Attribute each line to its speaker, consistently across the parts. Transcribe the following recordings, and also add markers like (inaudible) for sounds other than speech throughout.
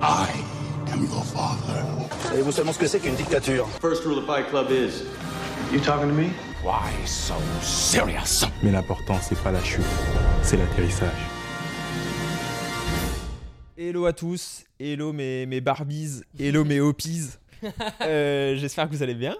Speaker 1: I am your father.
Speaker 2: Savez-vous seulement ce que c'est qu'une dictature
Speaker 3: First rule of Fight Club is You talking to me
Speaker 1: Why so serious?
Speaker 4: Mais l'important, c'est pas la chute, c'est l'atterrissage.
Speaker 5: Hello à tous, hello mes, mes Barbies, hello mes
Speaker 6: (laughs)
Speaker 5: Hoppies. Euh, J'espère que vous allez bien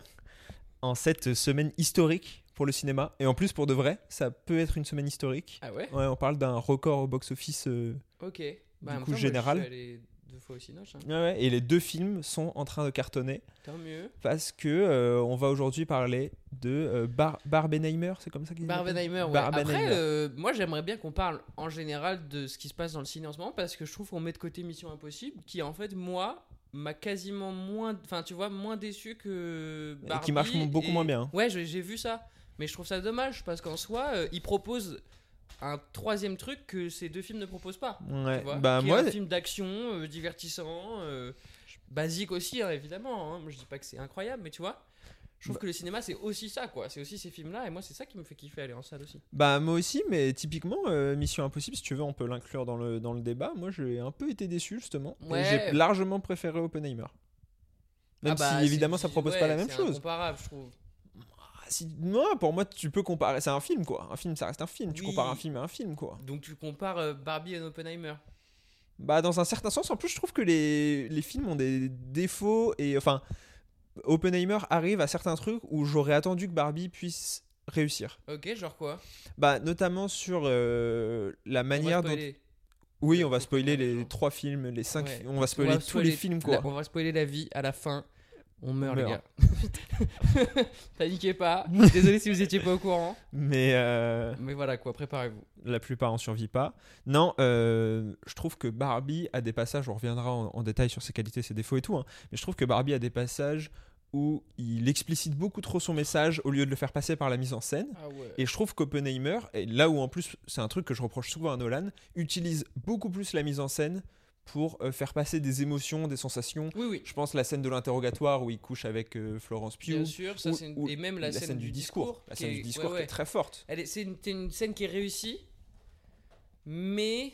Speaker 5: en cette semaine historique pour le cinéma. Et en plus, pour de vrai, ça peut être une semaine historique.
Speaker 6: Ah ouais
Speaker 5: Ouais, on parle d'un record au box-office. euh,
Speaker 6: Ok. Bah,
Speaker 5: Du
Speaker 6: en même
Speaker 5: coup,
Speaker 6: temps, moi,
Speaker 5: général.
Speaker 6: Je suis allé deux fois au Cinoche, hein.
Speaker 5: ouais, ouais, et les deux films sont en train de cartonner
Speaker 6: Tant mieux.
Speaker 5: parce que euh, on va aujourd'hui parler de euh, Bar- Barbenheimer, c'est comme ça qu'il s'appelle
Speaker 6: Barbenheimer, ouais.
Speaker 5: Barbenheimer.
Speaker 6: Après, euh, moi j'aimerais bien qu'on parle en général de ce qui se passe dans le ciné en ce moment parce que je trouve qu'on met de côté Mission Impossible qui, en fait, moi, m'a quasiment moins. Enfin, tu vois, moins déçu que.
Speaker 5: Et
Speaker 6: Barbie
Speaker 5: qui marche mon- beaucoup
Speaker 6: et-
Speaker 5: moins bien. hein.
Speaker 6: Ouais, j'ai j'ai vu ça. Mais je trouve ça dommage parce qu'en soi, euh, il propose un troisième truc que ces deux films ne proposent pas.
Speaker 5: Ouais,
Speaker 6: tu vois,
Speaker 5: bah
Speaker 6: qui est
Speaker 5: moi,
Speaker 6: un film d'action euh, divertissant euh, basique aussi hein, évidemment hein. Moi, je dis pas que c'est incroyable mais tu vois je
Speaker 5: Bah
Speaker 6: trouve que le cinéma c'est aussi ça quoi c'est aussi ces films là et moi c'est ça qui me fait kiffer aller en salle aussi
Speaker 5: Bah moi aussi, mais typiquement euh, Mission Impossible, si tu veux, on peut l'inclure dans le, dans le débat. Moi, j'ai un peu été déçu justement. et
Speaker 6: Ouais.
Speaker 5: J'ai largement préféré Oppenheimer. Même
Speaker 6: Ah bah,
Speaker 5: si
Speaker 6: c'est-
Speaker 5: évidemment ça
Speaker 6: c'est-
Speaker 5: propose
Speaker 6: ouais,
Speaker 5: pas la même
Speaker 6: c'est
Speaker 5: chose.
Speaker 6: incomparable je trouve
Speaker 5: Ah, si- moi, pour moi, tu peux comparer. C'est un film quoi. Un film, ça reste un film. Tu
Speaker 6: Oui.
Speaker 5: compares un film à un film quoi.
Speaker 6: donc tu compares euh, Barbie et Oppenheimer
Speaker 5: Bah dans un certain sens, en plus, je trouve que les, les films ont des défauts et enfin, Oppenheimer arrive à certains trucs où j'aurais attendu que Barbie puisse réussir.
Speaker 6: ok genre quoi
Speaker 5: Bah notamment sur euh, la
Speaker 6: On va
Speaker 5: manière dont
Speaker 6: spoiler.
Speaker 5: Oui, on va spoiler
Speaker 6: Ouais,
Speaker 5: les
Speaker 6: genre.
Speaker 5: trois films, les cinq.
Speaker 6: Ouais.
Speaker 5: fi- On va spoiler
Speaker 6: On va
Speaker 5: tous les films, quoi.
Speaker 6: la- on va spoiler la vie à la fin on meurt, les
Speaker 5: meurt.
Speaker 6: gars (laughs) paniquez
Speaker 5: (laughs)
Speaker 6: pas désolé si vous étiez pas au courant
Speaker 5: Mais euh,
Speaker 6: mais voilà quoi préparez-vous
Speaker 5: la plupart en survit pas. Non, euh, je trouve que Barbie a des passages. On reviendra en, en détail sur ses qualités, ses défauts et tout. hein, mais je trouve que Barbie a des passages où il explicite beaucoup trop son message au lieu de le faire passer par la mise en scène.
Speaker 6: ah ouais
Speaker 5: Et je trouve qu'Oppenheimer, et là où en plus c'est un truc que je reproche souvent à Nolan, utilise beaucoup plus la mise en scène pour euh, faire passer des émotions, des sensations.
Speaker 6: oui oui
Speaker 5: Je pense la scène de l'interrogatoire où il couche avec euh, Florence Pugh.
Speaker 6: Bien sûr, ça
Speaker 5: ou-
Speaker 6: c'est une-
Speaker 5: ou
Speaker 6: et même la, scène, du discours.
Speaker 5: La
Speaker 6: qui
Speaker 5: scène
Speaker 6: est-
Speaker 5: du
Speaker 6: ouais,
Speaker 5: discours qui
Speaker 6: ouais.
Speaker 5: est très forte.
Speaker 6: Elle est- C'est une, c'est une scène qui est réussie, mais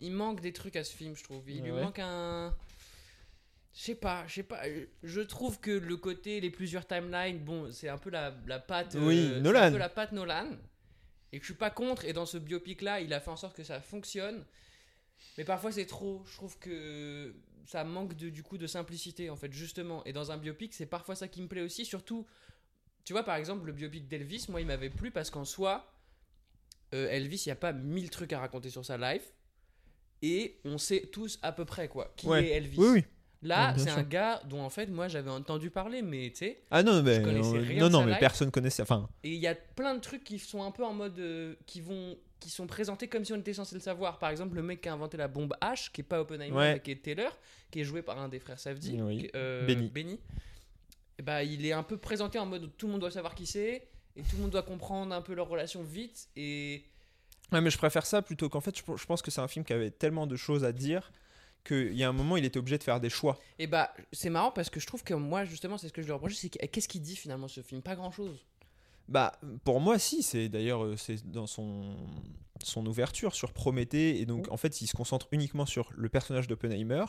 Speaker 6: il manque des trucs à ce film, je trouve. Il lui
Speaker 5: Ouais.
Speaker 6: manque un. Je sais pas, je sais pas. Je trouve que le côté, les plusieurs timelines, bon, c'est un peu la, la patte. euh,
Speaker 5: Oui,
Speaker 6: c'est
Speaker 5: Nolan.
Speaker 6: Un peu la patte Nolan. Et que je suis pas contre. Et dans ce biopic-là, il a fait en sorte que ça fonctionne. Mais parfois c'est trop. Je trouve que ça manque de, du coup de simplicité en fait justement. Et dans un biopic, c'est parfois ça qui me plaît aussi. Surtout, tu vois par exemple le biopic d'Elvis, moi il m'avait plu parce qu'en soi, euh, Elvis, il y a pas mille trucs à raconter sur sa life. Et on sait tous à peu près quoi qui
Speaker 5: Ouais.
Speaker 6: est Elvis.
Speaker 5: Oui, oui. Ouais,
Speaker 6: Là,
Speaker 5: bien
Speaker 6: c'est
Speaker 5: sûr.
Speaker 6: un gars dont en fait moi j'avais entendu parler, mais tu sais.
Speaker 5: Ah non, mais,
Speaker 6: connaissais
Speaker 5: euh,
Speaker 6: rien
Speaker 5: non,
Speaker 6: de
Speaker 5: non,
Speaker 6: sa
Speaker 5: mais
Speaker 6: life.
Speaker 5: personne connaissait. Enfin,
Speaker 6: Et il y a plein de trucs qui sont un peu en mode. euh, qui vont. qui sont présentés comme si on était censé le savoir. Par exemple, le mec qui a inventé la bombe H, qui est pas Oppenheimer,
Speaker 5: Ouais.
Speaker 6: mais qui est Taylor, qui est joué par un des frères Safdie,
Speaker 5: Oui.
Speaker 6: qui- euh,
Speaker 5: Benny.
Speaker 6: Et Bah, il est un peu présenté en mode tout le monde doit savoir qui c'est, et tout le monde doit comprendre un peu leur relation vite, et.
Speaker 5: ouais, mais je préfère ça plutôt qu'en fait, je, je pense que c'est un film qui avait tellement de choses à dire qu'il y a un moment, il était obligé de faire des choix.
Speaker 6: Et bah, c'est marrant parce que je trouve que moi, justement, c'est ce que je lui reproche, c'est que- qu'est-ce qu'il dit finalement ce film Pas grand chose.
Speaker 5: Bah, pour moi, si, c'est d'ailleurs euh, c'est dans son, son ouverture sur Prométhée, et donc en fait, il se concentre uniquement sur le personnage d'Oppenheimer,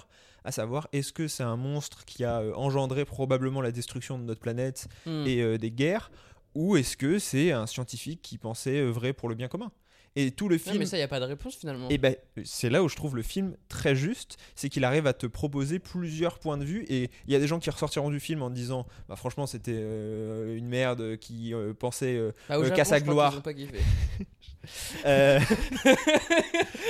Speaker 5: à savoir est-ce que c'est un monstre qui a euh, engendré probablement la destruction de notre planète
Speaker 6: Mm.
Speaker 5: et euh, des guerres, ou est-ce que c'est un scientifique qui pensait euh, vrai pour le bien commun Et tout le
Speaker 6: Non,
Speaker 5: film.
Speaker 6: mais ça, il n'y a pas de réponse finalement.
Speaker 5: Et ben, c'est là où je trouve le film très juste, c'est qu'il arrive à te proposer plusieurs points de vue et il y a des gens qui ressortiront du film en disant, bah franchement c'était euh, une merde qui euh, pensait, euh,
Speaker 6: Bah, au
Speaker 5: euh,
Speaker 6: Japon,
Speaker 5: Casse à
Speaker 6: je crois
Speaker 5: gloire.
Speaker 6: qu'ils ont pas kiffé. (laughs)
Speaker 5: euh,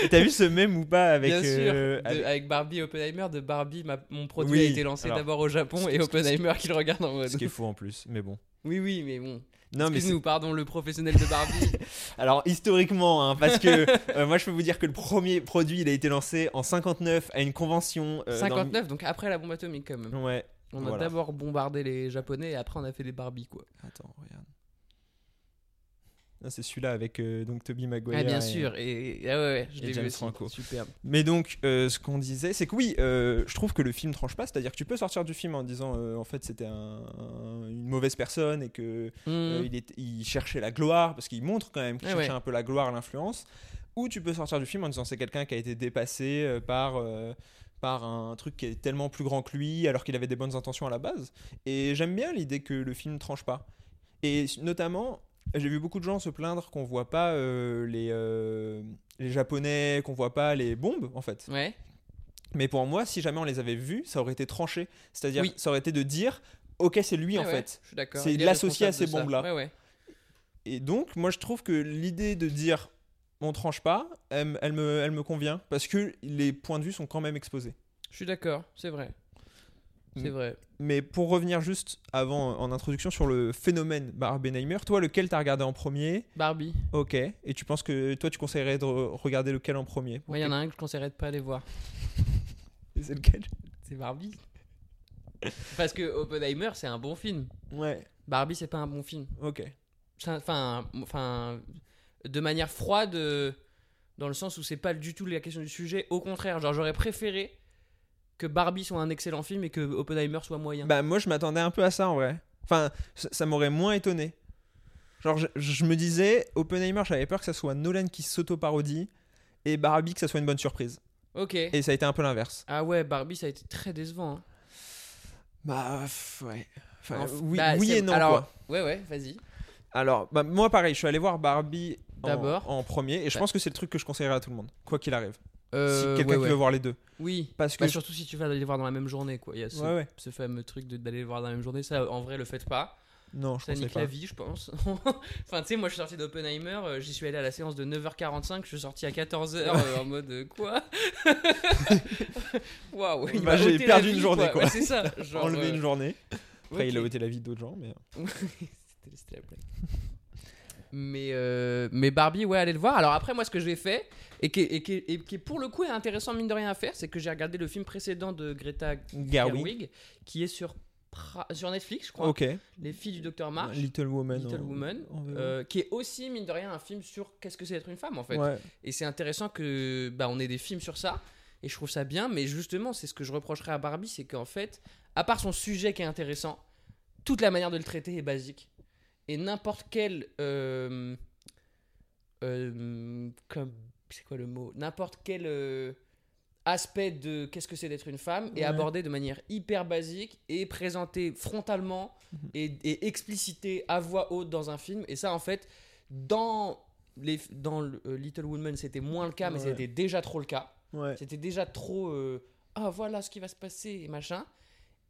Speaker 5: Et t'as vu ce même ou pas avec,
Speaker 6: Bien sûr,
Speaker 5: euh,
Speaker 6: de- avec...
Speaker 5: avec-
Speaker 6: Barbie et Oppenheimer, de Barbie, ma- mon produit
Speaker 5: Oui,
Speaker 6: a été lancé
Speaker 5: alors,
Speaker 6: d'abord au Japon
Speaker 5: ce-
Speaker 6: et
Speaker 5: ce-
Speaker 6: Oppenheimer qui le regarde en mode.
Speaker 5: ce qui est faux en plus, mais bon.
Speaker 6: Oui, oui, mais bon.
Speaker 5: Non mais c'est-
Speaker 6: Excuse-nous, pardon, le professionnel de Barbie.
Speaker 5: alors historiquement, hein,
Speaker 6: (laughs)
Speaker 5: parce que euh, moi je peux vous dire que le premier produit il a été lancé en 59 à une convention. (laughs) euh, dans le-
Speaker 6: 59, donc après la bombe atomique quand même.
Speaker 5: Ouais.
Speaker 6: On a
Speaker 5: voilà.
Speaker 6: d'abord bombardé les Japonais et après on a fait les Barbie quoi.
Speaker 5: Attends, regarde. Ah, c'est celui-là avec euh, donc Toby Maguire.
Speaker 6: ah, bien
Speaker 5: et-
Speaker 6: sûr, et, ah ouais, ouais, je
Speaker 5: et
Speaker 6: l'ai vu
Speaker 5: James
Speaker 6: aussi.
Speaker 5: Franco.
Speaker 6: Superbe.
Speaker 5: Mais donc, euh, ce qu'on disait, c'est que oui, euh, je trouve que le film tranche pas. C'est-à-dire que tu peux sortir du film en disant euh, en fait c'était un- un- une mauvaise personne et que euh,
Speaker 6: Hmm.
Speaker 5: il, est- il cherchait la gloire parce qu'il montre quand même qu'il
Speaker 6: Ah
Speaker 5: cherchait
Speaker 6: ouais.
Speaker 5: un peu la gloire, l'influence. Ou tu peux sortir du film en disant c'est quelqu'un qui a été dépassé euh, par euh, par un truc qui est tellement plus grand que lui, alors qu'il avait des bonnes intentions à la base. Et j'aime bien l'idée que le film ne tranche pas. Et notamment, j'ai vu beaucoup de gens se plaindre qu'on voit pas euh, les, euh, les Japonais, qu'on voit pas les bombes, en fait.
Speaker 6: Ouais.
Speaker 5: Mais pour moi, si jamais on les avait vus, ça aurait été tranché. C'est-à-dire,
Speaker 6: Oui.
Speaker 5: ça aurait été de dire, ok, c'est lui,
Speaker 6: Ouais,
Speaker 5: en
Speaker 6: ouais,
Speaker 5: fait.
Speaker 6: Je suis d'accord.
Speaker 5: C'est
Speaker 6: Il est
Speaker 5: l'associer à
Speaker 6: responsable
Speaker 5: ces
Speaker 6: de ça.
Speaker 5: bombes-là.
Speaker 6: Ouais, ouais.
Speaker 5: Et donc, moi, je trouve que l'idée de dire on tranche pas, elle, m- elle me, elle me convient parce que les points de vue sont quand même exposés.
Speaker 6: Je suis d'accord, c'est vrai. C'est
Speaker 5: Mm.
Speaker 6: vrai.
Speaker 5: Mais pour revenir juste avant en introduction sur le phénomène Barbenheimer, toi, lequel t'as regardé en premier
Speaker 6: Barbie.
Speaker 5: Ok. Et tu penses que toi, tu conseillerais de re- regarder lequel en premier
Speaker 6: Moi, il y en a un que je conseillerais de pas aller voir.
Speaker 5: C'est lequel
Speaker 6: C'est
Speaker 5: (laughs)
Speaker 6: Barbie. Parce que Oppenheimer, c'est un bon film.
Speaker 5: Ouais.
Speaker 6: Barbie, c'est pas un bon film.
Speaker 5: Ok.
Speaker 6: Ça- Enfin, enfin, de manière froide, euh, dans le sens où c'est pas du tout la question du sujet. Au contraire, genre j'aurais préféré que Barbie soit un excellent film et que Oppenheimer soit moyen.
Speaker 5: Bah, moi, je m'attendais un peu à ça en vrai. Enfin, ça, ça m'aurait moins étonné. Genre, je, je me disais, Oppenheimer, j'avais peur que ça soit Nolan qui s'auto-parodie et Barbie que ça soit une bonne surprise.
Speaker 6: ok.
Speaker 5: Et ça a été un peu l'inverse.
Speaker 6: Ah ouais, Barbie, ça a été très décevant. hein.
Speaker 5: Bah pff, ouais. Enfin,
Speaker 6: Enf-
Speaker 5: oui
Speaker 6: Bah,
Speaker 5: oui
Speaker 6: c'est-
Speaker 5: et non.
Speaker 6: Alors,
Speaker 5: quoi.
Speaker 6: ouais, ouais, vas-y.
Speaker 5: alors bah, moi pareil, je suis allé voir Barbie en-
Speaker 6: D'abord.
Speaker 5: en, premier et je
Speaker 6: Ouais.
Speaker 5: pense que c'est le truc que je conseillerais à tout le monde, quoi qu'il arrive.
Speaker 6: Euh,
Speaker 5: si quelqu'un
Speaker 6: ouais,
Speaker 5: qui
Speaker 6: ouais.
Speaker 5: veut voir les deux.
Speaker 6: Oui.
Speaker 5: Parce que
Speaker 6: Bah, surtout si tu vas aller le voir dans la même journée, quoi. Il y a ce,
Speaker 5: Ouais, ouais.
Speaker 6: ce fameux truc de- d'aller le voir dans la même journée. Ça, en vrai, le faites pas.
Speaker 5: non, je
Speaker 6: Ça
Speaker 5: conseille
Speaker 6: nique
Speaker 5: pas.
Speaker 6: la vie, je pense. (laughs) enfin, tu sais, moi, je suis sorti d'Oppenheimer, euh, j'y suis allé à la séance de 9h45, je suis sorti à 14h euh, en mode euh,
Speaker 5: (laughs)
Speaker 6: quoi Waouh il
Speaker 5: Bah,
Speaker 6: m'a
Speaker 5: j'ai
Speaker 6: ôté
Speaker 5: perdu
Speaker 6: la
Speaker 5: une
Speaker 6: vie,
Speaker 5: journée, quoi.
Speaker 6: Bah, c'est
Speaker 5: (laughs)
Speaker 6: ça. Genre,
Speaker 5: Enlever
Speaker 6: euh,
Speaker 5: une journée. Après il a
Speaker 6: ok.
Speaker 5: ôté la vie d'autres gens mais
Speaker 6: (laughs)
Speaker 5: euh,
Speaker 6: C'était- c'était la blague. Mais, euh, mais Barbie, ouais, allez le voir. Alors après, moi, ce que j'ai fait, et qui, est- et qui est- et qui est pour le coup est intéressant mine de rien à faire, c'est que j'ai regardé le film précédent de Greta
Speaker 5: Garwick.
Speaker 6: Gerwig, qui est sur, Pra- sur Netflix, je crois.
Speaker 5: OK.
Speaker 6: Les filles du docteur March.
Speaker 5: Little Woman.
Speaker 6: Little
Speaker 5: en-
Speaker 6: Woman,
Speaker 5: en VO.
Speaker 6: euh, qui est aussi, mine de rien, un film sur qu'est-ce que c'est d'être une femme, en fait.
Speaker 5: Ouais.
Speaker 6: Et c'est intéressant que bah, on ait des films sur ça, et je trouve ça bien, mais justement, c'est ce que je reprocherais à Barbie, c'est qu'en fait, à part son sujet qui est intéressant, toute la manière de le traiter est basique. Et n'importe quel... euh, euh, comme, c'est quoi le mot N'importe quel... euh, aspect de qu'est-ce que c'est d'être une femme est
Speaker 5: Ouais.
Speaker 6: abordé de manière hyper basique et présenté frontalement et, et explicité à voix haute dans un film. Et ça, en fait, dans, les, dans le- euh, Little Women, c'était moins le cas, mais
Speaker 5: Ouais.
Speaker 6: c'était déjà trop le cas.
Speaker 5: Ouais.
Speaker 6: C'était déjà trop. euh, ah, voilà ce qui va se passer et machin.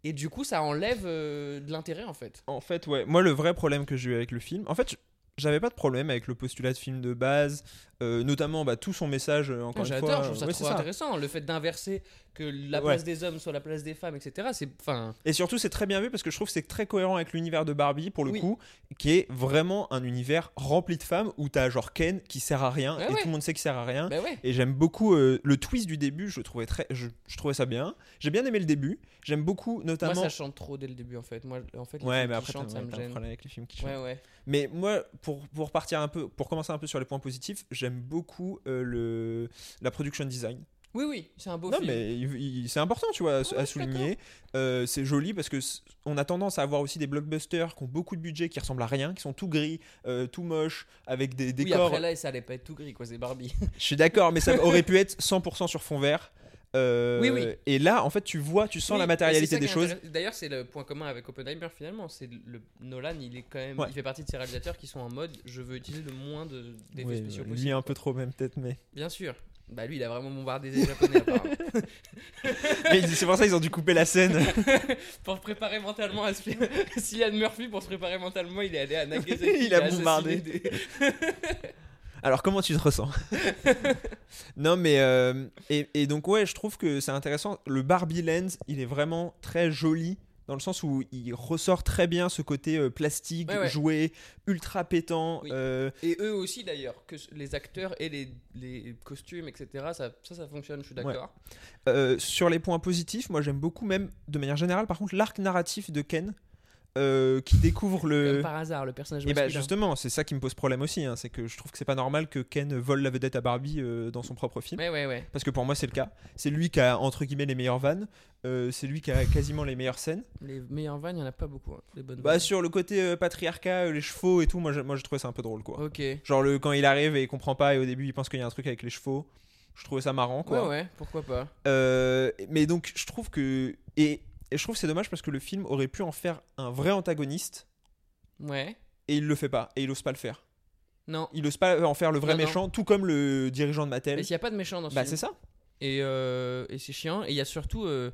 Speaker 6: Et du coup, ça enlève euh, de l'intérêt, en fait.
Speaker 5: En fait, ouais. Moi, le vrai problème que j'ai eu avec le film, en fait, je- j'avais pas de problème avec le postulat de film de base, euh, notamment bah, tout son message. euh, Encore
Speaker 6: Moi,
Speaker 5: une
Speaker 6: J'adore,
Speaker 5: fois,
Speaker 6: je trouve ça
Speaker 5: ouais,
Speaker 6: trop
Speaker 5: c'est ça.
Speaker 6: intéressant. Le fait d'inverser que la
Speaker 5: Ouais.
Speaker 6: place des hommes soit la place des femmes, etc. C'est. Enfin.
Speaker 5: Et surtout, c'est très bien vu parce que je trouve que c'est très cohérent avec l'univers de Barbie, pour le
Speaker 6: Oui.
Speaker 5: coup, qui est vraiment un univers rempli de femmes où t'as genre Ken qui sert à rien
Speaker 6: Ouais,
Speaker 5: et
Speaker 6: ouais.
Speaker 5: tout le monde sait qu'il sert à rien.
Speaker 6: Bah ouais.
Speaker 5: Et j'aime beaucoup euh, le twist du début, je trouvais, très, je, je trouvais ça bien. J'ai bien aimé le début, j'aime beaucoup
Speaker 6: Moi,
Speaker 5: notamment.
Speaker 6: ça chante trop dès le début, en fait. Moi, en fait, les
Speaker 5: ouais,
Speaker 6: films
Speaker 5: mais
Speaker 6: qui
Speaker 5: après, t'as
Speaker 6: chantent, ça
Speaker 5: ouais,
Speaker 6: me
Speaker 5: t'as un
Speaker 6: gêne.
Speaker 5: problème avec les films qui chantent.
Speaker 6: Ouais, ouais.
Speaker 5: Mais moi, pour, pour partir un peu, pour commencer un peu sur les points positifs, j'aime beaucoup euh, le, la production design.
Speaker 6: Oui, oui, c'est un beau
Speaker 5: Non,
Speaker 6: film.
Speaker 5: mais il- il- c'est important, tu vois, à-
Speaker 6: Ouais,
Speaker 5: à
Speaker 6: je suis
Speaker 5: souligner. Euh, c'est joli parce que c- on a tendance à avoir aussi des blockbusters qui ont beaucoup de budget, qui ressemblent à rien, qui sont tout gris, euh, tout moche, avec des
Speaker 6: Oui,
Speaker 5: décors.
Speaker 6: après là, ça allait pas être tout gris, quoi, c'est Barbie.
Speaker 5: Je suis d'accord, mais ça aurait pu être 100% sur fond vert. Euh,
Speaker 6: Oui, oui.
Speaker 5: Et là, en fait, tu vois, tu sens
Speaker 6: Oui, et
Speaker 5: la
Speaker 6: c'est
Speaker 5: matérialité
Speaker 6: ça qui
Speaker 5: des
Speaker 6: est
Speaker 5: choses.
Speaker 6: intéressant. D'ailleurs, c'est le point commun avec Oppenheimer finalement. C'est le Nolan, il est quand même,
Speaker 5: Ouais.
Speaker 6: il fait partie de ces réalisateurs qui sont en mode, je veux utiliser le moins de d'effets
Speaker 5: Oui,
Speaker 6: spéciaux
Speaker 5: lui
Speaker 6: possible.
Speaker 5: un peu trop même peut-être, mais, (laughs)
Speaker 6: Bien sûr. Bah lui, il a vraiment bombardé les Japonais. apparemment.
Speaker 5: mais c'est pour ça ils ont dû couper la scène.
Speaker 6: pour préparer mentalement à ce film, (laughs) Cillian Murphy, pour se préparer mentalement, il est allé à Nagasaki.
Speaker 5: (laughs) Il a bombardé.
Speaker 6: assassiné des-
Speaker 5: Alors, comment tu
Speaker 6: (laughs)
Speaker 5: te ressens Non, mais. euh, et, et donc, ouais, je trouve que c'est intéressant. Le Barbie Lens, il est vraiment très joli. Dans le sens où il ressort très bien ce côté euh, plastique,
Speaker 6: Ouais, ouais.
Speaker 5: joué, ultra pétant.
Speaker 6: Oui.
Speaker 5: euh,
Speaker 6: Et eux aussi d'ailleurs, que les acteurs et les, les costumes, etc. Ça, ça, ça fonctionne. Je suis d'accord.
Speaker 5: euh, sur les points positifs, moi j'aime beaucoup, même de manière générale, par contre, l'arc narratif de Ken, euh, qui découvre
Speaker 6: Comme
Speaker 5: le.
Speaker 6: par hasard, le personnage
Speaker 5: Et bah
Speaker 6: masculin.
Speaker 5: justement, c'est ça qui me pose problème aussi. hein, c'est que je trouve que c'est pas normal que Ken vole la vedette à Barbie euh, dans son propre film.
Speaker 6: Ouais, ouais, ouais.
Speaker 5: parce que pour moi c'est le cas. C'est lui qui a entre guillemets les meilleures vannes, Euh, c'est lui qui a quasiment les meilleures scènes.
Speaker 6: Les meilleures vannes, il n'y en a pas beaucoup. hein, Les bonnes
Speaker 5: Bah
Speaker 6: vannes.
Speaker 5: sur le côté euh, patriarcat, euh, les chevaux et tout, moi je, moi je trouvais ça un peu drôle quoi.
Speaker 6: Ok.
Speaker 5: Genre le quand il arrive et il comprend pas et au début il pense qu'il y a un truc avec les chevaux. Je Je trouvais ça marrant, quoi.
Speaker 6: Ouais, ouais, pourquoi pas.
Speaker 5: Euh, mais donc je trouve que et, et je trouve que c'est dommage parce que le film aurait pu en faire un vrai antagoniste
Speaker 6: Ouais.
Speaker 5: et il le fait pas et il ose pas le faire.
Speaker 6: Non.
Speaker 5: Il ose pas en faire le vrai
Speaker 6: Non, non.
Speaker 5: méchant, tout comme le dirigeant de Mattel.
Speaker 6: Mais s'il n'y a pas de méchant dans ce
Speaker 5: Bah c'est
Speaker 6: film.
Speaker 5: ça.
Speaker 6: Et, euh, et c'est chiant. Et il y a surtout euh,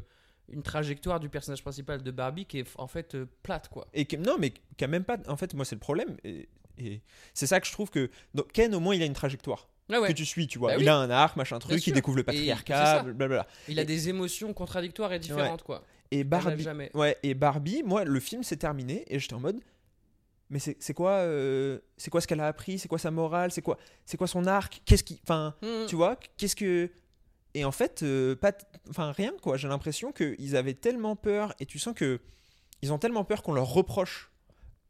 Speaker 6: une trajectoire du personnage principal de Barbie qui est en fait euh, plate, quoi.
Speaker 5: Et que- non mais qui a même pas. En fait moi c'est le problème et, et c'est ça que je trouve que donc Ken au moins il a une trajectoire
Speaker 6: Ouais, ouais.
Speaker 5: que tu suis, tu vois.
Speaker 6: Bah
Speaker 5: il
Speaker 6: oui.
Speaker 5: a un arc, machin truc, il
Speaker 6: sûr.
Speaker 5: découvre le
Speaker 6: Et c'est
Speaker 5: patriarcat,
Speaker 6: ça.
Speaker 5: blablabla.
Speaker 6: Il a des émotions contradictoires et différentes, quoi.
Speaker 5: Et
Speaker 6: Elle n'a
Speaker 5: Barbie.
Speaker 6: Jamais.
Speaker 5: Ouais, et Barbie, moi, le film s'est terminé et j'étais en mode. Mais c'est c'est quoi, euh, c'est quoi ce qu'elle a appris C'est quoi sa morale C'est quoi, c'est quoi son arc Qu'est-ce qui, enfin,
Speaker 6: Hmm.
Speaker 5: tu vois, qu'est-ce que Et en fait, euh, pas, t- enfin rien quoi. J'ai l'impression qu'ils avaient tellement peur et tu sens que ils ont tellement peur qu'on leur reproche,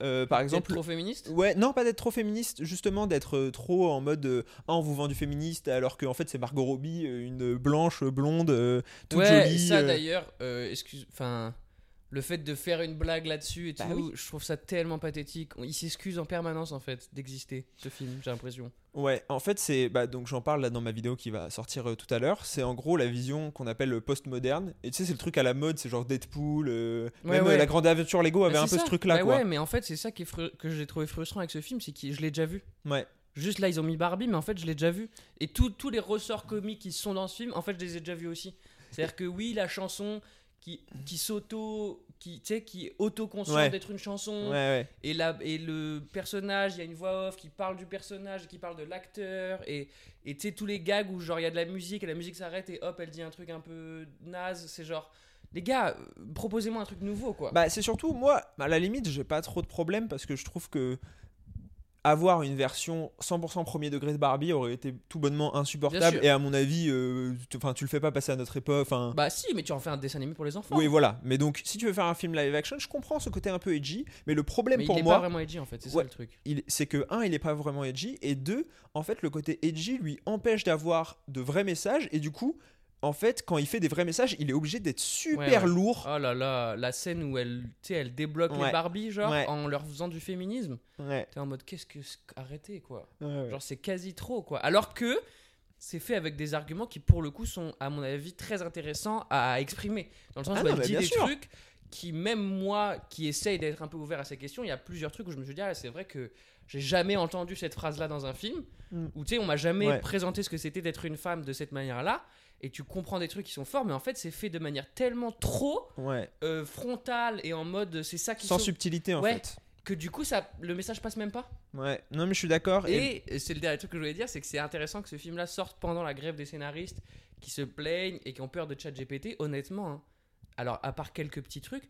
Speaker 5: euh, par
Speaker 6: exemple
Speaker 5: exemple,
Speaker 6: trop féministe
Speaker 5: Ouais, non, pas d'être trop féministe, justement, d'être euh, trop en mode euh, Ah, on vous vend du féministe, alors qu'en fait, c'est Margot Robbie, euh, une blanche, euh, blonde, euh, toute
Speaker 6: ouais,
Speaker 5: jolie.
Speaker 6: ça
Speaker 5: euh.
Speaker 6: d'ailleurs, euh, excuse, enfin, le fait de faire une blague là-dessus et tout,
Speaker 5: Bah oui.
Speaker 6: je trouve ça tellement pathétique. Il s'excuse en permanence en fait d'exister ce film, j'ai l'impression.
Speaker 5: Ouais, en fait, c'est. Bah, donc, j'en parle là dans ma vidéo qui va sortir euh, tout à l'heure. C'est en gros la vision qu'on appelle euh, postmoderne. Et tu sais, c'est le truc à la mode, c'est genre Deadpool. euh,
Speaker 6: Ouais,
Speaker 5: même euh,
Speaker 6: ouais.
Speaker 5: la grande aventure Lego avait
Speaker 6: Bah,
Speaker 5: un
Speaker 6: c'est
Speaker 5: peu
Speaker 6: ça.
Speaker 5: ce truc-là,
Speaker 6: Bah
Speaker 5: quoi.
Speaker 6: Ouais, mais en fait, c'est ça qui est fru- que j'ai trouvé frustrant avec ce film, c'est que je l'ai déjà vu.
Speaker 5: Ouais.
Speaker 6: Juste là, ils ont mis Barbie, mais en fait, je l'ai déjà vu. Et tous- tous les ressorts comiques qui sont dans ce film, en fait, je les ai déjà vus aussi. C'est-à-dire que oui, la chanson qui, qui s'auto. qui, tu sais, qui est autoconsciente
Speaker 5: Ouais.
Speaker 6: d'être une chanson.
Speaker 5: Ouais, ouais.
Speaker 6: Et, la, et le personnage, il y a une voix off qui parle du personnage, qui parle de l'acteur. Et et tu sais, tous les gags où genre il y a de la musique et la musique s'arrête et hop, elle dit un truc un peu naze. C'est genre. Les gars, euh, proposez-moi un truc nouveau, quoi.
Speaker 5: Bah, c'est surtout, moi, à la limite, j'ai pas trop de problème parce que je trouve que avoir une version 100% premier degré de Barbie aurait été tout bonnement insupportable
Speaker 6: sûr.
Speaker 5: et à mon avis, euh, tu, 'fin, tu le fais pas passer à notre époque. Enfin,
Speaker 6: Bah si, mais tu en fais un dessin animé pour les enfants.
Speaker 5: oui, voilà. Mais donc, si tu veux faire un film live action, je comprends ce côté un peu edgy, mais le problème
Speaker 6: mais il
Speaker 5: pour
Speaker 6: est
Speaker 5: moi,
Speaker 6: pas vraiment edgy en fait, c'est
Speaker 5: Ouais.
Speaker 6: ça le truc.
Speaker 5: il- c'est que un, il est pas vraiment edgy et deux, en fait, le côté edgy lui empêche d'avoir de vrais messages et du coup, en fait, quand il fait des vrais messages, il est obligé d'être super
Speaker 6: ouais.
Speaker 5: lourd.
Speaker 6: Oh là là, la scène où elle, tu sais, elle débloque
Speaker 5: Ouais.
Speaker 6: les Barbie genre
Speaker 5: Ouais.
Speaker 6: en leur faisant du féminisme.
Speaker 5: Ouais.
Speaker 6: T'es en mode qu'est-ce que c'est- arrêtez quoi.
Speaker 5: Ouais, ouais.
Speaker 6: Genre c'est quasi trop quoi. Alors que c'est fait avec des arguments qui pour le coup sont à mon avis très intéressants à exprimer. Dans le sens
Speaker 5: Ah
Speaker 6: où
Speaker 5: non,
Speaker 6: elle
Speaker 5: mais
Speaker 6: dit
Speaker 5: bien
Speaker 6: des
Speaker 5: sûr.
Speaker 6: trucs qui même moi qui essaye d'être un peu ouvert à ces questions, il y a plusieurs trucs où je me suis dit ah c'est vrai que j'ai jamais entendu cette phrase là dans un film
Speaker 5: Mm.
Speaker 6: où tu sais on m'a jamais
Speaker 5: Ouais.
Speaker 6: présenté ce que c'était d'être une femme de cette manière là. Et tu comprends des trucs qui sont forts, mais en fait, c'est fait de manière tellement trop
Speaker 5: Ouais.
Speaker 6: euh, frontale et en mode c'est ça qui
Speaker 5: Sans
Speaker 6: sauve,
Speaker 5: subtilité en
Speaker 6: Ouais.
Speaker 5: fait.
Speaker 6: que du coup, ça, le message passe même pas.
Speaker 5: Ouais, non mais je suis d'accord. Et...
Speaker 6: Et c'est le dernier truc que je voulais dire, c'est que c'est intéressant que ce film-là sorte pendant la grève des scénaristes qui se plaignent et qui ont peur de ChatGPT. Honnêtement, hein. alors à part quelques petits trucs,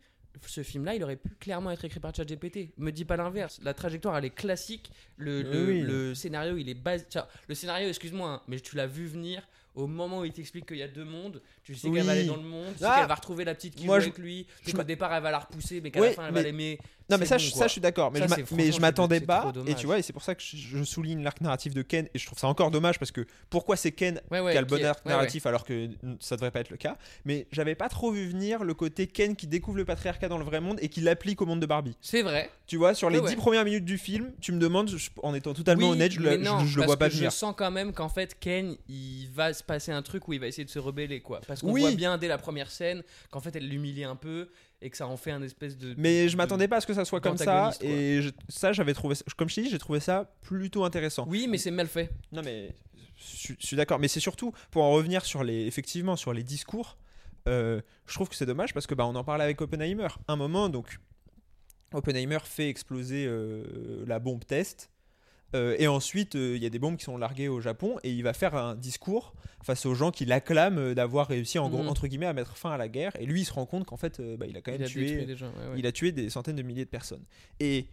Speaker 6: ce film-là, il aurait pu clairement être écrit par ChatGPT. Me dis pas l'inverse. La trajectoire, elle est classique. Le, le-
Speaker 5: Oui.
Speaker 6: le scénario, il est basique. Le scénario, excuse-moi, hein, mais tu l'as vu venir. Au moment où il t'explique qu'il y a deux mondes, tu sais
Speaker 5: Oui.
Speaker 6: qu'elle va aller dans le monde, tu sais
Speaker 5: Ah.
Speaker 6: qu'elle va retrouver la petite qui
Speaker 5: Moi,
Speaker 6: joue
Speaker 5: je-
Speaker 6: avec lui,
Speaker 5: je
Speaker 6: tu sais qu'au
Speaker 5: m'a-
Speaker 6: départ elle va la repousser, mais qu'à
Speaker 5: Oui,
Speaker 6: la fin elle va
Speaker 5: mais-
Speaker 6: l'aimer.
Speaker 5: Non mais
Speaker 6: c'est
Speaker 5: ça,
Speaker 6: bon,
Speaker 5: je, ça
Speaker 6: quoi.
Speaker 5: je suis d'accord, mais
Speaker 6: Ça,
Speaker 5: je m'a-
Speaker 6: c'est- franchement,
Speaker 5: mais je
Speaker 6: c'est-
Speaker 5: m'attendais
Speaker 6: c'est
Speaker 5: pas.
Speaker 6: trop
Speaker 5: Et
Speaker 6: dommage.
Speaker 5: tu vois, et c'est pour ça que je, je souligne l'arc narratif de Ken et je trouve ça encore dommage parce que pourquoi c'est Ken
Speaker 6: Ouais, ouais,
Speaker 5: qui a le bon
Speaker 6: qui est-
Speaker 5: arc
Speaker 6: ouais, ouais.
Speaker 5: narratif alors que ça devrait pas être le cas. Mais j'avais pas trop vu venir le côté Ken qui découvre le patriarcat dans le vrai monde et qui l'applique au monde de Barbie.
Speaker 6: C'est vrai.
Speaker 5: Tu vois, sur les
Speaker 6: Ouais, ouais.
Speaker 5: 10 premières minutes du film, tu me demandes, je- en étant totalement
Speaker 6: Oui,
Speaker 5: honnête, je, le-
Speaker 6: mais
Speaker 5: je-
Speaker 6: non,
Speaker 5: je le
Speaker 6: parce
Speaker 5: vois pas
Speaker 6: que Je
Speaker 5: venir.
Speaker 6: sens quand même qu'en fait, Ken, il va se passer un truc où il va essayer de se rebeller, quoi. Parce qu'on
Speaker 5: Oui.
Speaker 6: voit bien dès la première scène qu'en fait, elle l'humilie un peu et que ça en fait un espèce de.
Speaker 5: Mais je
Speaker 6: de-
Speaker 5: m'attendais pas à ce que ça soit comme ça
Speaker 6: d'antagoniste, quoi.
Speaker 5: et je- ça j'avais trouvé ça- comme je t'ai dit j'ai trouvé ça plutôt intéressant.
Speaker 6: Oui, mais c'est mal fait.
Speaker 5: Non mais je suis- je suis d'accord, mais c'est surtout pour en revenir sur les effectivement sur les discours. euh, je trouve que c'est dommage parce que bah, on en parlait avec Oppenheimer. Un moment donc Oppenheimer fait exploser euh, la bombe test. euh, et ensuite, euh, il y a des bombes qui sont larguées au Japon et il va faire un discours face aux gens qui l'acclament euh, d'avoir réussi en gros,
Speaker 6: Mhm.
Speaker 5: entre guillemets à mettre fin à la guerre. Et lui, il se rend compte qu'en fait, euh, bah, il a quand même
Speaker 6: il a
Speaker 5: tué.
Speaker 6: détruit des gens. ouais, ouais.
Speaker 5: Il a tué des centaines de milliers de personnes. Et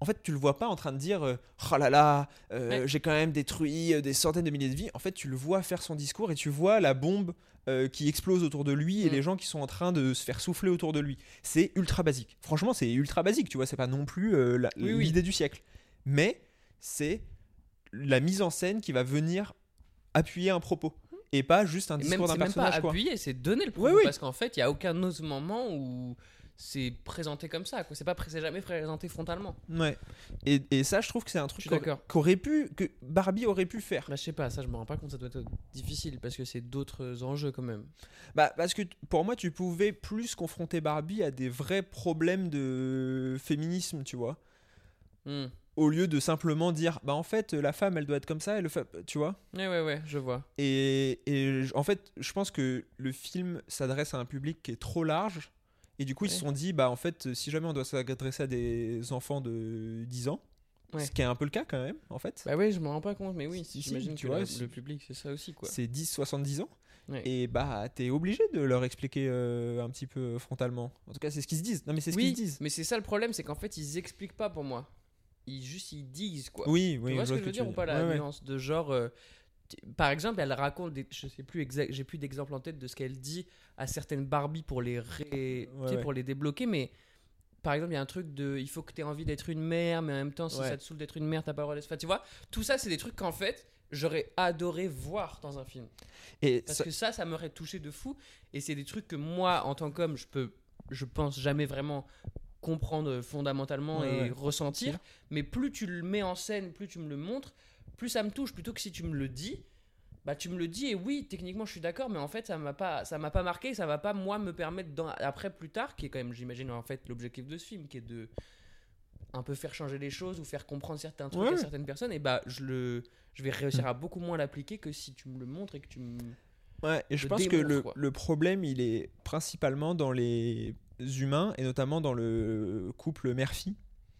Speaker 5: en fait, tu le vois pas en train de dire euh, Oh là là, euh, j'ai quand même détruit euh, des centaines de milliers de vies. En fait, tu le vois faire son discours et tu vois la bombe euh, qui explose autour de lui et
Speaker 6: Mm.
Speaker 5: les gens qui sont en train de se faire souffler autour de lui. C'est ultra basique. Franchement, c'est ultra basique. Tu vois, c'est pas non plus euh, la-
Speaker 6: Oui,
Speaker 5: l'idée
Speaker 6: oui.
Speaker 5: du siècle. Mais c'est la mise en scène qui va venir appuyer un propos et pas juste un
Speaker 6: Mm. Et même,
Speaker 5: discours d'un
Speaker 6: c'est même pas
Speaker 5: personnage. quoi.
Speaker 6: appuyé, c'est donné le
Speaker 5: Oui,
Speaker 6: propos
Speaker 5: oui.
Speaker 6: parce qu'en fait, il y a aucun autre moment où c'est présenté comme ça. quoi. C'est pas pré- c'est jamais présenté frontalement.
Speaker 5: Ouais. Et, et ça, je trouve que c'est un truc
Speaker 6: Je suis
Speaker 5: qu'au-
Speaker 6: d'accord.
Speaker 5: qu'aurait pu, que Barbie aurait pu faire.
Speaker 6: Bah, je sais pas, ça je me rends pas compte, ça doit être difficile parce que c'est d'autres enjeux quand même.
Speaker 5: Bah, parce que t- pour moi, tu pouvais plus confronter Barbie à des vrais problèmes de féminisme, tu vois.
Speaker 6: Hmm.
Speaker 5: Au lieu de simplement dire, bah en fait, la femme, elle doit être comme ça, et le fa- tu vois.
Speaker 6: Ouais, ouais, ouais, je vois.
Speaker 5: Et, et j- en fait, je pense que le film s'adresse à un public qui est trop large. Et du coup, ils
Speaker 6: Ouais.
Speaker 5: se sont dit, bah en fait, si jamais on doit s'adresser à des enfants de 10 ans,
Speaker 6: Ouais.
Speaker 5: ce qui est un peu le cas quand même, en fait.
Speaker 6: Bah oui, je me rends pas compte, mais oui,
Speaker 5: Si, si,
Speaker 6: j'imagine
Speaker 5: tu
Speaker 6: que
Speaker 5: vois,
Speaker 6: le,
Speaker 5: si-
Speaker 6: le public c'est ça aussi quoi.
Speaker 5: C'est 10-70 ans.
Speaker 6: Ouais.
Speaker 5: Et bah, t'es obligé de leur expliquer euh, un petit peu frontalement. En tout cas, c'est ce qu'ils se disent. Non, mais c'est ce
Speaker 6: oui,
Speaker 5: qu'ils se disent.
Speaker 6: mais c'est ça le problème, c'est qu'en fait ils expliquent pas pour moi. Ils juste ils disent quoi.
Speaker 5: Oui, oui.
Speaker 6: tu vois
Speaker 5: je
Speaker 6: ce que je veux
Speaker 5: tu
Speaker 6: dire ou pas la
Speaker 5: Ouais, ouais.
Speaker 6: nuance de genre. euh, t- par exemple, elle raconte, des, je sais plus exact, j'ai plus d'exemple en tête de ce qu'elle dit à certaines Barbie pour les ré-
Speaker 5: Ouais,
Speaker 6: tu sais,
Speaker 5: ouais.
Speaker 6: pour les débloquer, mais par exemple, il y a un truc de, il faut que tu aies envie d'être une mère, mais en même temps, si
Speaker 5: Ouais.
Speaker 6: ça te saoule d'être une mère, t'as pas le droit de. Enfin, tu vois, tout ça, c'est des trucs qu'en fait, j'aurais adoré voir dans un film.
Speaker 5: Et
Speaker 6: Parce
Speaker 5: ça-
Speaker 6: que ça, ça m'aurait touché de fou. Et c'est des trucs que moi, en tant qu'homme, je peux, je pense jamais vraiment comprendre fondamentalement
Speaker 5: Ouais,
Speaker 6: et
Speaker 5: ouais.
Speaker 6: ressentir. Mais plus tu le mets en scène, plus tu me le montres, plus ça me touche. Plutôt que si tu me le dis, bah tu me le dis et oui, techniquement, je suis d'accord, mais en fait, ça m'a pas, ça m'a pas marqué. Ça va pas moi me permettre d'en- après plus tard, qui est quand même, j'imagine en fait, l'objectif de ce film, qui est de un peu faire changer les choses ou faire comprendre certains trucs
Speaker 5: Ouais. Mm.
Speaker 6: à certaines personnes. Et bah je le, je vais réussir à beaucoup moins l'appliquer que si tu me le montres et que tu me
Speaker 5: Ouais, et je
Speaker 6: le
Speaker 5: pense que
Speaker 6: démontre,
Speaker 5: le,
Speaker 6: quoi.
Speaker 5: le problème, il est principalement dans les humains et notamment dans le couple mère-fille.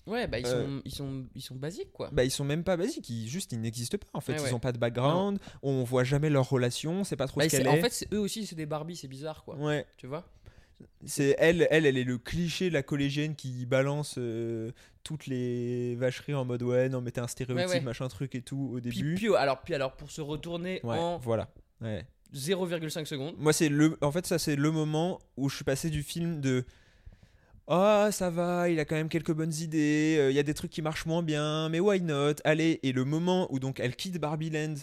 Speaker 6: Ouais, bah ils sont,
Speaker 5: Euh,
Speaker 6: ils sont, ils sont basiques quoi.
Speaker 5: Bah, ils sont même pas basiques, ils, juste ils n'existent pas en fait.
Speaker 6: Ouais,
Speaker 5: ils
Speaker 6: ouais.
Speaker 5: ont pas de background, on voit jamais leur relation, c'est pas trop
Speaker 6: Bah,
Speaker 5: ce
Speaker 6: c'est-
Speaker 5: qu'elle
Speaker 6: en
Speaker 5: est.
Speaker 6: fait, c'est- eux aussi, c'est des Barbies, c'est bizarre quoi.
Speaker 5: Ouais,
Speaker 6: Tu vois
Speaker 5: c'est elle, elle, elle est le cliché de la collégienne qui balance euh, toutes les vacheries en mode ouais, non, mais t'es un stéréotype,
Speaker 6: Ouais, ouais.
Speaker 5: machin truc et tout au
Speaker 6: puis,
Speaker 5: début.
Speaker 6: puis, alors, puis alors, pour se retourner
Speaker 5: Ouais,
Speaker 6: en
Speaker 5: voilà. Ouais.
Speaker 6: 0,5 secondes.
Speaker 5: Moi, c'est le. En fait, ça, c'est le moment où je suis passé du film de. Ah, ça va, il a quand même quelques bonnes idées, euh, il y a des trucs qui marchent moins bien, mais why not Allez, et le moment où donc elle quitte Barbie Land.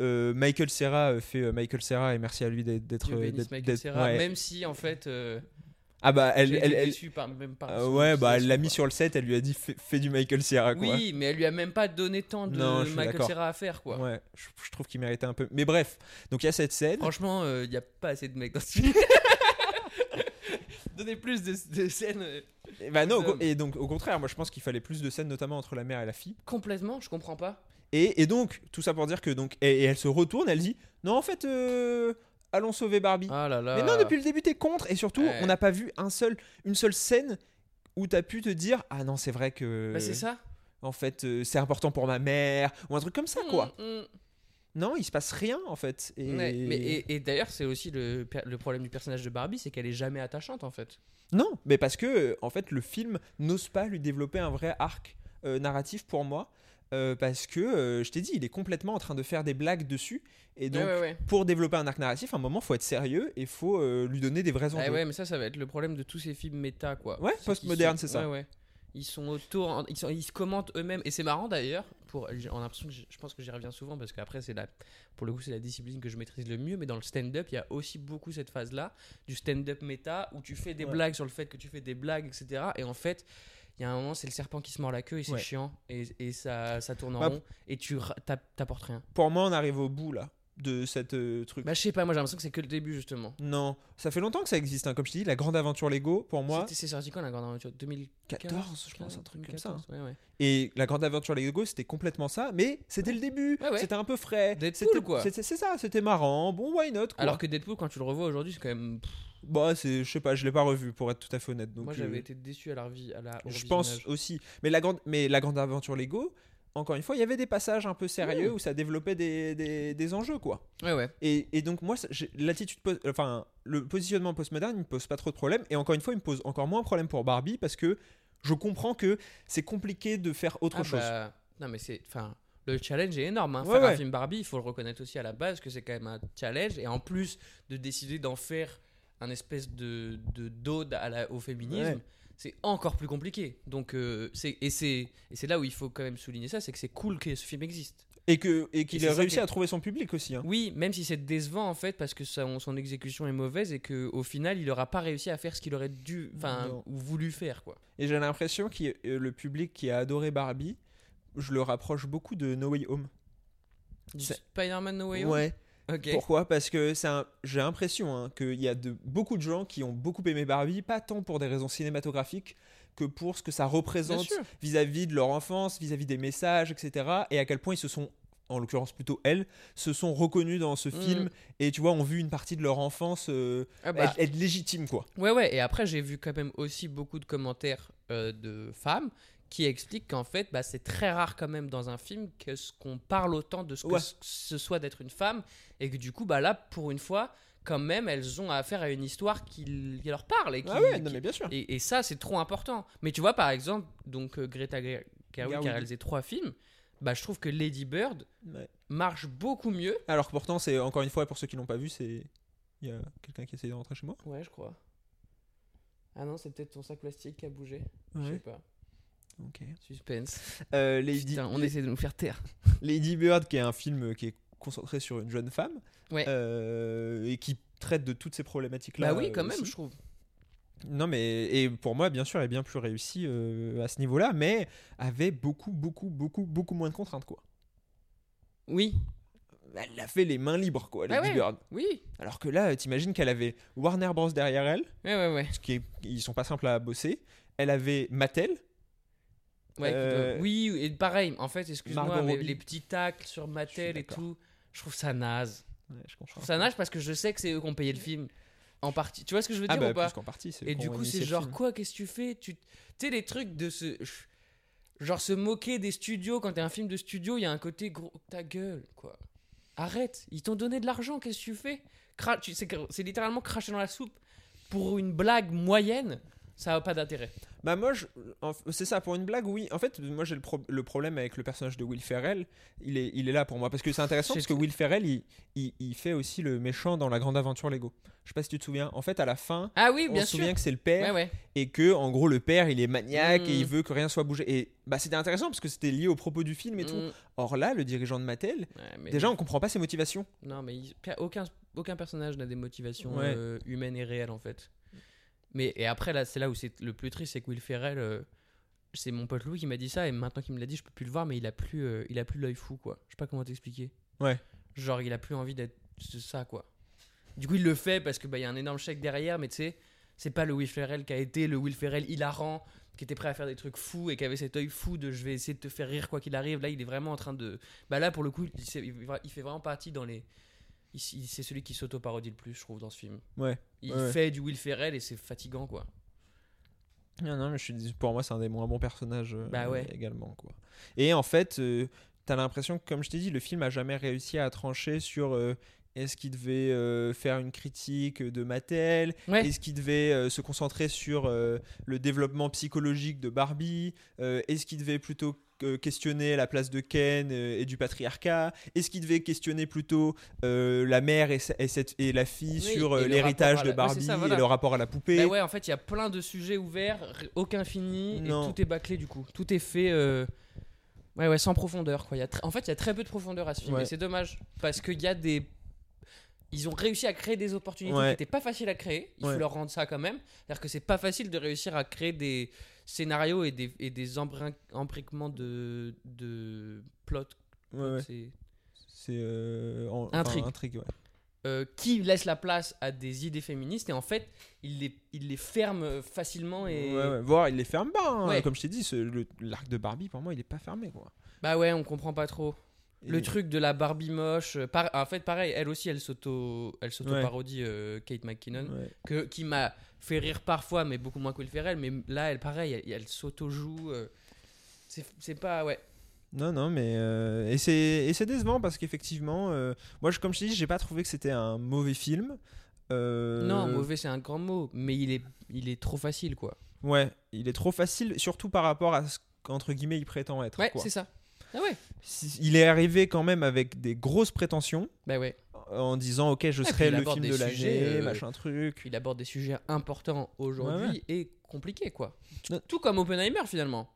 Speaker 5: euh, Michael Serra euh, fait euh, Michael Serra et merci à lui d'être d'être-
Speaker 6: Dieu bénisse
Speaker 5: d'être-
Speaker 6: Michael
Speaker 5: d'être-
Speaker 6: Cera,
Speaker 5: ouais.
Speaker 6: même si en fait, euh,
Speaker 5: ah bah elle
Speaker 6: j'ai
Speaker 5: elle,
Speaker 6: été
Speaker 5: elle-
Speaker 6: déçu par, même par
Speaker 5: euh,
Speaker 6: son
Speaker 5: ouais bah elle
Speaker 6: utilisation,
Speaker 5: l'a mis
Speaker 6: quoi.
Speaker 5: sur le set elle lui a dit fais, fais du Michael Serra quoi
Speaker 6: Oui, mais elle lui a même pas donné tant de
Speaker 5: Non, je suis
Speaker 6: Michael
Speaker 5: d'accord.
Speaker 6: Cera à faire quoi.
Speaker 5: ouais je, je trouve qu'il méritait un peu mais bref donc il y a cette scène
Speaker 6: Franchement, il y a pas assez de mecs dans ce film. Donnez plus de, de scènes. euh.
Speaker 5: Et bah non au co-
Speaker 6: Hommes.
Speaker 5: et donc au contraire moi je pense qu'il fallait plus de scènes notamment entre la mère et la fille
Speaker 6: Complètement, je comprends pas.
Speaker 5: Et, et donc, tout ça pour dire que donc, et, et elle se retourne, elle dit non en fait, euh, allons sauver Barbie.
Speaker 6: Ah là là.
Speaker 5: Mais non, depuis le début t'es contre et surtout
Speaker 6: Ouais.
Speaker 5: on n'a pas vu un seul, une seule scène où t'as pu te dire ah non c'est vrai que
Speaker 6: Bah, c'est ça.
Speaker 5: en fait euh, c'est important pour ma mère ou un truc comme ça quoi.
Speaker 6: Mm, mm.
Speaker 5: Non, il se passe rien en fait. Et...
Speaker 6: Ouais, mais, et, et d'ailleurs, c'est aussi le, per- le problème du personnage de Barbie, c'est qu'elle est jamais attachante en fait.
Speaker 5: Non, mais parce que euh, en fait le film n'ose pas lui développer un vrai arc euh, narratif pour moi. euh, parce que euh, je t'ai dit, il est complètement en train de faire des blagues dessus, et donc
Speaker 6: ouais, ouais, ouais.
Speaker 5: pour développer un arc narratif, à un moment, faut être sérieux et faut euh, lui donner des vrais
Speaker 6: Ah
Speaker 5: enjeux.
Speaker 6: ouais, mais ça, ça va être le problème de tous ces films méta quoi.
Speaker 5: Ouais,
Speaker 6: C'est qu'ils
Speaker 5: postmoderne,
Speaker 6: sont-
Speaker 5: c'est ça.
Speaker 6: ouais, ouais. Ils sont autour, ils, sont- ils se commentent eux-mêmes et c'est marrant d'ailleurs. Pour, j'ai- on a l'impression que j'- je pense que j'y reviens souvent parce qu'après c'est la, pour le coup c'est la discipline que je maîtrise le mieux. Mais dans le stand-up, il y a aussi beaucoup cette phase-là du stand-up méta où tu fais des
Speaker 5: Ouais.
Speaker 6: blagues sur le fait que tu fais des blagues, etc. Et en fait, il y a un moment c'est le serpent qui se mord la queue et c'est
Speaker 5: Ouais.
Speaker 6: chiant et, et ça, ça tourne en
Speaker 5: Bah,
Speaker 6: rond et tu ra- t'app- t'apportes rien.
Speaker 5: Pour moi, on arrive au bout là de cette euh, truc.
Speaker 6: Bah je sais pas, moi j'ai l'impression que c'est que le début justement.
Speaker 5: Non, ça fait longtemps que ça existe. hein. Comme je te dis, la grande aventure Lego pour moi.
Speaker 6: C'était- c'est sorti quand la grande aventure 2014
Speaker 5: 14, je pense, un truc comme ça, hein.
Speaker 6: 2014, Ouais, ouais.
Speaker 5: Et la grande aventure Lego, c'était complètement ça, mais c'était le début.
Speaker 6: Ouais, ouais.
Speaker 5: C'était un peu frais.
Speaker 6: Deadpool,
Speaker 5: C'était-
Speaker 6: quoi.
Speaker 5: C'est c'est ça, c'était marrant. Bon, why not quoi.
Speaker 6: Alors que Deadpool, quand tu le revois aujourd'hui, c'est quand même. Pff,
Speaker 5: bah, c'est, je sais pas, je l'ai pas revu pour être tout à fait honnête. Donc,
Speaker 6: moi,
Speaker 5: euh,
Speaker 6: j'avais été déçu à la revi- à la. au
Speaker 5: Je pense
Speaker 6: revisionnage.
Speaker 5: aussi. Mais la grande, mais la grande aventure Lego. Encore une fois, il y avait des passages un peu sérieux
Speaker 6: Mmh.
Speaker 5: où ça développait des- des- des enjeux, quoi.
Speaker 6: Ouais, ouais.
Speaker 5: Et, et donc moi, ça- j'ai- l'attitude, post- enfin le positionnement postmoderne, il me pose pas trop de problèmes. Et encore une fois, il me pose encore moins de problèmes pour Barbie parce que je comprends que c'est compliqué de faire autre
Speaker 6: Ah,
Speaker 5: chose.
Speaker 6: bah, Non, mais c'est. Enfin, le challenge est énorme. Hein.
Speaker 5: Ouais,
Speaker 6: faire un
Speaker 5: ouais.
Speaker 6: film Barbie, il faut le reconnaître aussi à la base que c'est quand même un challenge. Et en plus de décider d'en faire un espèce de, de d'ode à la- au féminisme,
Speaker 5: Ouais.
Speaker 6: c'est encore plus compliqué. Donc, euh, c'est, et, c'est, et c'est là où il faut quand même souligner ça c'est que c'est cool que ce film existe.
Speaker 5: Et que- et qu'il
Speaker 6: c'est
Speaker 5: ait
Speaker 6: ça
Speaker 5: réussi
Speaker 6: qui est-
Speaker 5: à trouver son public aussi. hein.
Speaker 6: Oui, même si c'est décevant en fait parce que son, son exécution est mauvaise et que au final il aura pas réussi à faire ce qu'il aurait dû, enfin
Speaker 5: Non.
Speaker 6: ou voulu faire quoi.
Speaker 5: Et j'ai l'impression que euh, le public qui a adoré Barbie, je le rapproche beaucoup de No Way Home.
Speaker 6: Du
Speaker 5: C'est-
Speaker 6: Spider-Man No Way Home.
Speaker 5: Ouais.
Speaker 6: Ok.
Speaker 5: Pourquoi Parce que c'est un- j'ai l'impression hein, qu'il y a de, beaucoup de gens qui ont beaucoup aimé Barbie, pas tant pour des raisons cinématographiques que pour ce que ça
Speaker 6: Bien
Speaker 5: représente
Speaker 6: sûr.
Speaker 5: vis-à-vis de leur enfance, vis-à-vis des messages, etc. Et à quel point ils se sont, en l'occurrence plutôt elles, se sont reconnus dans ce
Speaker 6: Mhm.
Speaker 5: film et tu vois, ont vu une partie de leur enfance euh,
Speaker 6: Ah bah,
Speaker 5: être, être légitime, quoi.
Speaker 6: Ouais, ouais, et après, j'ai vu quand même aussi beaucoup de commentaires euh, de femmes qui expliquent qu'en fait, bah, c'est très rare quand même dans un film que ce qu'on parle autant de ce que
Speaker 5: Ouais.
Speaker 6: ce- ce soit d'être une femme, et que du coup, bah là, pour une fois, quand même, elles ont affaire à une histoire qui, l- qui leur parle. Et, qui-
Speaker 5: Ah ouais, non
Speaker 6: qui-
Speaker 5: mais bien sûr.
Speaker 6: et, et ça, c'est trop important. Mais tu vois, par exemple, donc euh, Greta Ger- Gerwig qui
Speaker 5: Gerwig.
Speaker 6: a réalisé trois films, bah, je trouve que Lady Bird
Speaker 5: Ouais.
Speaker 6: marche beaucoup mieux.
Speaker 5: Alors que pourtant, c'est encore une fois, pour ceux qui l'ont pas vu, c'est. Il y a quelqu'un qui essaye de rentrer chez moi
Speaker 6: Ouais, je crois. Ah non, c'est peut-être ton sac plastique qui a bougé. Je sais pas.
Speaker 5: Ok.
Speaker 6: Suspense.
Speaker 5: Euh, Lady,
Speaker 6: Putain, on essaie de nous faire taire.
Speaker 5: Lady Bird, qui est un film qui est concentré sur une jeune femme
Speaker 6: Ouais.
Speaker 5: euh, et qui traite de toutes ces problématiques-là.
Speaker 6: bah oui,
Speaker 5: euh,
Speaker 6: quand même,
Speaker 5: aussi.
Speaker 6: je trouve.
Speaker 5: Non, mais et pour moi, bien sûr, elle est bien plus réussie euh, à ce niveau-là, mais avait beaucoup, beaucoup, beaucoup, beaucoup moins de contraintes, quoi.
Speaker 6: Oui,
Speaker 5: Elle a fait les mains libres, quoi,
Speaker 6: Ah
Speaker 5: Lady
Speaker 6: ouais.
Speaker 5: Bird.
Speaker 6: oui.
Speaker 5: Alors que là, t'imagines qu'elle avait Warner Bros derrière elle,
Speaker 6: Ouais, ouais, ouais.
Speaker 5: ce qui est, ils sont pas simples à bosser. Elle avait Mattel,
Speaker 6: Ouais, écoute,
Speaker 5: Euh,
Speaker 6: ouais. Oui, et pareil, en fait, excuse-moi,
Speaker 5: Margot
Speaker 6: mais
Speaker 5: Robbie.
Speaker 6: les petits tacles sur Mattel et
Speaker 5: d'accord.
Speaker 6: tout, je trouve ça naze.
Speaker 5: Ouais, je
Speaker 6: Je
Speaker 5: comprends.
Speaker 6: trouve ça naze parce que je sais que c'est eux qui ont payé le film. En partie. Tu vois ce que je veux
Speaker 5: Ah
Speaker 6: dire
Speaker 5: bah,
Speaker 6: ou pas
Speaker 5: plus qu'en partie, c'est
Speaker 6: Et
Speaker 5: qu'on
Speaker 6: du
Speaker 5: va
Speaker 6: coup,
Speaker 5: initier
Speaker 6: c'est
Speaker 5: le
Speaker 6: genre
Speaker 5: film.
Speaker 6: quoi Qu'est-ce que tu fais Tu tu sais, les trucs de ce. Genre se moquer des studios, quand t'es un film de studio, il y a un côté gros. Ta gueule, quoi. Arrête, ils t'ont donné de l'argent, qu'est-ce que tu fais Cra- tu- C'est c'est littéralement cracher dans la soupe. Pour une blague moyenne, ça a pas d'intérêt.
Speaker 5: Bah moi, je- en- c'est ça, pour une blague, oui. En fait, moi j'ai le, pro- le problème avec le personnage de Will Ferrell, il est, il est là pour moi. Parce que c'est intéressant,
Speaker 6: C'est-
Speaker 5: parce que Will Ferrell, il, il, il fait aussi le méchant dans La Grande Aventure Lego. Je sais pas si tu te souviens. En fait, à la fin,
Speaker 6: Ah oui,
Speaker 5: on
Speaker 6: bien
Speaker 5: se
Speaker 6: sûr.
Speaker 5: souvient que c'est le père,
Speaker 6: Ouais, ouais.
Speaker 5: et que, en gros, le père, il est maniaque, et il
Speaker 6: Mm.
Speaker 5: veut que rien soit bougé. Et bah c'était intéressant, parce que c'était lié au propos du film et tout.
Speaker 6: Mm.
Speaker 5: Or là, le dirigeant de Mattel,
Speaker 6: Ouais, mais-
Speaker 5: déjà, on comprend pas ses motivations.
Speaker 6: Non, mais il- aucun, aucun personnage n'a des motivations
Speaker 5: Ouais.
Speaker 6: euh, humaines et réelles, en fait. Mais, et après, là, c'est là où c'est le plus triste, c'est que Will Ferrell, euh, c'est mon pote Louis qui m'a dit ça, et maintenant qu'il me l'a dit, je peux plus le voir, mais il a plus euh, il a plus l'œil fou, quoi. Je sais pas comment t'expliquer.
Speaker 5: Ouais.
Speaker 6: Genre, il a plus envie d'être de ça, quoi. Du coup, il le fait parce que bah, il y a un énorme chèque derrière, mais tu sais, c'est pas le Will Ferrell qui a été le Will Ferrell hilarant, qui était prêt à faire des trucs fous et qui avait cet œil fou de je vais essayer de te faire rire quoi qu'il arrive. Là, il est vraiment en train de. Bah là, pour le coup, il, s'est- il fait vraiment partie dans les. il- il- C'est celui qui s'auto-parodie le plus, je trouve, dans ce film.
Speaker 5: Ouais.
Speaker 6: Il
Speaker 5: Ouais.
Speaker 6: fait du Will Ferrell et c'est fatigant, quoi.
Speaker 5: Non, non, mais je suis, dis- pour moi, c'est un des moins bons personnages euh,
Speaker 6: Bah ouais.
Speaker 5: également. Quoi. Et en fait, euh, t'as l'impression que, comme je t'ai dit, le film a jamais réussi à trancher sur euh, est-ce qu'il devait euh, faire une critique de Mattel,
Speaker 6: Ouais.
Speaker 5: est-ce qu'il devait euh, se concentrer sur euh, le développement psychologique de Barbie, euh, est-ce qu'il devait plutôt euh, questionner la place de Ken euh, et du patriarcat, est-ce qu'il devait questionner plutôt euh, la mère et, sa- et cette, et la fille
Speaker 6: Oui,
Speaker 5: sur euh,
Speaker 6: et le
Speaker 5: l'héritage
Speaker 6: rapport à
Speaker 5: de
Speaker 6: la- ouais, c'est
Speaker 5: Barbie
Speaker 6: ça, voilà.
Speaker 5: et le rapport à la poupée.
Speaker 6: Bah ouais, en fait, il y a plein de sujets ouverts, r- aucun fini,
Speaker 5: Non.
Speaker 6: et tout est bâclé du coup. Tout est fait. euh, Ouais, ouais, sans profondeur. Quoi. Il Y a tr- En fait, il y a très peu de profondeur à ce film,
Speaker 5: Ouais.
Speaker 6: et c'est dommage. Parce qu'il y a des. Ils ont réussi à créer des opportunités
Speaker 5: Ouais.
Speaker 6: qui n'étaient pas faciles à créer. Il faut
Speaker 5: Ouais.
Speaker 6: leur rendre ça quand même. C'est-à-dire que c'est pas facile de réussir à créer des scénarios et des, et des embrin- imbriquements de, de plot.
Speaker 5: Ouais, ouais.
Speaker 6: C'est-
Speaker 5: C'est euh, en- enfin,
Speaker 6: Intrigue.
Speaker 5: intrigue, ouais.
Speaker 6: euh, qui laisse la place à des idées féministes et en fait il les, il les ferme euh, facilement et
Speaker 5: Ouais, ouais, Voir, il les ferme pas. hein.
Speaker 6: Ouais.
Speaker 5: Comme je t'ai dit, ce- le- l'arc de Barbie, pour moi, il est pas fermé. Quoi.
Speaker 6: bah ouais on comprend pas trop Le
Speaker 5: Et-
Speaker 6: truc de la Barbie moche, euh, par- en fait pareil, elle aussi elle s'auto elle s'auto
Speaker 5: Ouais.
Speaker 6: parodie Kate McKinnon
Speaker 5: Ouais.
Speaker 6: que qui m'a fait rire parfois mais beaucoup moins que Will Ferrell mais là elle pareil, elle, elle s'auto joue c'est c'est pas ouais.
Speaker 5: Non, non, mais. euh, Et c'est et c'est décevant parce qu'effectivement, euh, moi, je, comme je t'ai dit, j'ai pas trouvé que c'était un mauvais film. Euh,
Speaker 6: Non, mauvais c'est un grand mot, mais il est il est trop facile quoi.
Speaker 5: Ouais, il est trop facile, surtout par rapport à ce qu'entre guillemets il prétend être.
Speaker 6: Ouais,
Speaker 5: quoi.
Speaker 6: c'est ça. Ah ouais.
Speaker 5: Si- Il est arrivé quand même avec des grosses prétentions
Speaker 6: Bah ouais,
Speaker 5: en disant ok je
Speaker 6: puis
Speaker 5: serai
Speaker 6: il
Speaker 5: le
Speaker 6: aborde
Speaker 5: film
Speaker 6: des
Speaker 5: de l'année
Speaker 6: sujets, euh,
Speaker 5: machin truc
Speaker 6: il aborde des sujets importants aujourd'hui
Speaker 5: Ouais,
Speaker 6: et compliqués quoi.
Speaker 5: Non.
Speaker 6: Tout comme Oppenheimer finalement.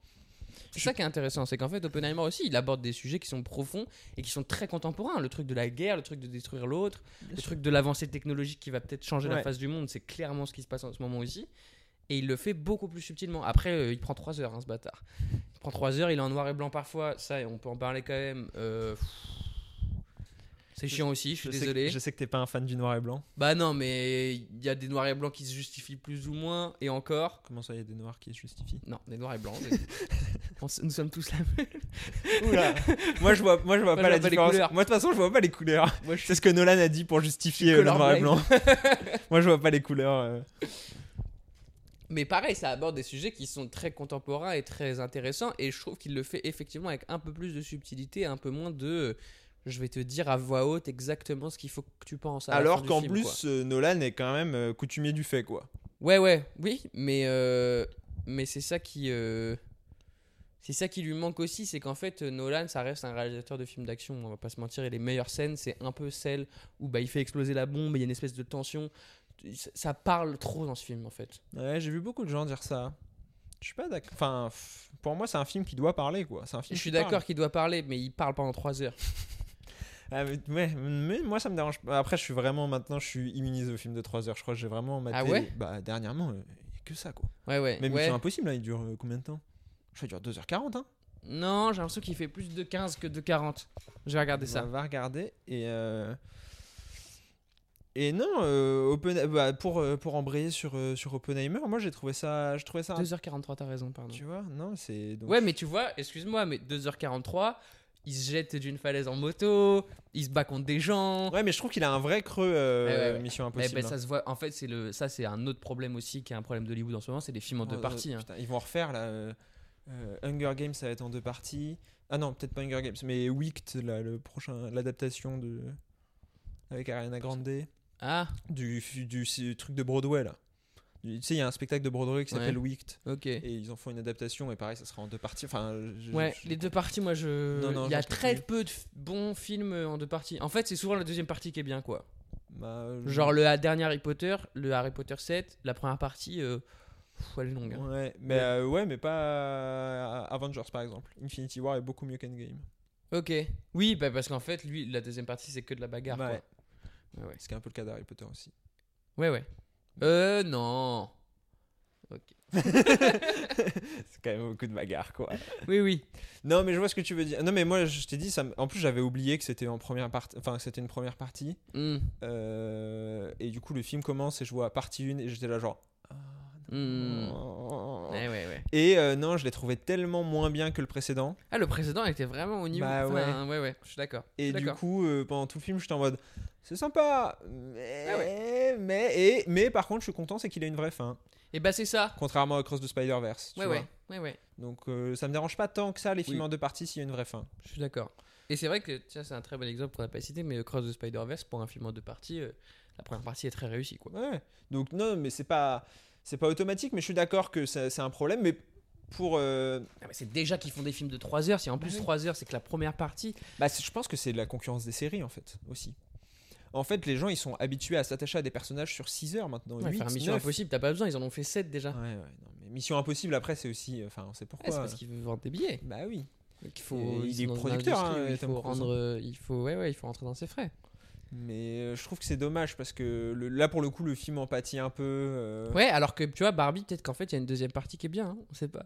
Speaker 6: C'est ça qui est intéressant, c'est qu'en fait, Oppenheimer aussi, il aborde des sujets qui sont profonds et qui sont très contemporains. Le truc de la guerre, le truc de détruire l'autre, le truc de l'avancée technologique qui va peut-être changer
Speaker 5: Ouais.
Speaker 6: la face du monde, c'est clairement ce qui se passe en ce moment aussi. Et il le fait beaucoup plus subtilement. Après, euh, il prend 3 heures, hein, ce bâtard. Il prend 3 heures, il est en noir et blanc parfois, ça, on peut en parler quand même. Euh, pff. C'est chiant aussi, je suis
Speaker 5: sais que-
Speaker 6: désolé.
Speaker 5: je sais que t'es pas un fan du noir et blanc.
Speaker 6: Bah non, mais il y a des noirs et blancs qui se justifient plus ou moins, et encore.
Speaker 5: Comment ça, il y a des noirs qui se justifient
Speaker 6: Non, des noirs et blancs. des- (laughs) On s- Nous sommes tous la même.
Speaker 5: Moi, je vois, moi, je
Speaker 6: Moi, je vois
Speaker 5: vois pas la
Speaker 6: pas les
Speaker 5: différence.
Speaker 6: couleurs.
Speaker 5: Moi, de toute façon, je vois pas les couleurs.
Speaker 6: Moi, je suis
Speaker 5: C'est ce que Nolan a dit pour justifier euh, le noir et blanc.
Speaker 6: (laughs)
Speaker 5: (laughs) moi, je vois pas les couleurs. euh.
Speaker 6: Mais pareil, ça aborde des sujets qui sont très contemporains et très intéressants. Et je trouve qu'il le fait effectivement avec un peu plus de subtilité, un peu moins de. euh, Je vais te dire à voix haute exactement ce qu'il faut que tu penses. À la fin
Speaker 5: Alors
Speaker 6: du
Speaker 5: qu'en
Speaker 6: film, quoi.
Speaker 5: plus, euh, Nolan est quand même euh, coutumier du fait, quoi.
Speaker 6: Ouais, ouais, oui, mais, euh, mais c'est ça qui. euh, C'est ça qui lui manque aussi, c'est qu'en fait, euh, Nolan, ça reste un réalisateur de films d'action, on va pas se mentir, et les meilleures scènes, c'est un peu celles où bah, il fait exploser la bombe, et il y a une espèce de tension. Ça- Ça parle trop dans ce film, en fait.
Speaker 5: Ouais, j'ai vu beaucoup de gens dire ça. Je suis pas d'accord. Enfin, f- pour moi, c'est un film qui doit parler, quoi. C'est un film
Speaker 6: Je suis
Speaker 5: qui parle.
Speaker 6: d'accord qu'il doit parler, mais il parle pendant 3 heures.
Speaker 5: Ah, mais, ouais, mais moi, ça me dérange pas. Après, je suis vraiment maintenant, je suis immunisé aux films de 3 heures. Je crois que j'ai vraiment maté.
Speaker 6: Ah ouais
Speaker 5: Bah, dernièrement, euh, y a que ça, quoi.
Speaker 6: Ouais, ouais.
Speaker 5: Même
Speaker 6: ouais.
Speaker 5: Mission Impossible, là, il dure euh, combien de temps Ça dure 2h40, hein.
Speaker 6: Non, j'ai l'impression qu'il fait plus de 15 que de 40. Je vais regarder ça.
Speaker 5: On va regarder et euh, et non euh, Oppen- bah, pour euh, pour embrayer sur euh, sur Oppenheimer, moi j'ai trouvé ça je trouvais ça
Speaker 6: 2h43, t'as raison, pardon.
Speaker 5: tu vois non c'est donc-
Speaker 6: Ouais, mais tu vois, excuse-moi, mais 2h43, il se jette d'une falaise en moto, il se bat contre des gens.
Speaker 5: Ouais, hein. mais je trouve qu'il a un vrai creux euh,
Speaker 6: Ouais, ouais, ouais.
Speaker 5: Mission
Speaker 6: Eh
Speaker 5: Impossible.
Speaker 6: ben, ça se voit. En fait, c'est le, ça c'est un autre problème aussi qui est un problème d'Hollywood en ce moment, c'est les films en
Speaker 5: hein.
Speaker 6: deux
Speaker 5: Oh,
Speaker 6: parties. hein.
Speaker 5: putain, ils vont refaire là euh, euh, Hunger Games ça va être en deux parties. Ah non, peut-être pas Hunger Games mais Wicked là, le prochain l'adaptation de avec Ariana Grande.
Speaker 6: Ah,
Speaker 5: du, du, du truc de Broadway là. Tu sais, il y a un spectacle de Broadway qui
Speaker 6: Ouais.
Speaker 5: s'appelle Wicked
Speaker 6: ok.
Speaker 5: et ils en font une adaptation et pareil, ça sera en deux parties. Enfin, je-
Speaker 6: Ouais,
Speaker 5: je-
Speaker 6: les deux parties, moi je.
Speaker 5: Non, non,
Speaker 6: il y a
Speaker 5: j'en peux
Speaker 6: très
Speaker 5: plus.
Speaker 6: peu de f- bons films euh, en deux parties. En fait, c'est souvent la deuxième partie qui est bien, quoi.
Speaker 5: bah, euh,
Speaker 6: Genre le euh, dernier Harry Potter, le Harry Potter 7, la première partie, euh, pff, elle est longue. hein.
Speaker 5: Ouais, mais
Speaker 6: Ouais.
Speaker 5: euh, ouais, mais pas euh, Avengers par exemple. Infinity War est beaucoup mieux qu'Endgame.
Speaker 6: Ok. Oui, bah parce qu'en fait, lui, la deuxième partie, c'est que de la bagarre.
Speaker 5: Bah Ouais.
Speaker 6: quoi. Ouais, ouais.
Speaker 5: Ce qui est un peu le cas d'Harry Potter aussi.
Speaker 6: Ouais, ouais. Euh, non. Ok.
Speaker 5: C'est quand même beaucoup de bagarres quoi.
Speaker 6: Oui, oui.
Speaker 5: (laughs) non, mais je vois ce que tu veux dire. Non, mais moi je t'ai dit ça. m- En plus, j'avais oublié que c'était en première partie. Enfin, que c'était une première partie.
Speaker 6: Hmm,
Speaker 5: Euh, Et du coup, le film commence et je vois partie 1 et j'étais là genre. ah,
Speaker 6: hmm.
Speaker 5: Oh.
Speaker 6: Ouais, ouais, ouais.
Speaker 5: Et euh, non, je l'ai trouvé tellement moins bien que le précédent.
Speaker 6: Ah, le précédent était vraiment au niveau.
Speaker 5: Bah
Speaker 6: Enfin, ouais, ouais, je suis d'accord. Je suis
Speaker 5: Et du
Speaker 6: d'accord.
Speaker 5: coup, euh, pendant tout le film, j'étais en mode c'est sympa, mais,
Speaker 6: Ah
Speaker 5: mais, et- mais par contre, je suis content, c'est qu'il a une vraie fin.
Speaker 6: Et bah, c'est ça.
Speaker 5: Contrairement à Cross the Spider-Verse. tu
Speaker 6: Ouais,
Speaker 5: vois.
Speaker 6: ouais, ouais, ouais.
Speaker 5: Donc euh, ça me dérange pas tant que ça, les films
Speaker 6: Oui.
Speaker 5: en deux parties, s'il y a une vraie fin.
Speaker 6: Je suis d'accord. Et c'est vrai que, tiens, c'est un très bon exemple qu'on n'a pas cité, mais euh, Cross the Spider-Verse, pour un film en deux parties, euh, la première partie est très réussie, quoi.
Speaker 5: Ouais. Donc non, mais c'est pas, c'est pas automatique, mais je suis d'accord que ça- c'est un problème, mais pour. euh,
Speaker 6: Ah, mais c'est déjà qu'ils font des films de 3 heures. Si en plus
Speaker 5: oui.
Speaker 6: 3 heures, c'est que la première partie.
Speaker 5: Bah, c'est- je pense que c'est de la concurrence des séries en fait aussi. En fait, les gens ils sont habitués à s'attacher à des personnages sur 6 heures maintenant.
Speaker 6: Ouais,
Speaker 5: 8,
Speaker 6: faire Mission
Speaker 5: 9.
Speaker 6: Impossible, t'as pas besoin, ils en ont fait 7 déjà.
Speaker 5: Ouais, ouais, non, mais Mission Impossible après c'est aussi, euh, enfin on sait
Speaker 6: Ouais, c'est
Speaker 5: pourquoi.
Speaker 6: parce qu'ils veulent vendre des billets.
Speaker 5: bah oui.
Speaker 6: Donc, il faut,
Speaker 5: Et
Speaker 6: ils
Speaker 5: il est
Speaker 6: sont dans une
Speaker 5: producteur,
Speaker 6: industrie
Speaker 5: hein,
Speaker 6: où il
Speaker 5: Tom
Speaker 6: faut
Speaker 5: Cruise,
Speaker 6: rendre, euh, il faut, ouais, ouais, il faut rentrer dans ses frais.
Speaker 5: Mais euh, je trouve que c'est dommage parce que le- là pour le coup le film en pâtit un peu. euh,
Speaker 6: Ouais, alors que tu vois, Barbie, peut-être qu'en fait, il y a une deuxième partie qui est bien, hein, on sait pas.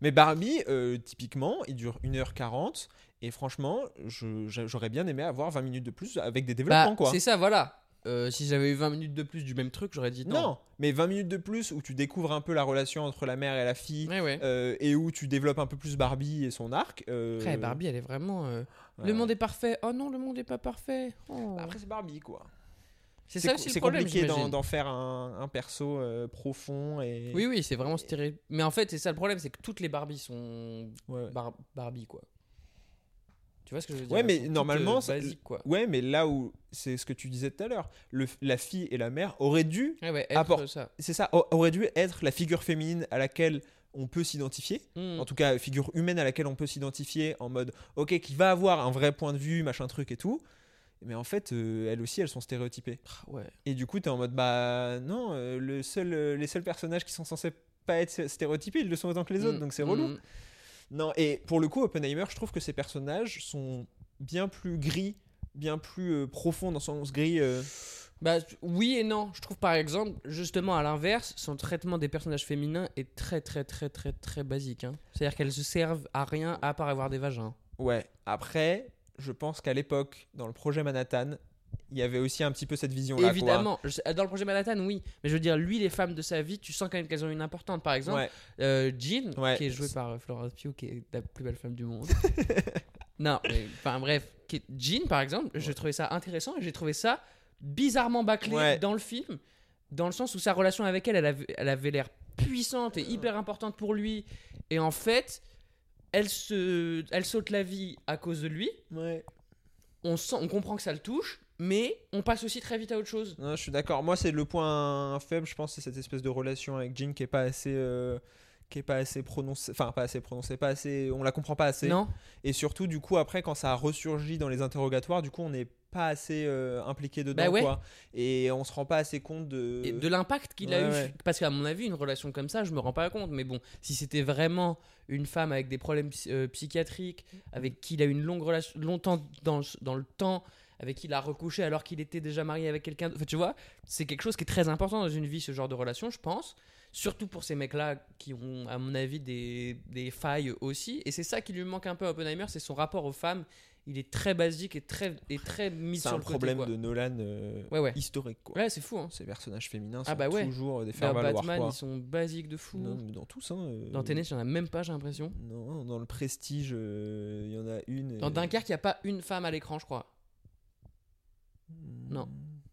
Speaker 5: Mais Barbie euh, typiquement il dure 1h40 et franchement je- j'a- j'aurais bien aimé avoir 20 minutes de plus avec des développements
Speaker 6: Bah,
Speaker 5: quoi.
Speaker 6: c'est ça, voilà. Euh, si j'avais eu 20 minutes de plus du même truc, j'aurais dit non.
Speaker 5: Non, mais 20 minutes de plus où tu découvres un peu la relation entre la mère et la fille.
Speaker 6: Ouais, ouais.
Speaker 5: euh, et où tu développes un peu plus Barbie et son arc. euh,
Speaker 6: Après, Barbie, elle est vraiment. euh,
Speaker 5: ouais.
Speaker 6: Le monde est parfait. Oh non, le monde est pas parfait. Oh.
Speaker 5: Bah, Après, c'est Barbie, quoi.
Speaker 6: c'est ça
Speaker 5: co-
Speaker 6: aussi le
Speaker 5: c'est
Speaker 6: problème.
Speaker 5: compliqué d'en
Speaker 6: j'imagine.
Speaker 5: d'en faire un, un perso euh, profond et.
Speaker 6: Oui, oui, c'est vraiment stéréo. Mais en fait, c'est ça le problème, c'est que toutes les Barbies sont
Speaker 5: Ouais.
Speaker 6: Bar- Barbie, quoi. Tu vois ce que je veux dire
Speaker 5: Ouais,
Speaker 6: Elles
Speaker 5: mais
Speaker 6: sont toutes,
Speaker 5: normalement,
Speaker 6: euh,
Speaker 5: ça-
Speaker 6: basiques, quoi.
Speaker 5: Ouais, mais là où c'est ce que tu disais tout à l'heure, le- la fille et la mère auraient dû,
Speaker 6: Ouais, ouais,
Speaker 5: Apport-
Speaker 6: être ça.
Speaker 5: c'est ça, au- auraient dû être la figure féminine à laquelle on peut s'identifier,
Speaker 6: Hmm.
Speaker 5: en tout cas figure humaine à laquelle on peut s'identifier en mode, ok, qui va avoir un vrai point de vue, machin truc et tout. Mais en fait, euh, elles aussi, elles sont stéréotypées.
Speaker 6: Ah, Ouais.
Speaker 5: Et du coup, t'es en mode, bah non, euh, le seul, euh, les seuls personnages qui sont censés pas être stéréotypés, ils le sont autant que les autres,
Speaker 6: Mm,
Speaker 5: donc c'est relou.
Speaker 6: mm.
Speaker 5: Non, et pour le coup, Oppenheimer, je trouve que ses personnages sont bien plus gris, bien plus euh, profonds dans son sens gris. euh,
Speaker 6: Bah, oui et non. Je trouve par exemple, justement à l'inverse, son traitement des personnages féminins est très très très très très basique. hein. C'est-à-dire qu'elles se servent à rien à part avoir des vagins.
Speaker 5: Ouais, après, je pense qu'à l'époque, dans le projet Manhattan, il y avait aussi un petit peu cette vision-là. quoi.
Speaker 6: Évidemment, je sais- dans le projet Manhattan, oui. Mais je veux dire, lui, les femmes de sa vie, tu sens quand même qu'elles ont une importante. Par exemple,
Speaker 5: Ouais.
Speaker 6: euh, Jean,
Speaker 5: Ouais.
Speaker 6: qui est jouée par euh, Florence Pugh, qui est la plus belle femme du
Speaker 5: (laughs)
Speaker 6: monde. non, mais enfin bref, qui est- Jean, par exemple, je trouvais ça intéressant et j'ai trouvé ça bizarrement bâclé
Speaker 5: Ouais.
Speaker 6: dans le film, dans le sens où sa relation avec elle, elle avait, elle avait l'air puissante et hyper importante pour lui, et en fait, elle se, elle saute la vie à cause de lui.
Speaker 5: Ouais.
Speaker 6: On sent, on comprend que ça le touche, mais on passe aussi très vite à autre chose.
Speaker 5: Non, je suis d'accord. Moi, c'est le point faible, je pense, c'est cette espèce de relation avec Jean qui est pas assez. euh, qui est pas assez prononcée, enfin pas assez prononcée, pas assez, on la comprend pas assez.
Speaker 6: Non.
Speaker 5: Et surtout, du coup, après, quand ça a ressurgi dans les interrogatoires, du coup, on n'est pas assez euh, impliqué dedans,
Speaker 6: Bah ouais.
Speaker 5: quoi. Et on se rend pas assez compte de.
Speaker 6: et de l'impact qu'il a
Speaker 5: Euh, Ouais,
Speaker 6: eu.
Speaker 5: ouais.
Speaker 6: Parce qu'à mon avis, une relation comme ça, je me rends pas compte. Mais bon, si c'était vraiment une femme avec des problèmes psy- euh, psychiatriques, avec qui il a eu une longue relation, longtemps dans, le- dans le temps, avec qui il a recouché alors qu'il était déjà marié avec quelqu'un. d- Enfin, tu vois, c'est quelque chose qui est très important dans une vie, ce genre de relation, je pense. Surtout pour ces mecs-là qui ont, à mon avis, des, des failles aussi. Et c'est ça qui lui manque un peu à Oppenheimer, c'est son rapport aux femmes. Il est très basique et très, et très mis
Speaker 5: c'est
Speaker 6: sur le
Speaker 5: un
Speaker 6: côté,
Speaker 5: problème
Speaker 6: quoi.
Speaker 5: de Nolan euh,
Speaker 6: Ouais, ouais.
Speaker 5: historique, quoi.
Speaker 6: Ouais, c'est fou, hein.
Speaker 5: Ces personnages féminins sont
Speaker 6: Ah bah ouais.
Speaker 5: toujours euh, des
Speaker 6: Dans
Speaker 5: faire-valoir,
Speaker 6: Batman,
Speaker 5: quoi.
Speaker 6: ils sont basiques de fou.
Speaker 5: Non, mais dans tous, hein. euh,
Speaker 6: Dans Tenet, il n'y en a même pas, j'ai l'impression.
Speaker 5: Non, dans le prestige, euh, il y en a une.
Speaker 6: Dans
Speaker 5: euh,
Speaker 6: Dunkerque, il n'y a pas une femme à l'écran, je crois. non.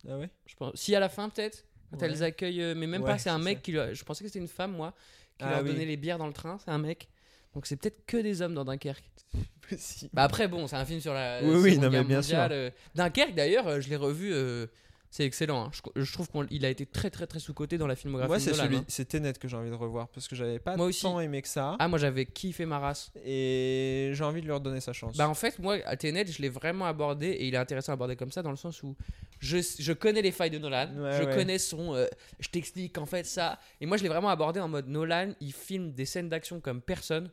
Speaker 5: Ah ouais (laughs)
Speaker 6: Je pense... Si à la fin, peut-être, quand
Speaker 5: Ouais.
Speaker 6: elles accueillent. euh, Mais même
Speaker 5: Ouais,
Speaker 6: pas, c'est un
Speaker 5: c'est
Speaker 6: mec
Speaker 5: ça.
Speaker 6: qui. leur- Je pensais que c'était une femme, moi, qui
Speaker 5: Ah
Speaker 6: leur
Speaker 5: oui.
Speaker 6: donnait les bières dans le train. C'est un mec. Donc c'est peut-être que des hommes dans Dunkerque.
Speaker 5: Si.
Speaker 6: Bah après, bon, c'est un film sur la.
Speaker 5: Oui,
Speaker 6: Seconde
Speaker 5: oui, non, mais
Speaker 6: Guerre
Speaker 5: bien sûr.
Speaker 6: mondiale, euh. Dunkerque, d'ailleurs, euh, je l'ai revu. euh, C'est excellent. hein. Je, je trouve qu'il a été très, très, très sous-coté dans la filmographie.
Speaker 5: Moi,
Speaker 6: de
Speaker 5: c'est
Speaker 6: Nolan,
Speaker 5: celui,
Speaker 6: hein.
Speaker 5: c'est Tenet que j'ai envie de revoir parce que j'avais pas
Speaker 6: Moi aussi.
Speaker 5: tant aimé que ça
Speaker 6: Ah, moi, j'avais kiffé ma race.
Speaker 5: et j'ai envie de lui redonner sa chance.
Speaker 6: Bah en fait, moi, à Tenet, je l'ai vraiment abordé et il est intéressant à aborder comme ça dans le sens où je, je connais les failles de Nolan,
Speaker 5: Ouais,
Speaker 6: je
Speaker 5: ouais.
Speaker 6: connais son... euh, je t'explique en fait ça. Et moi, je l'ai vraiment abordé en mode Nolan, il filme des scènes d'action comme personne.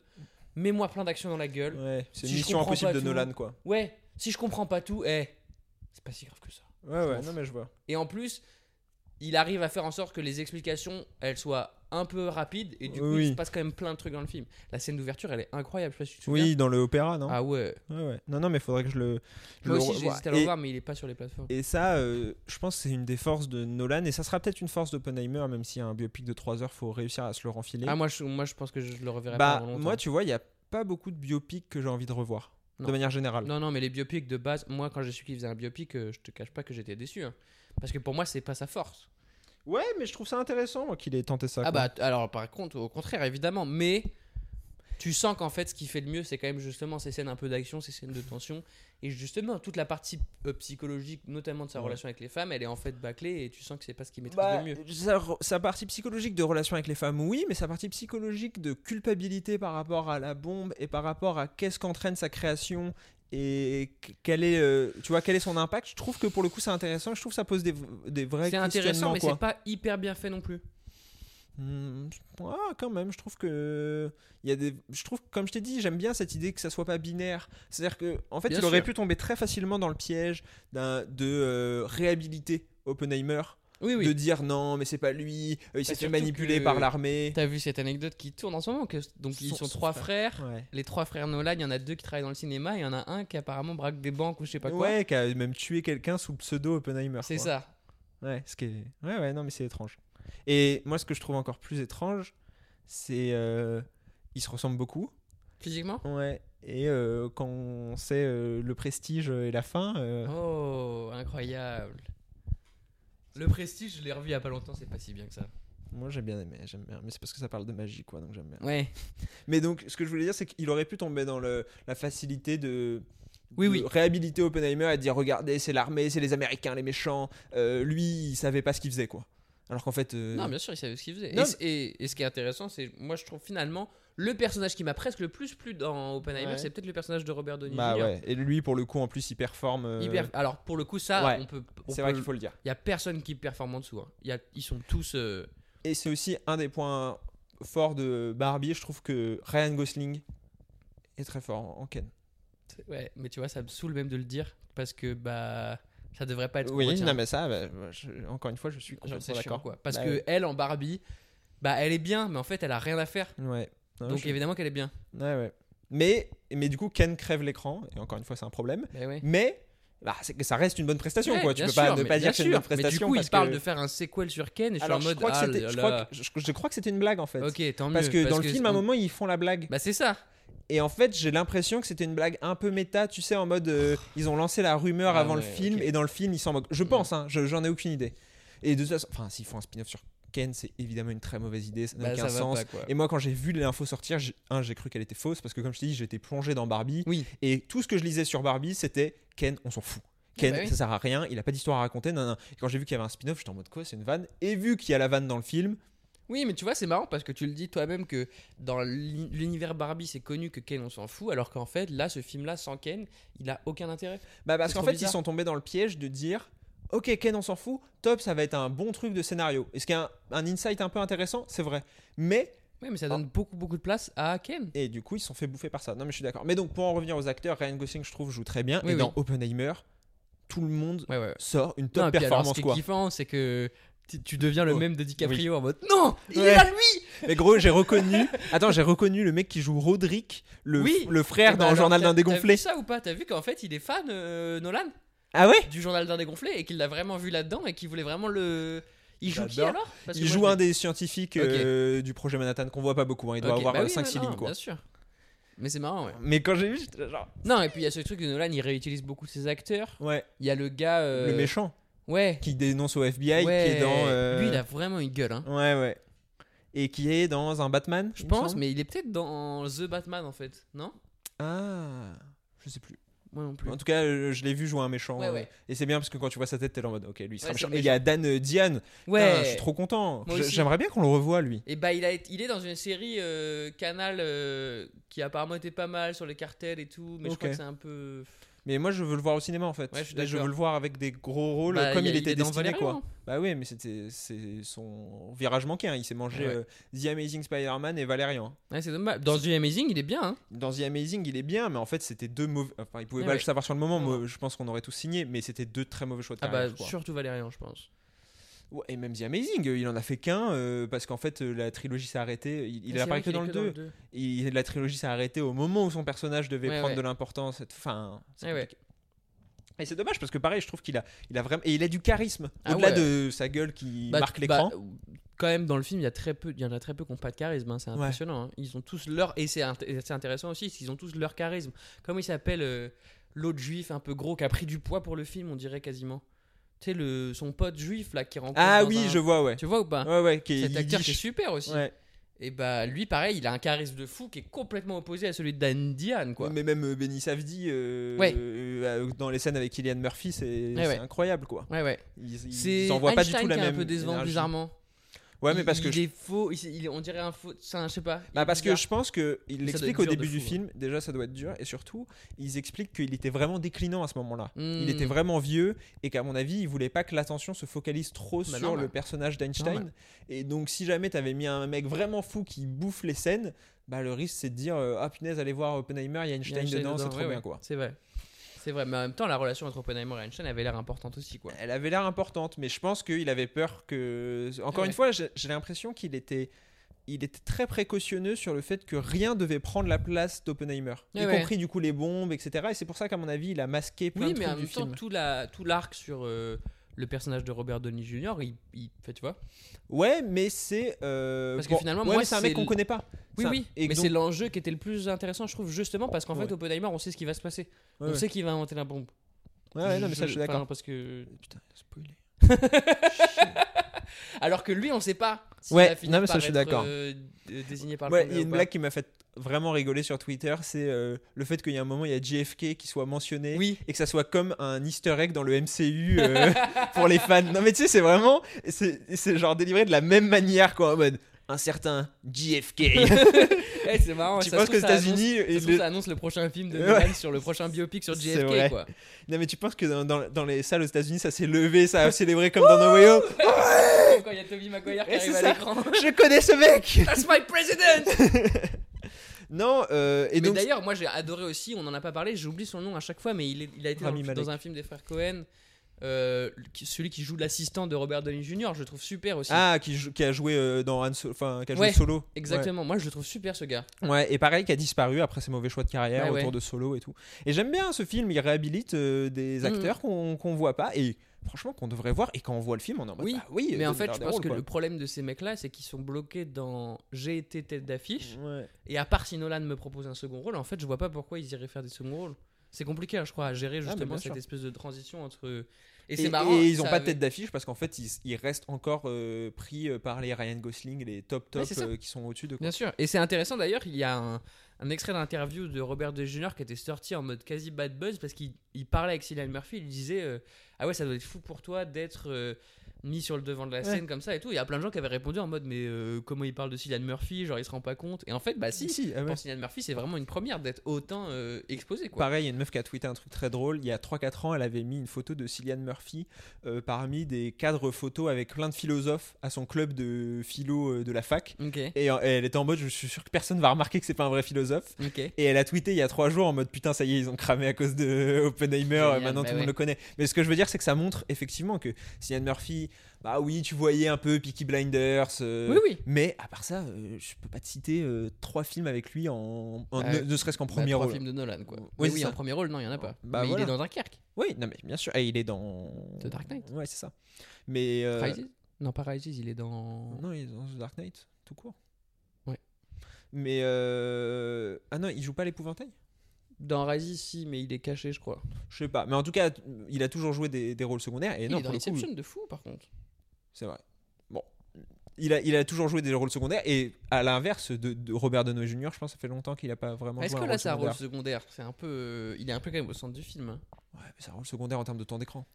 Speaker 6: Mets-moi plein d'action dans la gueule. Ouais,
Speaker 5: ouais, c'est
Speaker 6: si
Speaker 5: une
Speaker 6: je
Speaker 5: mission
Speaker 6: comprends
Speaker 5: impossible
Speaker 6: pas
Speaker 5: de
Speaker 6: tout.
Speaker 5: Nolan, quoi.
Speaker 6: si je comprends pas tout, eh, c'est pas si grave que ça.
Speaker 5: Ouais, ouais,
Speaker 6: m'en
Speaker 5: non mais je vois.
Speaker 6: Et en plus, il arrive à faire en sorte que les explications, elles soient un peu rapides et du coup,
Speaker 5: Oui.
Speaker 6: il se passe quand même plein de trucs dans le film. La scène d'ouverture, elle est incroyable, je sais pas si tu te souviens.
Speaker 5: Oui, dans le opéra, non
Speaker 6: Ah ouais.
Speaker 5: ouais, ouais. Non, non, mais faudrait que je le. je
Speaker 6: Moi
Speaker 5: le
Speaker 6: aussi, j'ai
Speaker 5: revoie.
Speaker 6: hésité à le
Speaker 5: Et-
Speaker 6: voir, mais il est pas sur les plateformes.
Speaker 5: Et ça, euh, je pense que c'est une des forces de Nolan, et ça sera peut-être une force d'Oppenheimer, même si un biopic de 3 heures, faut réussir à se le renfiler.
Speaker 6: Ah moi je, moi je pense que je le reverrai pas
Speaker 5: bah,
Speaker 6: avant longtemps.
Speaker 5: moi, tu vois, il n'y a pas beaucoup de biopics que j'ai envie de revoir,
Speaker 6: Non.
Speaker 5: de manière générale.
Speaker 6: Non non mais les biopics de base, moi quand j'ai su qu'il faisait un biopic, euh, je te cache pas que j'étais déçu hein. parce que pour moi c'est pas sa force.
Speaker 5: Ouais, mais je trouve ça intéressant moi, qu'il ait tenté ça.
Speaker 6: Ah
Speaker 5: quoi.
Speaker 6: bah t- alors par contre au contraire évidemment mais tu sens qu'en fait ce qui fait le mieux c'est quand même justement ces scènes un peu d'action, ces scènes de tension et justement toute la partie euh, psychologique notamment de sa
Speaker 5: Ouais.
Speaker 6: relation avec les femmes, elle est en fait bâclée et tu sens que c'est pas ce qu'il maîtrise
Speaker 5: Bah,
Speaker 6: le mieux.
Speaker 5: sa, sa partie psychologique de relation avec les femmes, oui, mais sa partie psychologique de culpabilité par rapport à la bombe et par rapport à qu'est-ce qu'entraîne sa création et qu- quel est, euh, tu vois, quel est son impact, je trouve que pour le coup c'est intéressant, je trouve que ça pose des, v- des vrais
Speaker 6: C'est intéressant
Speaker 5: questionnements,
Speaker 6: mais
Speaker 5: quoi.
Speaker 6: c'est pas hyper bien fait non plus.
Speaker 5: Hmm, ah, quand même, je trouve que il y a des je trouve comme je t'ai dit, j'aime bien cette idée que ça soit pas binaire. C'est-à-dire que en fait,
Speaker 6: Bien
Speaker 5: il aurait
Speaker 6: sûr.
Speaker 5: pu tomber très facilement dans le piège d'un de euh, réhabiliter Oppenheimer
Speaker 6: Oui oui. Bah,
Speaker 5: de dire non mais c'est pas lui euh, il s'est fait
Speaker 6: surtout
Speaker 5: manipuler
Speaker 6: que-
Speaker 5: par l'armée
Speaker 6: T'as vu cette anecdote qui tourne en ce moment que donc ils
Speaker 5: Son-
Speaker 6: sont
Speaker 5: son
Speaker 6: trois
Speaker 5: frère.
Speaker 6: frères.
Speaker 5: ouais
Speaker 6: les trois frères Nolan, il y en a deux qui travaillent dans le cinéma et il y en a un qui apparemment braque des banques ou je sais pas quoi.
Speaker 5: ouais qui a même tué quelqu'un sous le pseudo Oppenheimer
Speaker 6: c'est
Speaker 5: quoi.
Speaker 6: ça.
Speaker 5: ouais ce qui est... ouais ouais non mais c'est étrange et moi ce que je trouve encore plus étrange c'est euh, ils se ressemblent beaucoup
Speaker 6: Physiquement
Speaker 5: ouais et euh, quand on sait euh, le prestige et la fin euh,
Speaker 6: Oh, incroyable. Le prestige, je l'ai revu il y a pas longtemps, c'est pas si bien que ça.
Speaker 5: moi j'ai bien aimé j'aime bien mais c'est parce que ça parle de magie quoi donc j'aime bien
Speaker 6: Ouais.
Speaker 5: mais donc ce que je voulais dire c'est qu'il aurait pu tomber dans le la facilité de
Speaker 6: Oui,
Speaker 5: de
Speaker 6: oui.
Speaker 5: réhabiliter Oppenheimer et de dire regardez c'est l'armée c'est les américains les méchants Euh, lui il savait pas ce qu'il faisait quoi alors qu'en fait euh,
Speaker 6: Non, bien sûr, il savait ce qu'il faisait.
Speaker 5: Non,
Speaker 6: et, c- et- et ce qui est intéressant, c'est moi je trouve finalement le personnage qui m'a presque le plus plu dans Oppenheimer,
Speaker 5: Ouais.
Speaker 6: c'est peut-être le personnage de Robert Downey
Speaker 5: bah
Speaker 6: Jr.
Speaker 5: ouais et lui pour le coup en plus il performe euh,
Speaker 6: Hyper- Alors pour le coup, ça,
Speaker 5: Ouais.
Speaker 6: on peut. on
Speaker 5: c'est vrai
Speaker 6: peut-
Speaker 5: qu'il faut le dire
Speaker 6: Il y a personne qui performe en dessous. hein. Il Y a... Ils sont tous. euh,
Speaker 5: et c'est aussi un des points fort de Barbie, je trouve que Ryan Gosling est très fort en en Ken.
Speaker 6: Ouais, mais tu vois, ça me saoule même de le dire parce que bah ça devrait pas être. qu'on
Speaker 5: Oui,
Speaker 6: retient.
Speaker 5: non, mais ça, bah, bah, je- encore une fois, je suis
Speaker 6: Genre,
Speaker 5: complètement
Speaker 6: c'est chiant,
Speaker 5: d'accord.
Speaker 6: quoi. Parce
Speaker 5: Bah
Speaker 6: que
Speaker 5: ouais.
Speaker 6: elle en Barbie, bah elle est bien, mais en fait elle a rien à faire.
Speaker 5: Ouais. Non,
Speaker 6: donc
Speaker 5: je-
Speaker 6: évidemment qu'elle est bien.
Speaker 5: ouais, ouais. Mais, mais du coup, Ken crève l'écran, et encore une fois, c'est un problème.
Speaker 6: Mais ouais.
Speaker 5: Mais bah, c'est que ça reste une bonne prestation, quoi. Tu
Speaker 6: bien
Speaker 5: peux pas
Speaker 6: sûr,
Speaker 5: ne
Speaker 6: mais
Speaker 5: pas
Speaker 6: bien
Speaker 5: dire que c'est une
Speaker 6: sûr.
Speaker 5: bonne prestation.
Speaker 6: Mais du coup,
Speaker 5: parce
Speaker 6: il parle
Speaker 5: que-
Speaker 6: de faire un sequel sur Ken et je suis en
Speaker 5: Alors, je
Speaker 6: mode
Speaker 5: crois, que
Speaker 6: ah
Speaker 5: c'était-
Speaker 6: là
Speaker 5: je, crois
Speaker 6: là.
Speaker 5: que, je, je crois que c'était une blague en fait.
Speaker 6: Ok, tant mieux.
Speaker 5: parce que dans le film, à un
Speaker 6: on-
Speaker 5: moment, ils font la blague.
Speaker 6: Bah c'est ça.
Speaker 5: Et en fait, j'ai l'impression que c'était une blague un peu méta, tu sais, en mode euh, ils ont lancé la rumeur
Speaker 6: Ah
Speaker 5: avant le
Speaker 6: ouais,
Speaker 5: film
Speaker 6: ok.
Speaker 5: et dans le film ils s'en moquent. Je pense, hein, je- j'en ai aucune idée. Et de toute façon, enfin, s'ils font un spin-off sur Ken, c'est évidemment une très mauvaise idée, ça n'a
Speaker 6: Bah, ça
Speaker 5: aucun
Speaker 6: va
Speaker 5: sens.
Speaker 6: pas, quoi.
Speaker 5: Et moi, quand j'ai vu l'info sortir, j'ai- un, j'ai cru qu'elle était fausse parce que, comme je te dis, j'étais plongé dans Barbie
Speaker 6: Oui.
Speaker 5: et tout ce que je lisais sur Barbie, c'était Ken, on s'en fout. Ken,
Speaker 6: Bah oui.
Speaker 5: ça sert à rien, il a pas d'histoire à raconter. Nan, nan. Et quand j'ai vu qu'il y avait un spin-off, j'étais en mode quoi, c'est une vanne. Et vu qu'il y a la vanne dans le film,
Speaker 6: Oui, mais tu vois, c'est marrant parce que tu le dis toi-même que dans l'uni- l'univers Barbie, c'est connu que Ken, on s'en fout, alors qu'en fait, là, ce film-là, sans Ken, il a aucun intérêt.
Speaker 5: Bah parce
Speaker 6: C'est
Speaker 5: qu'en
Speaker 6: trop
Speaker 5: fait,
Speaker 6: bizarre.
Speaker 5: ils sont tombés dans le piège de dire Ok, Ken, on s'en fout, top, ça va être un bon truc de scénario. Est-ce qu'il y a un, un insight un peu intéressant C'est vrai. Mais,
Speaker 6: Oui, mais
Speaker 5: Ah.
Speaker 6: ça donne beaucoup, beaucoup de place à Ken.
Speaker 5: et du coup, ils se sont fait bouffer par ça. Non, mais je suis d'accord. Mais donc, pour en revenir aux acteurs, Ryan Gosling, je trouve, joue très bien.
Speaker 6: Oui,
Speaker 5: et
Speaker 6: oui.
Speaker 5: dans Oppenheimer, tout le monde
Speaker 6: Ouais, ouais.
Speaker 5: sort une
Speaker 6: Non,
Speaker 5: top
Speaker 6: et puis alors,
Speaker 5: performance,
Speaker 6: ce qui est
Speaker 5: quoi.
Speaker 6: kiffant, c'est que tu, tu deviens le
Speaker 5: Oh.
Speaker 6: même de DiCaprio en mode Non, il
Speaker 5: Ouais.
Speaker 6: est là, lui
Speaker 5: Mais gros, j'ai reconnu.
Speaker 6: (laughs)
Speaker 5: Attends, j'ai reconnu le mec qui joue Roderick, le,
Speaker 6: Oui.
Speaker 5: le frère
Speaker 6: Eh ben
Speaker 5: dans le
Speaker 6: alors,
Speaker 5: journal
Speaker 6: t'as-
Speaker 5: d'un
Speaker 6: T'as vu
Speaker 5: dégonflé.
Speaker 6: ça ou pas T'as vu qu'en fait, il est fan, euh, Nolan,
Speaker 5: Ah ouais
Speaker 6: du journal d'un dégonflé et qu'il l'a vraiment vu là-dedans et qu'il voulait vraiment le. Il joue qui
Speaker 5: J'adore.
Speaker 6: alors Parce que
Speaker 5: Il
Speaker 6: moi,
Speaker 5: joue
Speaker 6: je-
Speaker 5: un des scientifiques euh, du projet Manhattan qu'on voit pas beaucoup. hein. Il doit
Speaker 6: Ok,
Speaker 5: avoir
Speaker 6: bah oui,
Speaker 5: 5-6
Speaker 6: non, non,
Speaker 5: lignes, quoi.
Speaker 6: Bien sûr. Mais c'est marrant, ouais.
Speaker 5: Mais quand j'ai vu, j'étais genre.
Speaker 6: Non, et puis il y a ce truc de Nolan, il réutilise beaucoup ses acteurs.
Speaker 5: Ouais,
Speaker 6: Il y a le gars. euh,
Speaker 5: le méchant.
Speaker 6: Ouais.
Speaker 5: qui dénonce au FBI, qui
Speaker 6: ouais.
Speaker 5: est dans. euh,
Speaker 6: Lui, il a vraiment une gueule, hein.
Speaker 5: Ouais, ouais. Et qui est dans un Batman,
Speaker 6: Je
Speaker 5: il me
Speaker 6: pense,
Speaker 5: semble.
Speaker 6: mais il est peut-être dans The Batman en fait, non
Speaker 5: Ah, je sais plus.
Speaker 6: Moi non plus.
Speaker 5: En tout cas, euh, je l'ai vu jouer un méchant.
Speaker 6: Ouais,
Speaker 5: euh,
Speaker 6: ouais.
Speaker 5: Et c'est bien parce que quand tu vois sa tête, t'es là en mode, ok, lui, il sera
Speaker 6: Ouais, c'est
Speaker 5: méchant.
Speaker 6: un
Speaker 5: Et il y a Dan euh, Diane.
Speaker 6: Ouais.
Speaker 5: Putain, je suis trop content.
Speaker 6: Moi
Speaker 5: Je-
Speaker 6: aussi.
Speaker 5: J'aimerais bien qu'on le revoie, lui.
Speaker 6: Et bah, il, a, été- il est dans une série euh, Canal euh, qui apparemment était pas mal sur les cartels et tout, mais je
Speaker 5: Ok.
Speaker 6: crois que c'est un peu.
Speaker 5: Mais moi, je veux le voir au cinéma en fait.
Speaker 6: Ouais, je suis
Speaker 5: Et je veux
Speaker 6: d'accord.
Speaker 5: le voir avec des gros rôles,
Speaker 6: Bah,
Speaker 5: comme
Speaker 6: y a-
Speaker 5: Oh, il était
Speaker 6: est dans
Speaker 5: destiné,
Speaker 6: Valérian,
Speaker 5: quoi.
Speaker 6: hein.
Speaker 5: Bah oui, mais c'était c'est son virage manqué. hein. Il s'est mangé
Speaker 6: Ouais.
Speaker 5: euh, The Amazing Spider-Man et Valérian.
Speaker 6: Ouais, c'est dommage. Dans The Amazing, il est bien, hein.
Speaker 5: dans The Amazing, il est bien, mais en fait, c'était deux mauvais. Enfin, il pouvait
Speaker 6: Ouais,
Speaker 5: pas
Speaker 6: ouais.
Speaker 5: le savoir sur le moment.
Speaker 6: Non,
Speaker 5: Moi, je pense qu'on aurait tous signé, mais c'était deux très mauvais choix de
Speaker 6: Ah
Speaker 5: carrière.
Speaker 6: bah,
Speaker 5: je crois.
Speaker 6: surtout Valérian, je pense.
Speaker 5: Ouais, et même The Amazing, euh, il en a fait qu'un euh, parce qu'en fait, euh, la trilogie s'est arrêtée. Il, il
Speaker 6: Mais c'est vrai
Speaker 5: apparaît que
Speaker 6: qu'il
Speaker 5: dans
Speaker 6: est
Speaker 5: le 2.
Speaker 6: deux.
Speaker 5: Il- La trilogie s'est arrêtée au moment où son personnage devait
Speaker 6: Ouais,
Speaker 5: prendre
Speaker 6: ouais.
Speaker 5: de l'importance. et tout. Enfin, c'est
Speaker 6: Ouais, ouais.
Speaker 5: compliqué. Et c'est dommage parce que pareil, je trouve qu'il a, il a vraiment, et il a du charisme
Speaker 6: Ah
Speaker 5: au-delà
Speaker 6: ouais.
Speaker 5: de sa gueule qui
Speaker 6: Bah,
Speaker 5: marque
Speaker 6: tu-
Speaker 5: l'écran.
Speaker 6: bah, quand même, dans le film, il y a très peu, il y en a très peu qui n'ont pas de charisme. hein, c'est impressionnant. hein. Ils ont tous leur et c'est int- et c'est intéressant aussi. Ils ont tous leur charisme. Comment il s'appelle euh, l'autre juif un peu gros qui a pris du poids pour le film, on dirait quasiment. Tu sais le son pote juif là qui rencontre.
Speaker 5: ah
Speaker 6: dans
Speaker 5: oui,
Speaker 6: un-
Speaker 5: je vois, ouais,
Speaker 6: Tu vois ou pas
Speaker 5: ouais, ouais, qui est
Speaker 6: Cet acteur qui est
Speaker 5: yiddish.
Speaker 6: super aussi.
Speaker 5: Ouais.
Speaker 6: Et bah lui pareil, il a un charisme de fou qui est complètement opposé à celui d'Andian quoi.
Speaker 5: Mais même euh, Benny Savdi, euh,
Speaker 6: Ouais.
Speaker 5: euh, euh, dans les scènes avec Kylian Murphy, c'est
Speaker 6: Ouais,
Speaker 5: c'est
Speaker 6: ouais.
Speaker 5: incroyable quoi.
Speaker 6: Ouais ouais.
Speaker 5: Ils, ils
Speaker 6: C'est
Speaker 5: envoient pas du
Speaker 6: Einstein
Speaker 5: tout la
Speaker 6: qui est
Speaker 5: même.
Speaker 6: un peu décevant
Speaker 5: énergie.
Speaker 6: bizarrement.
Speaker 5: Ouais, mais
Speaker 6: Il-
Speaker 5: parce que
Speaker 6: il
Speaker 5: je,
Speaker 6: est faux, il- il- on dirait un faux, c'est un- je sais pas. il
Speaker 5: bah,
Speaker 6: est
Speaker 5: parce que
Speaker 6: bizarre.
Speaker 5: je pense que il
Speaker 6: Ça doit
Speaker 5: l'explique
Speaker 6: être
Speaker 5: au
Speaker 6: dur de
Speaker 5: début
Speaker 6: fou,
Speaker 5: du
Speaker 6: hein. ouais.
Speaker 5: film. Déjà, ça doit être dur et surtout, ils expliquent qu'il était vraiment déclinant à ce moment-là.
Speaker 6: Hmm.
Speaker 5: Il était vraiment vieux et qu'à mon avis, il voulait pas que l'attention se focalise trop
Speaker 6: Bah,
Speaker 5: sur
Speaker 6: normal.
Speaker 5: le personnage d'Einstein.
Speaker 6: Normal.
Speaker 5: Et donc, si jamais t'avais mis un mec vraiment fou qui bouffe les scènes, bah le risque c'est de dire euh, ah punaise, allez voir Oppenheimer, il y a Einstein,
Speaker 6: Einstein
Speaker 5: dedans, c'est
Speaker 6: dedans,
Speaker 5: trop
Speaker 6: ouais,
Speaker 5: bien
Speaker 6: ouais.
Speaker 5: quoi.
Speaker 6: C'est vrai. C'est vrai, mais en même temps, la relation entre Oppenheimer et Einstein avait l'air importante aussi, quoi.
Speaker 5: Elle avait l'air importante, mais je pense qu'il avait peur que. Encore
Speaker 6: Ouais.
Speaker 5: une fois, j'ai j'ai l'impression qu'il était. Il était très précautionneux sur le fait que rien devait prendre la place d'Oppenheimer, y
Speaker 6: Ouais, ouais.
Speaker 5: compris du coup les bombes, etc. Et c'est pour ça qu'à mon avis, il a masqué plein
Speaker 6: Oui,
Speaker 5: de
Speaker 6: mais
Speaker 5: trucs
Speaker 6: en
Speaker 5: du
Speaker 6: même temps,
Speaker 5: film.
Speaker 6: tout la- tout l'arc sur euh, le personnage de Robert Downey Jr., il, il fait, tu vois.
Speaker 5: Ouais, mais c'est. euh,
Speaker 6: Parce que finalement,
Speaker 5: ouais,
Speaker 6: moi,
Speaker 5: mais c'est un mec
Speaker 6: c'est
Speaker 5: qu'on
Speaker 6: le-
Speaker 5: connaît pas.
Speaker 6: Oui,
Speaker 5: C'est un-
Speaker 6: oui,
Speaker 5: et
Speaker 6: mais
Speaker 5: donc-
Speaker 6: c'est l'enjeu qui était le plus intéressant, je trouve, justement, parce qu'en
Speaker 5: Ouais.
Speaker 6: fait, Oppenheimer, on sait ce qui va se passer. on
Speaker 5: Ouais, ouais.
Speaker 6: sait qu'il va inventer la bombe.
Speaker 5: Ouais, ouais, non, mais ça, je suis
Speaker 6: enfin,
Speaker 5: d'accord.
Speaker 6: parce que...
Speaker 5: Putain, il a spoilé.
Speaker 6: Alors que lui, on sait pas s'il
Speaker 5: Ouais,
Speaker 6: va finir
Speaker 5: non, mais ça,
Speaker 6: par
Speaker 5: je suis
Speaker 6: être,
Speaker 5: d'accord.
Speaker 6: euh, d- désigné par le
Speaker 5: Ouais, il y a
Speaker 6: premier ou
Speaker 5: une
Speaker 6: pas.
Speaker 5: blague qui m'a fait vraiment rigoler sur Twitter, c'est euh, le fait qu'il y a un moment, il y a JFK qui soit mentionné.
Speaker 6: Oui, (laughs)
Speaker 5: et que ça soit comme un easter egg dans le MCU euh, (laughs) pour les fans. Non mais tu sais, c'est vraiment, c'est c'est genre délivré de la même manière quoi, en mode un certain (laughs) JFK.
Speaker 6: Eh, c'est marrant.
Speaker 5: tu
Speaker 6: ça
Speaker 5: penses
Speaker 6: se
Speaker 5: qu'aux
Speaker 6: trouve, ça annonce-
Speaker 5: États-Unis,
Speaker 6: Ça
Speaker 5: et
Speaker 6: se trouve,
Speaker 5: le-
Speaker 6: ça annonce le prochain film de
Speaker 5: Ouais.
Speaker 6: Nolan sur le prochain biopic sur
Speaker 5: C'est
Speaker 6: JFK,
Speaker 5: vrai. (laughs)
Speaker 6: quoi.
Speaker 5: non mais tu penses que dans, dans- dans les salles aux États-Unis, ça s'est levé, ça a célébré comme dans No Way Home.
Speaker 6: Comme quand il y a Toby Maguire qui
Speaker 5: Ouais,
Speaker 6: arrive
Speaker 5: c'est
Speaker 6: à
Speaker 5: ça.
Speaker 6: l'écran.
Speaker 5: Je connais ce mec
Speaker 6: That's my president
Speaker 5: Non, euh, et
Speaker 6: Mais
Speaker 5: donc.
Speaker 6: d'ailleurs, moi j'ai adoré aussi, on en a pas parlé, j'oublie son nom à chaque fois, mais il, est- il a été dans,
Speaker 5: Rami
Speaker 6: le-
Speaker 5: Malek.
Speaker 6: dans un film des frères Cohen, euh, qui- celui qui joue l'assistant de Robert Downey Jr., je le trouve super aussi.
Speaker 5: Ah, qui, jou- qui a joué euh, dans Han Solo- enfin, qui a joué
Speaker 6: Ouais,
Speaker 5: solo.
Speaker 6: Exactement, moi je le trouve super ce gars.
Speaker 5: Ouais. Ouais, et pareil, qui a disparu après ses mauvais choix de carrière
Speaker 6: Ouais,
Speaker 5: autour
Speaker 6: ouais.
Speaker 5: de solo et tout. Et j'aime bien ce film, il réhabilite euh, des
Speaker 6: Mhm.
Speaker 5: acteurs qu'on qu'on voit pas et franchement qu'on devrait voir. Et quand on voit le film, on est en mode,
Speaker 6: Oui,
Speaker 5: bah oui,
Speaker 6: mais
Speaker 5: euh,
Speaker 6: en
Speaker 5: Donnie
Speaker 6: fait, je
Speaker 5: Darder
Speaker 6: pense
Speaker 5: Hall,
Speaker 6: que
Speaker 5: quoi.
Speaker 6: le problème de ces mecs-là, c'est qu'ils sont bloqués dans J'ai été tête d'affiche,
Speaker 5: Ouais.
Speaker 6: et à part si Nolan me propose un second rôle, en fait, je vois pas pourquoi ils iraient faire des seconds rôles. C'est compliqué, hein, je crois, à gérer
Speaker 5: Ah, mais
Speaker 6: justement
Speaker 5: bien
Speaker 6: cette
Speaker 5: sûr.
Speaker 6: espèce de transition entre. Et,
Speaker 5: Et,
Speaker 6: c'est marrant.
Speaker 5: et ils ont
Speaker 6: ça
Speaker 5: pas de
Speaker 6: avait-
Speaker 5: tête d'affiche parce qu'en fait, ils, ils restent encore euh, pris euh, par les Ryan Gosling, les top
Speaker 6: Ouais,
Speaker 5: top
Speaker 6: c'est ça.
Speaker 5: euh, qui sont au-dessus de.
Speaker 6: Bien sûr. Et c'est intéressant d'ailleurs, il y a un, un extrait d'interview de Robert De Jr. qui était sorti en mode quasi bad buzz parce qu'il il parlait avec Cillian Murphy, il lui disait euh, Ah ouais, ça doit être fou pour toi d'être euh, mis sur le devant de la scène comme ça et tout. Il y a plein de gens qui avaient répondu en mode Mais euh, comment il parle de Cillian Murphy Genre il se rend pas compte. Et en fait, bah si,
Speaker 5: ah ouais.
Speaker 6: pour Cillian Murphy, c'est vraiment une première d'être autant euh, exposé quoi.
Speaker 5: Pareil, il y a une meuf qui a tweeté un truc très drôle. Il y a 3-4 ans, elle avait mis une photo de Cillian Murphy euh, parmi des cadres photos avec plein de philosophes à son club de philo euh, de la fac.
Speaker 6: Ok,
Speaker 5: Et euh, elle était en mode, je suis sûr que personne va remarquer que c'est pas un vrai philosophe.
Speaker 6: ok.
Speaker 5: Et elle a tweeté il y a trois jours en mode putain, ça y est, ils ont cramé à cause de (laughs) Oppenheimer,
Speaker 6: Génial,
Speaker 5: euh, maintenant
Speaker 6: bah
Speaker 5: tout
Speaker 6: ouais.
Speaker 5: le monde le connaît. Mais ce que je veux dire, c'est que ça montre effectivement que Cillian Murphy, bah oui, tu voyais un peu Peaky Blinders. euh,
Speaker 6: Oui, oui.
Speaker 5: Mais à part ça, euh, je peux pas te citer euh, trois films avec lui, en, en-
Speaker 6: Ouais.
Speaker 5: ne, ne serait-ce qu'en
Speaker 6: Bah,
Speaker 5: premier
Speaker 6: trois
Speaker 5: rôle.
Speaker 6: films de Nolan quoi.
Speaker 5: Ouais,
Speaker 6: Mais
Speaker 5: c'est
Speaker 6: oui,
Speaker 5: ça.
Speaker 6: en premier rôle, non, il y en a pas.
Speaker 5: Bah,
Speaker 6: Mais
Speaker 5: voilà.
Speaker 6: il est dans Dunkerque.
Speaker 5: Oui, non, mais bien sûr. Et il est dans.
Speaker 6: The Dark Knight.
Speaker 5: Ouais, c'est ça. Mais. euh,
Speaker 6: Rises Non, pas Rises, il est dans.
Speaker 5: Non, il est dans The Dark Knight, tout court.
Speaker 6: Ouais.
Speaker 5: Mais. euh, Ah non, il joue pas l'épouvantail
Speaker 6: Dans Rises, si, mais il est caché, je crois.
Speaker 5: Je sais pas. Mais en tout cas, il a toujours joué des, des rôles secondaires. Et
Speaker 6: il
Speaker 5: non,
Speaker 6: est dans
Speaker 5: pour le coup,
Speaker 6: Inception de fou, par contre.
Speaker 5: C'est vrai. Bon. Il a, il a toujours joué des rôles secondaires. Et à l'inverse de, de Robert Downey Jr., je pense que ça fait longtemps qu'il a pas vraiment
Speaker 6: Est-ce que
Speaker 5: joué un
Speaker 6: là,
Speaker 5: rôle
Speaker 6: c'est un rôle secondaire
Speaker 5: secondaire.
Speaker 6: C'est un peu, euh, il est un peu quand même au centre du film. hein.
Speaker 5: Ouais, mais c'est un rôle secondaire en termes de temps d'écran.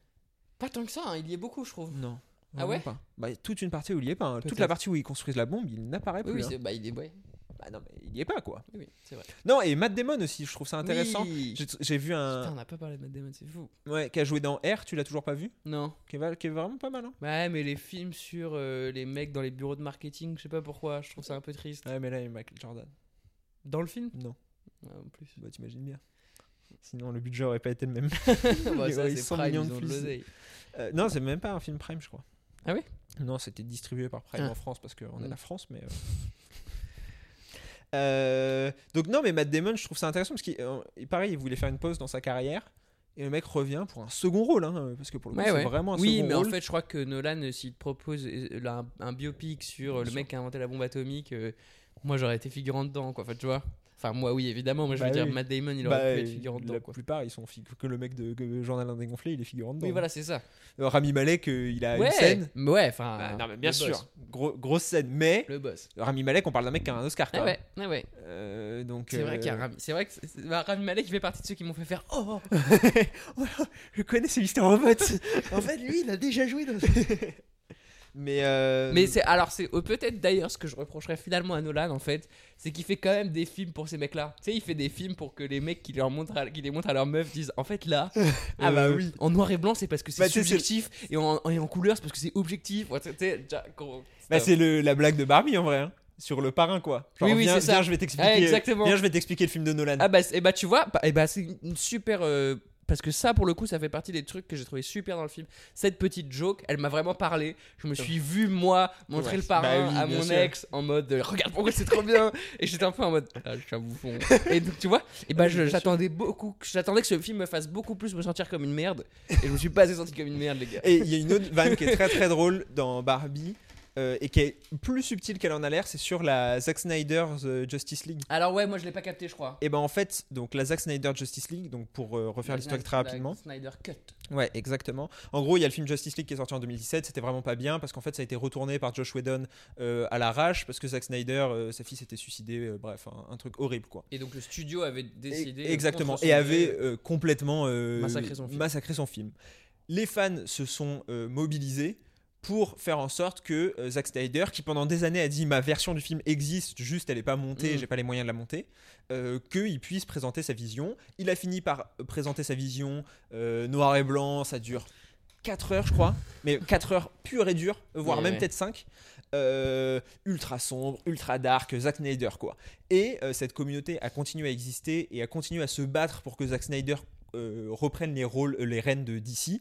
Speaker 6: Pas tant que ça, hein, il y est beaucoup, je trouve.
Speaker 5: Non.
Speaker 6: Ah
Speaker 5: Vraiment
Speaker 6: ouais
Speaker 5: pas. Bah, Toute une partie où il y est pas. hein. Toute
Speaker 6: Peut-être.
Speaker 5: la partie où ils construisent la bombe, il n'apparaît
Speaker 6: Oui,
Speaker 5: plus.
Speaker 6: oui,
Speaker 5: hein.
Speaker 6: c'est- bah, il est, ouais.
Speaker 5: Bah non, mais il y est pas quoi.
Speaker 6: oui, oui, c'est vrai.
Speaker 5: Non, et Matt Damon aussi, je trouve ça intéressant.
Speaker 6: Oui.
Speaker 5: J'ai- J'ai vu
Speaker 6: Putain, on
Speaker 5: un.
Speaker 6: n'a pas parlé de Matt Damon, c'est fou.
Speaker 5: Ouais, qui a joué dans R, tu l'as toujours pas vu
Speaker 6: Non.
Speaker 5: qui est, va- qui est vraiment pas mal. Hein
Speaker 6: Ouais, mais les films sur euh, les mecs dans les bureaux de marketing, je sais pas pourquoi, je trouve ça un peu triste.
Speaker 5: ouais, mais là, il y a Michael Jordan.
Speaker 6: Dans le film
Speaker 5: Non,
Speaker 6: Ouais, Ah, En plus.
Speaker 5: bah t'imagines bien. Sinon, le budget aurait pas été le
Speaker 6: (laughs)
Speaker 5: même.
Speaker 6: Bah, (laughs) ça,
Speaker 5: ouais,
Speaker 6: c'est
Speaker 5: 100
Speaker 6: Prime,
Speaker 5: millions
Speaker 6: ils
Speaker 5: de
Speaker 6: ont de
Speaker 5: plus.
Speaker 6: l'oseille.
Speaker 5: Euh, non, c'est même pas un film Prime, je crois.
Speaker 6: Ah oui
Speaker 5: Non, c'était distribué par Prime
Speaker 6: Ah.
Speaker 5: en France parce qu'on est
Speaker 6: Mm.
Speaker 5: la France, mais. euh. (laughs) Euh, donc, non, mais Matt Damon, je trouve ça intéressant parce qu'il, euh, et pareil, il voulait faire une pause dans sa carrière et le mec revient pour un second rôle, hein, parce que pour le coup,
Speaker 6: Ouais,
Speaker 5: c'est
Speaker 6: ouais.
Speaker 5: vraiment un
Speaker 6: oui,
Speaker 5: second
Speaker 6: mais
Speaker 5: rôle.
Speaker 6: en fait, je crois que Nolan, euh, s'il te propose euh, là, un, un biopic sur euh, le
Speaker 5: Bien
Speaker 6: mec qui a inventé la bombe atomique, euh, moi j'aurais été figurant dedans, quoi. Enfin, tu vois. Enfin, moi, oui, évidemment, mais je
Speaker 5: Bah
Speaker 6: veux dire,
Speaker 5: oui.
Speaker 6: Matt Damon, il
Speaker 5: Bah,
Speaker 6: aurait pu être
Speaker 5: euh,
Speaker 6: figurant
Speaker 5: la
Speaker 6: dedans, quoi.
Speaker 5: plupart, ils sont figu- que le mec de que le journal indégonflé dégonflé, il est figurant dedans.
Speaker 6: Oui, voilà, c'est ça.
Speaker 5: Euh, Rami Malek, euh, il a
Speaker 6: ouais,
Speaker 5: une scène.
Speaker 6: mais ouais, enfin.
Speaker 5: Bah, non, mais
Speaker 6: le
Speaker 5: bien sûr,
Speaker 6: boss.
Speaker 5: Gros- grosse scène. Mais
Speaker 6: Le boss.
Speaker 5: Rami Malek, on parle d'un mec qui a un Oscar.
Speaker 6: Ah
Speaker 5: quand
Speaker 6: ouais, ah ouais.
Speaker 5: même. Euh, donc
Speaker 6: C'est vrai
Speaker 5: euh,
Speaker 6: qu'il y a Rami. C'est vrai que c'est- c'est- bah, Rami Malek, il fait partie de ceux qui m'ont fait faire Oh
Speaker 5: Je connais celui qui en vote. (laughs) en fait, lui, il a déjà joué dans. (laughs) mais euh,
Speaker 6: Mais c'est alors c'est euh, peut-être d'ailleurs ce que je reprocherais finalement à Nolan en fait, c'est qu'il fait quand même des films pour ces mecs-là. Tu sais, il fait des films pour que les mecs qui leur montrent à, qui les montrent à leurs meufs disent en fait
Speaker 5: (laughs)
Speaker 6: là,
Speaker 5: Ah bah oui.
Speaker 6: en noir et blanc c'est parce que c'est
Speaker 5: Bah, tu sais,
Speaker 6: subjectif et en, et en couleur c'est parce que c'est objectif. Ouais, tu sais, déjà, qu'on-
Speaker 5: bah, c'est le la blague de Barbie en vrai. hein. Sur le parrain quoi.
Speaker 6: Oui, oui,
Speaker 5: viens,
Speaker 6: c'est ça.
Speaker 5: viens, je vais t'expliquer.
Speaker 6: Ouais, exactement.
Speaker 5: Viens, je vais t'expliquer le film de Nolan.
Speaker 6: Ah bah et bah tu vois, bah, eh bah, c'est une super euh, parce que ça pour le coup ça fait partie des trucs que j'ai trouvé super dans le film. Cette petite joke, elle m'a vraiment parlé. Je me suis vu moi montrer
Speaker 5: Ouais.
Speaker 6: le parrain
Speaker 5: Bah oui,
Speaker 6: à
Speaker 5: bien
Speaker 6: mon
Speaker 5: sûr.
Speaker 6: ex en mode euh, regarde pourquoi c'est trop bien et j'étais un peu en mode ah, je suis un bouffon. (laughs) et donc tu vois, et bah
Speaker 5: Oui,
Speaker 6: je-
Speaker 5: bien sûr.
Speaker 6: j'attendais beaucoup j'attendais que ce film me fasse beaucoup plus me sentir comme une merde et je me suis pas assez senti comme une merde les gars.
Speaker 5: Et il y a une autre vanne qui est très très drôle dans Barbie euh, et qui est plus subtile qu'elle en a l'air, c'est sur la Zack Snyder's euh, Justice League.
Speaker 6: Alors ouais, moi je l'ai pas capté, je crois.
Speaker 5: Et ben en fait, donc la Zack Snyder Justice League, donc pour euh, refaire l'histoire très rapidement.
Speaker 6: Snyder Cut.
Speaker 5: Ouais, exactement. En gros, il y a le film Justice League qui est sorti en 2017, c'était vraiment pas bien parce qu'en fait, ça a été retourné par Josh Whedon euh, à l'arrache parce que Zack Snyder, euh, sa fille s'était suicidée, euh, bref, un, un truc horrible quoi.
Speaker 6: Et donc le studio avait décidé
Speaker 5: Et- exactement,
Speaker 6: contre son
Speaker 5: et avait
Speaker 6: gré,
Speaker 5: euh, complètement euh,
Speaker 6: Massacré son film.
Speaker 5: massacré son film. Les fans se sont euh, mobilisés pour faire en sorte que euh, Zack Snyder, qui pendant des années a dit ma version du film existe, juste elle n'est pas montée,
Speaker 6: Mm.
Speaker 5: j'ai pas les moyens de la monter, euh, qu'il puisse Euh, présenter sa vision. Il a fini par présenter sa vision euh, noir et blanc, ça dure 4 heures, je crois, mais 4 heures pure et dure, voire
Speaker 6: Ouais,
Speaker 5: même
Speaker 6: ouais.
Speaker 5: peut-être 5. ultra sombre, ultra dark, Zack Snyder quoi. Et euh, cette communauté a continué à exister et a continué à se battre pour que Zack Snyder euh, reprenne les rôles, euh, les rênes de DC.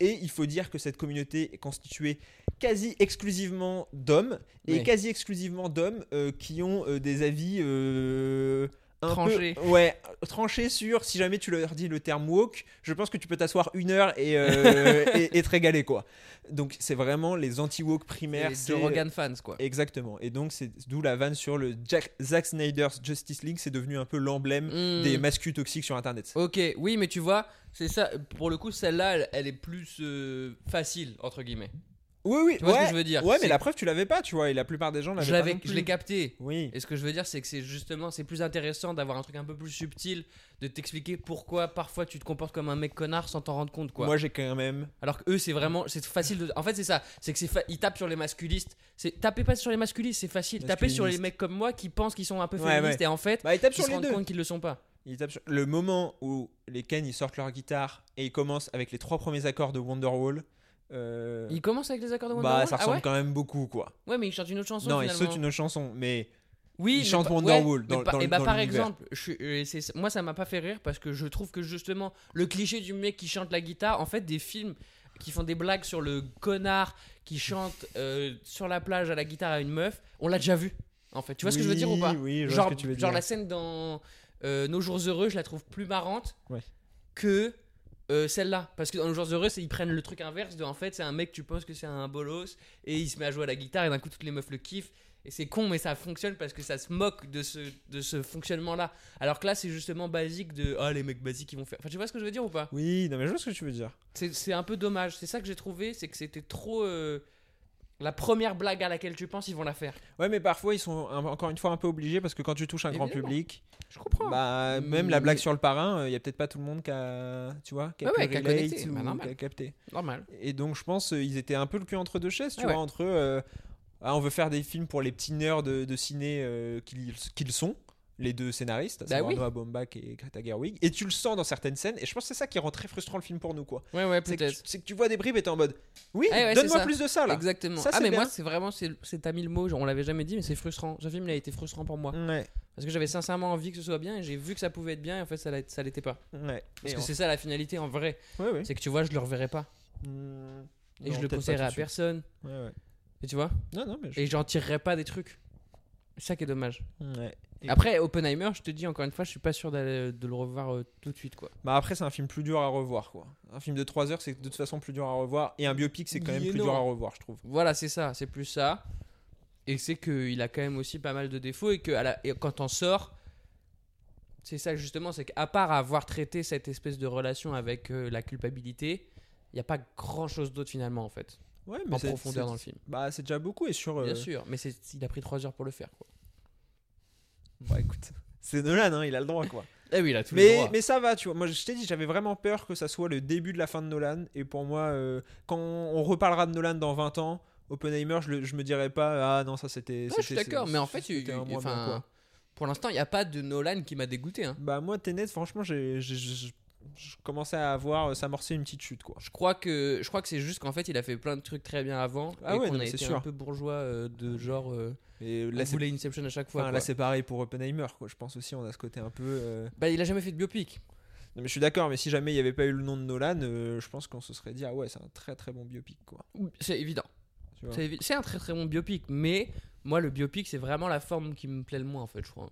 Speaker 5: Et il faut dire que cette communauté est constituée quasi exclusivement d'hommes et
Speaker 6: Ouais.
Speaker 5: quasi exclusivement d'hommes euh, qui ont euh, des avis euh, un
Speaker 6: Tranchés.
Speaker 5: peu- ouais, tranchés sur si jamais tu leur dis le terme woke, je pense que tu peux t'asseoir une heure
Speaker 6: (laughs)
Speaker 5: et, euh, et, et te régaler quoi. Donc c'est vraiment les anti-woke primaires.
Speaker 6: Les
Speaker 5: c'est-
Speaker 6: Joe Rogan fans, quoi.
Speaker 5: Exactement. Et donc c'est d'où la vanne sur le Jack, Zack Snyder's Justice League, c'est devenu un peu l'emblème
Speaker 6: Hmm.
Speaker 5: des mascus toxiques sur Internet.
Speaker 6: Ok, oui, mais tu vois, c'est ça. Pour le coup, celle-là, elle, elle est plus euh, facile entre guillemets.
Speaker 5: Oui, oui.
Speaker 6: Tu vois ce que
Speaker 5: ouais.
Speaker 6: je veux dire
Speaker 5: Ouais,
Speaker 6: C'est-
Speaker 5: mais la preuve, tu l'avais pas, tu vois, et la plupart des gens l'avaient
Speaker 6: Je
Speaker 5: pas
Speaker 6: l'avais,
Speaker 5: non
Speaker 6: je
Speaker 5: plus.
Speaker 6: l'ai capté.
Speaker 5: Oui.
Speaker 6: Et ce que je veux dire, c'est que c'est justement, c'est plus intéressant d'avoir un truc un peu plus subtil, de t'expliquer pourquoi parfois tu te comportes comme un mec connard sans t'en rendre compte, quoi.
Speaker 5: Moi, j'ai quand même.
Speaker 6: Alors que eux, c'est vraiment, c'est facile de. En fait, c'est ça. C'est que c'est, fa- ils tapent sur les masculistes. C'est tapez pas sur les masculistes, c'est facile. Tapez sur les
Speaker 5: Masculinistes.
Speaker 6: mecs comme moi qui pensent qu'ils sont un peu
Speaker 5: Ouais,
Speaker 6: féministes
Speaker 5: ouais.
Speaker 6: et en fait,
Speaker 5: Bah, il tape
Speaker 6: ils
Speaker 5: sur
Speaker 6: se
Speaker 5: les
Speaker 6: rendent
Speaker 5: deux.
Speaker 6: compte qu'ils le sont pas.
Speaker 5: Il tape sur- Le moment où les Ken ils sortent leur guitare et ils commencent avec les trois premiers accords de Wonderwall. euh,
Speaker 6: Ils commencent avec les accords de Wonderwall.
Speaker 5: bah, ça
Speaker 6: Ah
Speaker 5: ressemble
Speaker 6: ouais
Speaker 5: quand même beaucoup, quoi.
Speaker 6: Ouais, mais ils chantent une autre chanson.
Speaker 5: non, ils
Speaker 6: finalement.
Speaker 5: sautent une autre chanson, mais
Speaker 6: Oui,
Speaker 5: Ils
Speaker 6: mais
Speaker 5: chantent
Speaker 6: pas-
Speaker 5: Wonderwall
Speaker 6: mais
Speaker 5: dans-
Speaker 6: pas-
Speaker 5: dans
Speaker 6: et
Speaker 5: le-
Speaker 6: bah,
Speaker 5: dans
Speaker 6: par
Speaker 5: l'univers.
Speaker 6: exemple, je suis- euh, c'est- moi ça m'a pas fait rire parce que je trouve que justement le cliché du mec qui chante la guitare, en fait des films qui font des blagues sur le connard qui chante euh, sur la plage à la guitare à une meuf, on l'a déjà vu. En fait, tu vois ce que je veux dire ou
Speaker 5: Oui,
Speaker 6: pas
Speaker 5: oui, je vois
Speaker 6: Genre,
Speaker 5: ce que tu veux
Speaker 6: genre
Speaker 5: dire.
Speaker 6: la scène dans euh, Nos jours heureux, je la trouve plus marrante
Speaker 5: Ouais.
Speaker 6: que euh, celle-là parce que dans Nos jours heureux, c'est- ils prennent le truc inverse de en fait, c'est un mec tu penses que c'est un bolos et il se met à jouer à la guitare et d'un coup toutes les meufs le kiffent et c'est con, mais ça fonctionne parce que ça se moque de ce, de ce fonctionnement-là. Alors que là, c'est justement basique de ah les mecs basiques ils vont faire. Enfin, tu vois ce que je veux dire ou pas
Speaker 5: oui, non, mais je vois ce que tu veux dire.
Speaker 6: C'est c'est un peu dommage. C'est ça que j'ai trouvé, c'est que c'était trop. euh, La première blague à laquelle tu penses, ils vont la faire.
Speaker 5: Ouais, mais parfois ils sont un- encore une fois un peu obligés parce que quand tu touches un grand
Speaker 6: Évidemment.
Speaker 5: public,
Speaker 6: Je comprends.
Speaker 5: bah même la blague
Speaker 6: Mais-
Speaker 5: sur le parrain, il y a peut-être pas tout le monde qui a, tu vois, qui a,
Speaker 6: Ouais,
Speaker 5: pu
Speaker 6: ouais, qui a
Speaker 5: relate
Speaker 6: connecté,
Speaker 5: ou
Speaker 6: bah, normal.
Speaker 5: qui a capté.
Speaker 6: Normal.
Speaker 5: Et donc, je pense euh, ils étaient un peu le cul entre deux chaises, tu
Speaker 6: Ah
Speaker 5: vois,
Speaker 6: ouais.
Speaker 5: entre euh, ah, on veut faire des films pour les petits nerds de, de ciné euh, qu'ils qu'ils sont, les deux scénaristes, à
Speaker 6: Bah
Speaker 5: savoir
Speaker 6: oui.
Speaker 5: Noah Baumbach et Greta Gerwig, et tu le sens dans certaines scènes, et je pense que c'est ça qui rend très frustrant le film pour nous, quoi.
Speaker 6: Ouais, ouais,
Speaker 5: C'est que,
Speaker 6: peut-être.
Speaker 5: tu- c'est que tu vois des bribes et t'es en mode, oui,
Speaker 6: Ah ouais, c'est
Speaker 5: donne-moi
Speaker 6: ça.
Speaker 5: plus de ça, là.
Speaker 6: Exactement.
Speaker 5: Ça,
Speaker 6: ah,
Speaker 5: c'est
Speaker 6: mais
Speaker 5: bien.
Speaker 6: moi, c'est vraiment. c'est- C'est t'as mis le mot, genre, on l'avait jamais dit, mais c'est frustrant. Ce film, il a été frustrant pour moi.
Speaker 5: Ouais,
Speaker 6: Parce que j'avais sincèrement envie que ce soit bien et j'ai vu que ça pouvait être bien et en fait, ça l'a- ça l'était pas.
Speaker 5: ouais.
Speaker 6: Parce
Speaker 5: Et
Speaker 6: que
Speaker 5: en-
Speaker 6: c'est ça la finalité en vrai.
Speaker 5: ouais, ouais.
Speaker 6: C'est que tu vois, je le reverrai pas. Et
Speaker 5: Mm, non,
Speaker 6: je le
Speaker 5: peut-être pas
Speaker 6: conseillerai
Speaker 5: tout
Speaker 6: à
Speaker 5: de suite.
Speaker 6: personne.
Speaker 5: Ouais, ouais.
Speaker 6: Et tu vois
Speaker 5: Non, non, mais je-
Speaker 6: Et j'en tirerai pas des trucs. C'est ça qui est dommage.
Speaker 5: Ouais. Et-
Speaker 6: Après, Oppenheimer, je te dis encore une fois, je suis pas sûr d'aller- de le revoir euh, tout de suite. quoi.
Speaker 5: Bah après, c'est un film plus dur à revoir, quoi. Un film de 3 heures, c'est de toute façon plus dur à revoir, et un biopic, c'est quand
Speaker 6: Il
Speaker 5: même
Speaker 6: est
Speaker 5: plus dur à
Speaker 6: énorme.
Speaker 5: revoir, je trouve.
Speaker 6: Voilà, c'est ça, c'est plus ça. Et c'est qu'il a quand même aussi pas mal de défauts et que à la- et quand on sort, c'est ça justement, c'est qu'à part avoir traité cette espèce de relation avec euh, la culpabilité, il n'y a pas grand chose d'autre finalement en fait,
Speaker 5: Ouais, mais
Speaker 6: en
Speaker 5: c'est-
Speaker 6: profondeur
Speaker 5: c'est-
Speaker 6: dans le film.
Speaker 5: Bah, c'est déjà beaucoup, et sur. euh,
Speaker 6: Bien sûr, mais c'est- il a pris 3 heures pour le faire. Quoi.
Speaker 5: Bah écoute, (laughs) c'est Nolan, hein, il a le droit quoi.
Speaker 6: Eh oui, il a tout le
Speaker 5: mais,
Speaker 6: droit.
Speaker 5: mais ça va, tu vois. Moi je t'ai dit, j'avais vraiment peur que ça soit le début de la fin de Nolan. Et pour moi, euh, quand on reparlera de Nolan dans 20 ans, Oppenheimer, je, le- je me dirais pas, ah non, ça c'était.
Speaker 6: Ouais, je suis
Speaker 5: c'était-
Speaker 6: d'accord,
Speaker 5: c'est-
Speaker 6: mais en fait,
Speaker 5: c'était
Speaker 6: il-
Speaker 5: un moins
Speaker 6: enfin,
Speaker 5: bien, quoi.
Speaker 6: pour l'instant, il n'y a pas de Nolan qui m'a dégoûté. hein.
Speaker 5: Bah moi, Tenet, franchement, j'ai. j'ai- j'ai- Je commençais à avoir euh, s'amorcer une petite chute quoi.
Speaker 6: Je crois que je crois que c'est juste qu'en fait, il a fait plein de trucs très bien avant
Speaker 5: Ah
Speaker 6: et
Speaker 5: ouais,
Speaker 6: qu'on
Speaker 5: non,
Speaker 6: a
Speaker 5: mais c'est
Speaker 6: été un
Speaker 5: sûr.
Speaker 6: peu bourgeois euh, de genre euh,
Speaker 5: Et
Speaker 6: on
Speaker 5: là c'est
Speaker 6: voulait Inception à chaque fois.
Speaker 5: enfin, là
Speaker 6: quoi.
Speaker 5: c'est pareil pour Oppenheimer quoi. Je pense aussi on a ce côté un peu. euh,
Speaker 6: Bah, il a jamais fait de biopic.
Speaker 5: Non mais je suis d'accord, mais si jamais il n'y avait pas eu le nom de Nolan, euh, je pense qu'on se serait dit ah ouais c'est un très très bon biopic quoi.
Speaker 6: Ou- C'est évident.
Speaker 5: Tu vois.
Speaker 6: C'est évi- C'est un très très bon biopic, mais moi le biopic c'est vraiment la forme qui me plaît le moins en fait, je crois.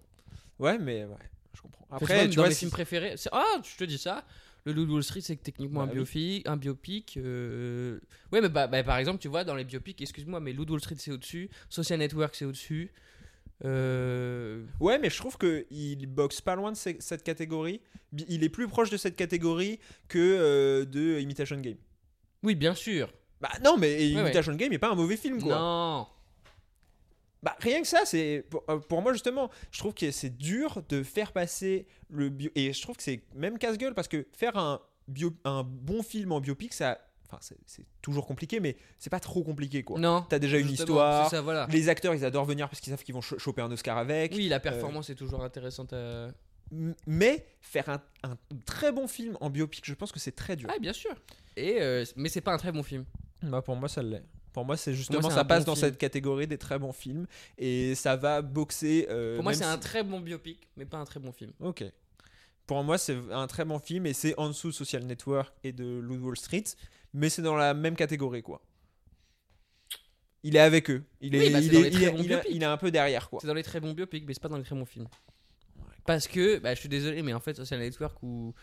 Speaker 5: Ouais mais ouais, je comprends.
Speaker 6: Après,
Speaker 5: Après tu
Speaker 6: dans
Speaker 5: vois
Speaker 6: mes
Speaker 5: si-
Speaker 6: films préférés, c'est- ah, je te dis ça. Le Loup de Wall Street, c'est techniquement un
Speaker 5: Bah oui.
Speaker 6: biopic. Un biopic euh, Ouais, mais bah, bah, par exemple, tu vois, dans les biopics, excuse-moi, mais Loup de Wall Street, c'est au-dessus. Social Network, c'est au-dessus. Euh,
Speaker 5: Ouais, mais je trouve que il boxe pas loin de ce- cette catégorie. Bi- Il est plus proche de cette catégorie que euh, de Imitation Game.
Speaker 6: Oui, bien sûr.
Speaker 5: Bah non, mais
Speaker 6: Ouais,
Speaker 5: Imitation Game est pas un mauvais film quoi.
Speaker 6: Non.
Speaker 5: Bah rien que ça, c'est pour, euh, pour moi justement, je trouve que c'est dur de faire passer le bio et je trouve que c'est même casse-gueule parce que faire un bio- un bon film en biopic, ça, enfin c'est- c'est toujours compliqué, mais c'est pas trop compliqué quoi.
Speaker 6: Non.
Speaker 5: T'as déjà une
Speaker 6: Justement,
Speaker 5: histoire.
Speaker 6: C'est ça, voilà.
Speaker 5: Les acteurs, ils adorent venir parce qu'ils savent qu'ils vont cho- choper un Oscar avec.
Speaker 6: Oui, la performance est toujours intéressante. à-
Speaker 5: M- Mais faire un, un très bon film en biopic, je pense que c'est très dur.
Speaker 6: Ah, bien sûr. Et euh, mais c'est pas un très bon film.
Speaker 5: Bah, pour moi, ça l'est. Pour moi, c'est justement,
Speaker 6: c'est un
Speaker 5: ça passe
Speaker 6: bon
Speaker 5: dans
Speaker 6: film.
Speaker 5: cette catégorie des très bons films et ça va boxer. euh,
Speaker 6: Pour moi,
Speaker 5: même
Speaker 6: c'est
Speaker 5: si-
Speaker 6: un très bon biopic, mais pas un très bon film.
Speaker 5: Ok. Pour moi, c'est un très bon film et c'est en dessous de Social Network et de Loup de Wall Street, mais c'est dans la même catégorie, quoi. Il est avec eux. Il
Speaker 6: Oui,
Speaker 5: est,
Speaker 6: bah, c'est
Speaker 5: il,
Speaker 6: dans
Speaker 5: est,
Speaker 6: les
Speaker 5: il,
Speaker 6: très
Speaker 5: est,
Speaker 6: bons
Speaker 5: il est-
Speaker 6: biopics.
Speaker 5: il est un peu derrière, quoi.
Speaker 6: C'est dans les très bons biopics, mais c'est pas dans les très bons films. Parce que, bah, je suis désolé, mais en fait, Social Network ou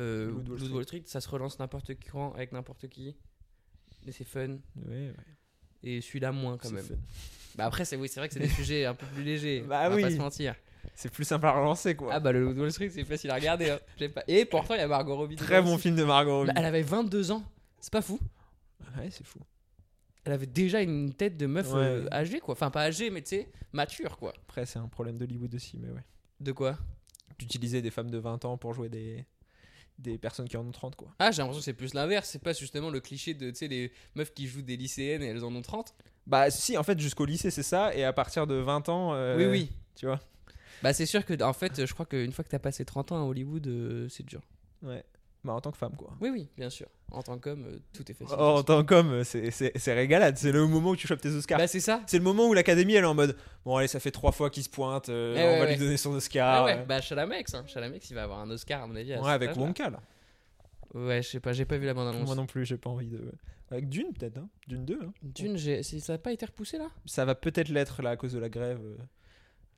Speaker 6: euh,
Speaker 5: Loup de Wall
Speaker 6: Loup de Wall Street, ça se relance n'importe quand avec n'importe qui. Mais c'est fun. Et celui-là, moins quand
Speaker 5: C'est
Speaker 6: même.
Speaker 5: fun.
Speaker 6: Bah après, c'est oui, c'est vrai que c'est
Speaker 5: (laughs)
Speaker 6: des sujets un peu plus légers.
Speaker 5: Bah
Speaker 6: on va
Speaker 5: oui.
Speaker 6: pas se mentir.
Speaker 5: C'est plus simple à relancer, quoi.
Speaker 6: Ah bah le Loup de Wall Street, c'est facile à regarder. hein. Je l'ai pas... Et pourtant, il y a Margot Robbie.
Speaker 5: très
Speaker 6: dedans
Speaker 5: bon
Speaker 6: aussi. Bah,
Speaker 5: film de Margot Robbie.
Speaker 6: Elle avait 22 ans. C'est pas fou.
Speaker 5: Ouais, c'est fou.
Speaker 6: Elle avait déjà une tête de meuf
Speaker 5: Ouais.
Speaker 6: euh, âgée, quoi. Enfin, pas âgée, mais tu sais, mature, quoi.
Speaker 5: Après, c'est un problème d'Hollywood aussi, mais ouais.
Speaker 6: De quoi
Speaker 5: D'utiliser des femmes de 20 ans pour jouer des, des personnes qui en ont 30, quoi.
Speaker 6: Ah, j'ai l'impression que c'est plus l'inverse. C'est pas justement le cliché de, tu sais, les meufs qui jouent des lycéennes et elles en ont 30.
Speaker 5: Bah, si, en fait, jusqu'au lycée, c'est ça, et à partir de 20 ans. euh,
Speaker 6: Oui, oui.
Speaker 5: Tu vois
Speaker 6: Bah, c'est sûr que, en fait, je crois qu'une fois que t'as passé 30 ans à Hollywood, euh, c'est dur.
Speaker 5: Ouais. Bah, en tant que femme, quoi.
Speaker 6: Oui, oui, bien sûr. En tant qu'homme, euh, tout est facile.
Speaker 5: Oh, en tant qu'homme, c'est- c'est c'est régalade. C'est le moment où tu chopes tes Oscars.
Speaker 6: bah, c'est ça.
Speaker 5: c'est le moment où l'académie elle est en mode Bon, allez, ça fait trois fois qu'il se pointe, euh,
Speaker 6: Eh
Speaker 5: on
Speaker 6: ouais,
Speaker 5: va
Speaker 6: ouais.
Speaker 5: lui donner son
Speaker 6: Ah
Speaker 5: Oscar.
Speaker 6: ouais,
Speaker 5: euh.
Speaker 6: bah Chalamex, hein. Chalamex, il va avoir un Oscar à mon avis. à
Speaker 5: Ouais,
Speaker 6: cet
Speaker 5: avec
Speaker 6: âge-là.
Speaker 5: Wonka là.
Speaker 6: Ouais, je sais pas, j'ai pas vu la bande
Speaker 5: Moi
Speaker 6: annonce.
Speaker 5: non plus, j'ai pas envie de. Avec Dune peut-être, hein. Dune 2. hein.
Speaker 6: Dune, j'ai- c'est- ça a pas été repoussé là
Speaker 5: Ça va peut-être l'être là à cause de la grève. euh.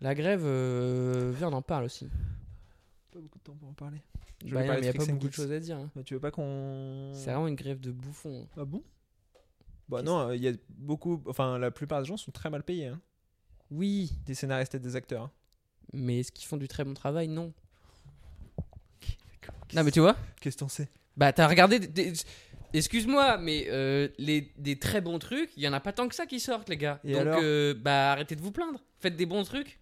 Speaker 6: La grève, euh... viens, on en parle aussi.
Speaker 5: Pas beaucoup de temps pour en parler. Je
Speaker 6: Bah,
Speaker 5: voulais
Speaker 6: non,
Speaker 5: parler
Speaker 6: mais
Speaker 5: de
Speaker 6: y a pas
Speaker 5: Freaks and
Speaker 6: beaucoup de
Speaker 5: Geeks.
Speaker 6: choses à dire. hein.
Speaker 5: Mais tu veux pas qu'on.
Speaker 6: C'est vraiment une grève de bouffons.
Speaker 5: Ah bon Bah
Speaker 6: Qu'est-ce-
Speaker 5: non, il y a beaucoup. Enfin, la plupart des gens sont très mal payés, hein.
Speaker 6: Oui,
Speaker 5: Des scénaristes et des acteurs. hein.
Speaker 6: mais est-ce qu'ils font du très bon travail Non. Non, mais tu vois
Speaker 5: Qu'est-ce que t'en sais
Speaker 6: Bah, t'as regardé. des- des- Excuse-moi, mais euh, les, des très bons trucs, il y en a pas tant que ça qui sortent, les gars.
Speaker 5: Et
Speaker 6: Donc,
Speaker 5: alors
Speaker 6: euh, bah, arrêtez de vous plaindre. Faites des bons trucs.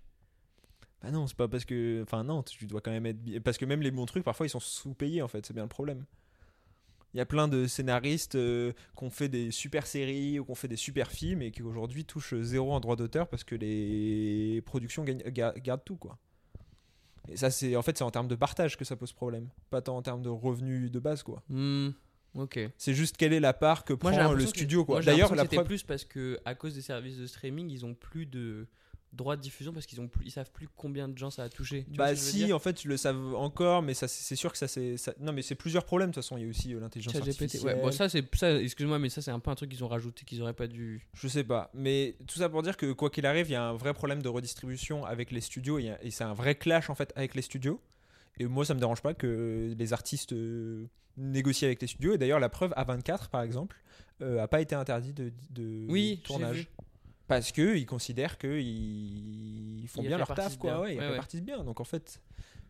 Speaker 5: Bah non, c'est pas parce que. Enfin, non, tu dois quand même être. bi- Parce que même les bons trucs, parfois, ils sont sous-payés, en fait. C'est bien le problème. Il y a plein de scénaristes euh, qui ont fait des super séries ou qui ont fait des super films et qui aujourd'hui touchent zéro en droit d'auteur parce que les productions gagnent- ga- gardent tout, quoi. Et ça, c'est. En fait, c'est en termes de partage que ça pose problème. Pas tant en termes de revenus de base, quoi.
Speaker 6: Hmm, ok.
Speaker 5: C'est juste quelle est la part que
Speaker 6: Moi, j'ai
Speaker 5: prend le
Speaker 6: l'impression que-
Speaker 5: studio, quoi.
Speaker 6: moi, j'ai
Speaker 5: D'ailleurs,
Speaker 6: l'impression
Speaker 5: la
Speaker 6: que c'était
Speaker 5: preuve.
Speaker 6: plus parce que à cause des services de streaming, ils ont plus de droits de diffusion parce qu'ils ont plus, ils savent plus combien de gens ça a touché. Tu vois
Speaker 5: Bah
Speaker 6: ce que je veux
Speaker 5: si,
Speaker 6: dire
Speaker 5: en fait, ils le savent encore, mais ça, c'est c'est sûr que ça, c'est. ça- Non, mais c'est plusieurs problèmes de toute façon. Il y a aussi euh, l'intelligence
Speaker 6: ChatGPT.
Speaker 5: artificielle.
Speaker 6: Ouais, bon, ça c'est ça. Excuse-moi, mais ça c'est un peu un truc qu'ils ont rajouté qu'ils auraient pas dû.
Speaker 5: Je sais pas, mais tout ça pour dire que quoi qu'il arrive, il y a un vrai problème de redistribution avec les studios il y a- et c'est un vrai clash en fait avec les studios. Et moi, ça me dérange pas que les artistes euh, négocient avec les studios. Et d'ailleurs, la preuve A24 par exemple euh, a pas été interdit de, de
Speaker 6: Oui, j'ai
Speaker 5: tournage
Speaker 6: vu.
Speaker 5: parce que ils considèrent que ils, ils font
Speaker 6: Ils
Speaker 5: bien leur
Speaker 6: répartissent
Speaker 5: taf quoi,
Speaker 6: bien.
Speaker 5: ouais, ils
Speaker 6: Ouais, ouais.
Speaker 5: répartissent bien. Donc en fait,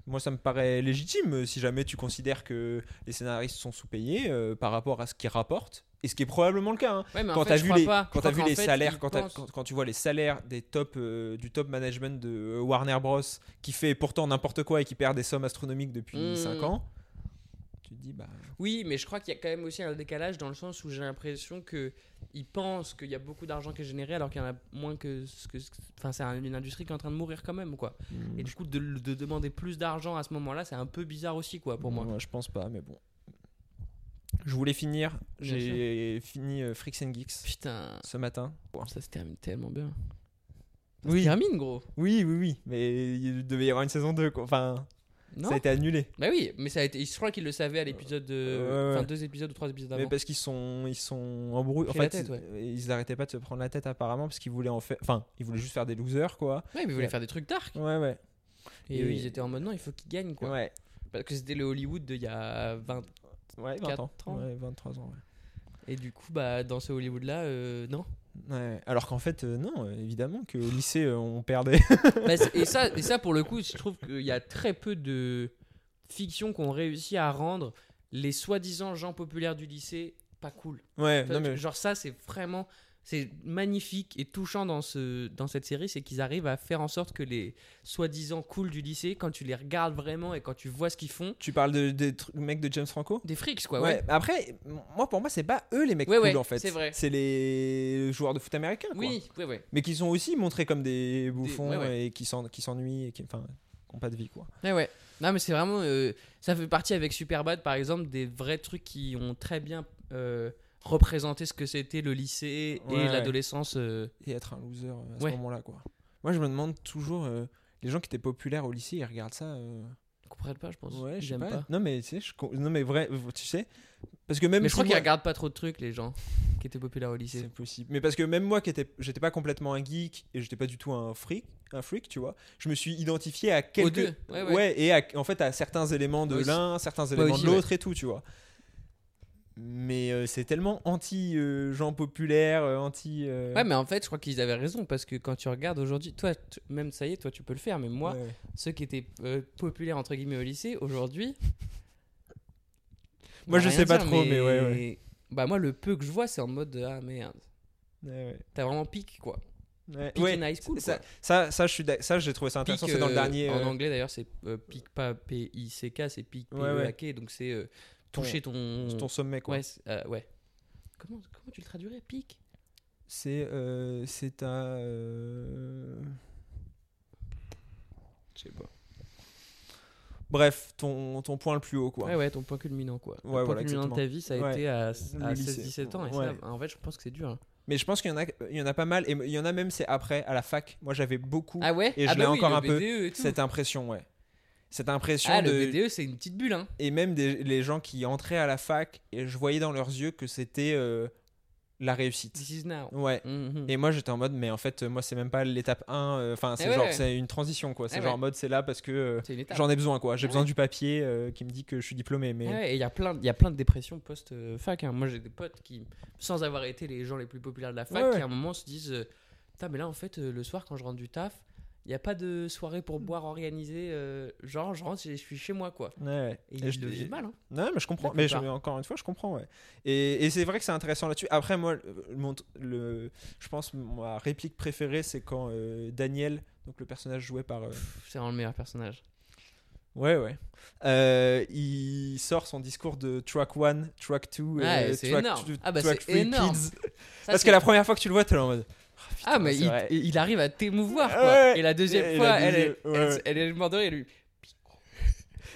Speaker 5: moi ça me paraît légitime euh, si jamais tu considères que les scénaristes sont sous-payés euh, par rapport à ce qu'ils rapportent et ce qui est probablement le cas. hein
Speaker 6: Ouais, mais en
Speaker 5: quand
Speaker 6: fait,
Speaker 5: t'as
Speaker 6: je
Speaker 5: vu
Speaker 6: crois
Speaker 5: les
Speaker 6: pas. Je
Speaker 5: quand
Speaker 6: crois
Speaker 5: t'as vu
Speaker 6: qu'en
Speaker 5: les
Speaker 6: fait,
Speaker 5: salaires
Speaker 6: ils
Speaker 5: quand, t'as-
Speaker 6: pensent-
Speaker 5: quand- quand tu vois les salaires des top euh, du top management de euh, Warner Bros qui fait pourtant n'importe quoi et qui perd des sommes astronomiques depuis
Speaker 6: Mm.
Speaker 5: 5 ans tu te dis bah
Speaker 6: Oui, mais je crois qu'il y a quand même aussi un décalage dans le sens où j'ai l'impression que ils pensent qu'il y a beaucoup d'argent qui est généré alors qu'il y en a moins que ce que. Enfin, c'est un- une industrie qui est en train de mourir quand même, quoi. Et du coup, de, de demander plus d'argent à ce moment-là, c'est un peu bizarre aussi, quoi, pour moi.
Speaker 5: je pense pas mais bon je voulais finir
Speaker 6: Bien
Speaker 5: j'ai fini euh, Freaks and Geeks
Speaker 6: Putain,
Speaker 5: ce matin
Speaker 6: ça se termine tellement bien. Ça
Speaker 5: Oui.
Speaker 6: se termine, gros.
Speaker 5: oui oui oui mais il devait y avoir une saison 2 quoi. enfin
Speaker 6: Non
Speaker 5: ça a été annulé
Speaker 6: Bah oui, mais ça a été. Je crois qu'ils le savaient à l'épisode de.
Speaker 5: Euh, ouais,
Speaker 6: Enfin,
Speaker 5: ouais.
Speaker 6: deux épisodes ou trois épisodes
Speaker 5: Mais bah,
Speaker 6: avant.
Speaker 5: parce qu'ils sont, ils sont embrouillés. En
Speaker 6: Bah Pris la
Speaker 5: fait,
Speaker 6: tête,
Speaker 5: ils-
Speaker 6: ouais.
Speaker 5: ils n'arrêtaient pas de se prendre la tête apparemment parce qu'ils voulaient en fait, enfin, ils voulaient juste faire des losers quoi.
Speaker 6: Ouais, mais ils voulaient
Speaker 5: Ouais.
Speaker 6: faire des trucs dark.
Speaker 5: Ouais ouais.
Speaker 6: Et,
Speaker 5: Et-
Speaker 6: eux, ils étaient en mode non, il faut qu'ils gagnent, quoi.
Speaker 5: Ouais.
Speaker 6: Parce que c'était le Hollywood d'il y a 20
Speaker 5: Ouais, 20
Speaker 6: Quatre
Speaker 5: ans.
Speaker 6: ans.
Speaker 5: Ouais, 23 ans.
Speaker 6: Et du coup, bah, dans ce Hollywood-là, euh, non.
Speaker 5: Ouais. Ouais, Alors qu'en fait, euh, non, euh, évidemment
Speaker 6: (laughs)
Speaker 5: qu'au lycée, euh, on perdait. (laughs)
Speaker 6: Bah, c'est- et, ça, et ça, pour le coup, je trouve qu'il y a très peu de fictions qu'on réussit à rendre les soi-disant gens populaires du lycée pas cool.
Speaker 5: ouais,
Speaker 6: Enfin,
Speaker 5: Euh, non mais.
Speaker 6: Genre, ça, c'est vraiment. C'est magnifique et touchant dans, ce, dans cette série, c'est qu'ils arrivent à faire en sorte que les soi-disant cool du lycée, quand tu les regardes vraiment et quand tu vois ce qu'ils font,
Speaker 5: Tu parles de, des trucs- mecs de James Franco
Speaker 6: des frics, quoi.
Speaker 5: Ouais,
Speaker 6: ouais.
Speaker 5: Après, m- moi pour moi, c'est pas eux les mecs
Speaker 6: Ouais,
Speaker 5: cool
Speaker 6: ouais,
Speaker 5: en fait.
Speaker 6: c'est vrai.
Speaker 5: C'est les joueurs de foot américains quoi.
Speaker 6: Oui, ouais, ouais.
Speaker 5: Mais qui sont aussi montrés comme des bouffons
Speaker 6: ouais, ouais.
Speaker 5: et qui s'en- qui s'ennuient et qui, enfin, qui n'ont pas de vie, quoi.
Speaker 6: Ouais, ouais. Non, mais c'est vraiment. euh, ça fait partie avec Superbad, par exemple, des vrais trucs qui ont très bien euh, représenté ce que c'était le lycée et
Speaker 5: Ouais, ouais.
Speaker 6: l'adolescence. euh.
Speaker 5: Et être un loser euh, à ce
Speaker 6: Ouais.
Speaker 5: moment-là, quoi. Moi, je me demande toujours. euh, les gens qui étaient populaires au lycée, ils regardent ça. euh,
Speaker 6: Ils comprennent pas, je pense.
Speaker 5: Ouais,
Speaker 6: Ils
Speaker 5: je sais
Speaker 6: aiment
Speaker 5: pas.
Speaker 6: pas.
Speaker 5: Non, mais tu sais, je con- non, mais vrai, tu sais. Parce que même.
Speaker 6: Mais je
Speaker 5: si
Speaker 6: crois qu'ils
Speaker 5: moi-
Speaker 6: regardent pas trop de trucs, les gens qui étaient populaires au lycée.
Speaker 5: C'est possible. Mais parce que même moi, qui était, j'étais pas complètement un geek et j'étais pas du tout un freak, un freak, tu vois. Je me suis identifié à quelques,
Speaker 6: deux, ouais, ouais.
Speaker 5: et à- en fait à certains éléments de
Speaker 6: Moi aussi.
Speaker 5: l'un, certains éléments
Speaker 6: aussi,
Speaker 5: de l'autre et tout, tu vois. Mais euh, c'est tellement anti euh, gens populaires, euh, anti. euh,
Speaker 6: Ouais, mais en fait, je crois qu'ils avaient raison parce que quand tu regardes aujourd'hui, toi, tu- même ça y est, toi, tu peux le faire, mais moi,
Speaker 5: ouais.
Speaker 6: ceux qui étaient euh, populaires entre guillemets au lycée, aujourd'hui. on
Speaker 5: Moi,
Speaker 6: va
Speaker 5: je
Speaker 6: rien
Speaker 5: sais pas trop, mais ouais,
Speaker 6: Bah, moi, le peu que je vois, c'est en mode de, ah merde,
Speaker 5: Ouais,
Speaker 6: t'as vraiment pique quoi.
Speaker 5: ouais. Ouais.
Speaker 6: Pique
Speaker 5: Ouais,
Speaker 6: in high school.
Speaker 5: ça,
Speaker 6: quoi.
Speaker 5: ça, ça, je suis, d'ac- ça, j'ai trouvé ça intéressant.
Speaker 6: Pique,
Speaker 5: C'est dans le
Speaker 6: euh,
Speaker 5: dernier.
Speaker 6: En
Speaker 5: euh,
Speaker 6: anglais d'ailleurs, c'est euh, pique pas P-I-C-K, c'est pique
Speaker 5: Ouais, ouais.
Speaker 6: P-E-A-K, donc c'est euh,
Speaker 5: Ton-
Speaker 6: toucher ton.
Speaker 5: ton sommet, quoi.
Speaker 6: Ouais, c'est- euh, ouais. Comment, comment tu le traduirais Pique
Speaker 5: C'est, euh, c'est un. euh,
Speaker 6: Je sais pas.
Speaker 5: Bref, ton, ton point le plus haut, quoi.
Speaker 6: Ah Ouais, ouais, ton point culminant quoi.
Speaker 5: Ouais,
Speaker 6: le point
Speaker 5: voilà,
Speaker 6: culminant de ta
Speaker 5: exactement.
Speaker 6: vie, ça a
Speaker 5: Ouais.
Speaker 6: été à, à
Speaker 5: Le lycée.
Speaker 6: 16-17 ans. Et
Speaker 5: Ouais.
Speaker 6: ça, en fait, je pense que c'est dur. hein.
Speaker 5: Mais je pense qu'il y en a, il y en a pas mal, et il y en a même c'est après, à la fac. Moi, j'avais beaucoup
Speaker 6: Ah ouais
Speaker 5: Et
Speaker 6: Ah
Speaker 5: je
Speaker 6: bah
Speaker 5: l'ai
Speaker 6: oui,
Speaker 5: encore
Speaker 6: le
Speaker 5: un peu.
Speaker 6: BDE et tout.
Speaker 5: cette impression, ouais. Cette impression
Speaker 6: Ah,
Speaker 5: de
Speaker 6: le BDE, c'est une petite bulle, hein.
Speaker 5: et même des, les gens qui entraient à la fac, et je voyais dans leurs yeux que c'était euh, la réussite.
Speaker 6: This is now.
Speaker 5: Ouais.
Speaker 6: Mhm.
Speaker 5: Et moi j'étais en mode mais en fait moi c'est même pas l'étape 1 enfin c'est
Speaker 6: Ah ouais,
Speaker 5: genre
Speaker 6: ouais.
Speaker 5: c'est une transition quoi, c'est
Speaker 6: Ah
Speaker 5: genre
Speaker 6: ouais.
Speaker 5: en mode c'est là parce que euh,
Speaker 6: C'est une étape.
Speaker 5: j'en ai besoin quoi, j'ai
Speaker 6: Ah
Speaker 5: besoin
Speaker 6: ouais.
Speaker 5: du papier euh, qui me dit que je suis diplômé mais
Speaker 6: Ah ouais, et il y a plein de- il y a plein de dépressions post-fac. hein. Moi, j'ai des potes qui, sans avoir été les gens les plus populaires de la fac,
Speaker 5: Ouais,
Speaker 6: qui
Speaker 5: ouais.
Speaker 6: à un moment se disent euh, Putain, mais là, en fait, euh, le soir, quand je rentre du taf, il n'y a pas de soirée pour boire organisée. euh, genre, je rentre et je suis chez moi, quoi.
Speaker 5: Ouais, ouais.
Speaker 6: Et,
Speaker 5: Et
Speaker 6: ils
Speaker 5: je-
Speaker 6: le vivent mal, hein.
Speaker 5: Non, mais je comprends.
Speaker 6: La
Speaker 5: Mais je-
Speaker 6: plupart.
Speaker 5: encore une fois, je comprends, ouais. Et, et c'est vrai que c'est intéressant là-dessus. Après, moi, euh, mon t- le, je pense ma réplique préférée, c'est quand euh, Daniel, donc le personnage joué par. euh,
Speaker 6: Pff, C'est vraiment le meilleur personnage.
Speaker 5: ouais, ouais. Euh, il sort son discours de track 1, track 2,
Speaker 6: Ouais, c'est
Speaker 5: track,
Speaker 6: énorme.
Speaker 5: two-
Speaker 6: Ah bah,
Speaker 5: track
Speaker 6: c'est
Speaker 5: three
Speaker 6: énorme.
Speaker 5: kids.
Speaker 6: Ça,
Speaker 5: Parce
Speaker 6: c'est-
Speaker 5: que la première fois que tu le vois, t'es là en mode. Ah, putain,
Speaker 6: Ah, mais
Speaker 5: c'est
Speaker 6: il,
Speaker 5: vrai.
Speaker 6: il arrive à t'émouvoir, quoi.
Speaker 5: Ouais.
Speaker 6: Et la deuxième
Speaker 5: Et la
Speaker 6: fois, elle,
Speaker 5: deuxième-
Speaker 6: est,
Speaker 5: ouais,
Speaker 6: elle,
Speaker 5: ouais.
Speaker 6: elle est demandeur et lui.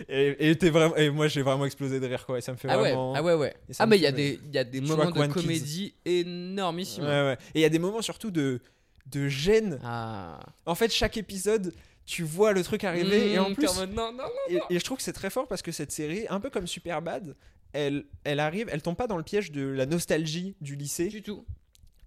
Speaker 5: Et, et t'es vraiment, et moi, j'ai vraiment explosé de rire, quoi. Et ça me fait
Speaker 6: Ah ouais,
Speaker 5: vraiment.
Speaker 6: ah ouais, ouais.
Speaker 5: Et ça
Speaker 6: Ah,
Speaker 5: me
Speaker 6: mais il y, a
Speaker 5: fait-
Speaker 6: des- il y a des
Speaker 5: Track
Speaker 6: moments de
Speaker 5: One Kids.
Speaker 6: comédie énormissimes.
Speaker 5: Ouais, ouais. Et il y a des moments surtout de, de gêne.
Speaker 6: Ah.
Speaker 5: En fait, chaque épisode, tu vois le truc arriver et en
Speaker 6: Mmh,
Speaker 5: plus,
Speaker 6: t'es mode, oh. non, non, non.
Speaker 5: et, et je trouve que c'est très fort parce que cette série, un peu comme Superbad, elle, elle arrive, elle tombe pas dans le piège de la nostalgie du lycée
Speaker 6: Du tout.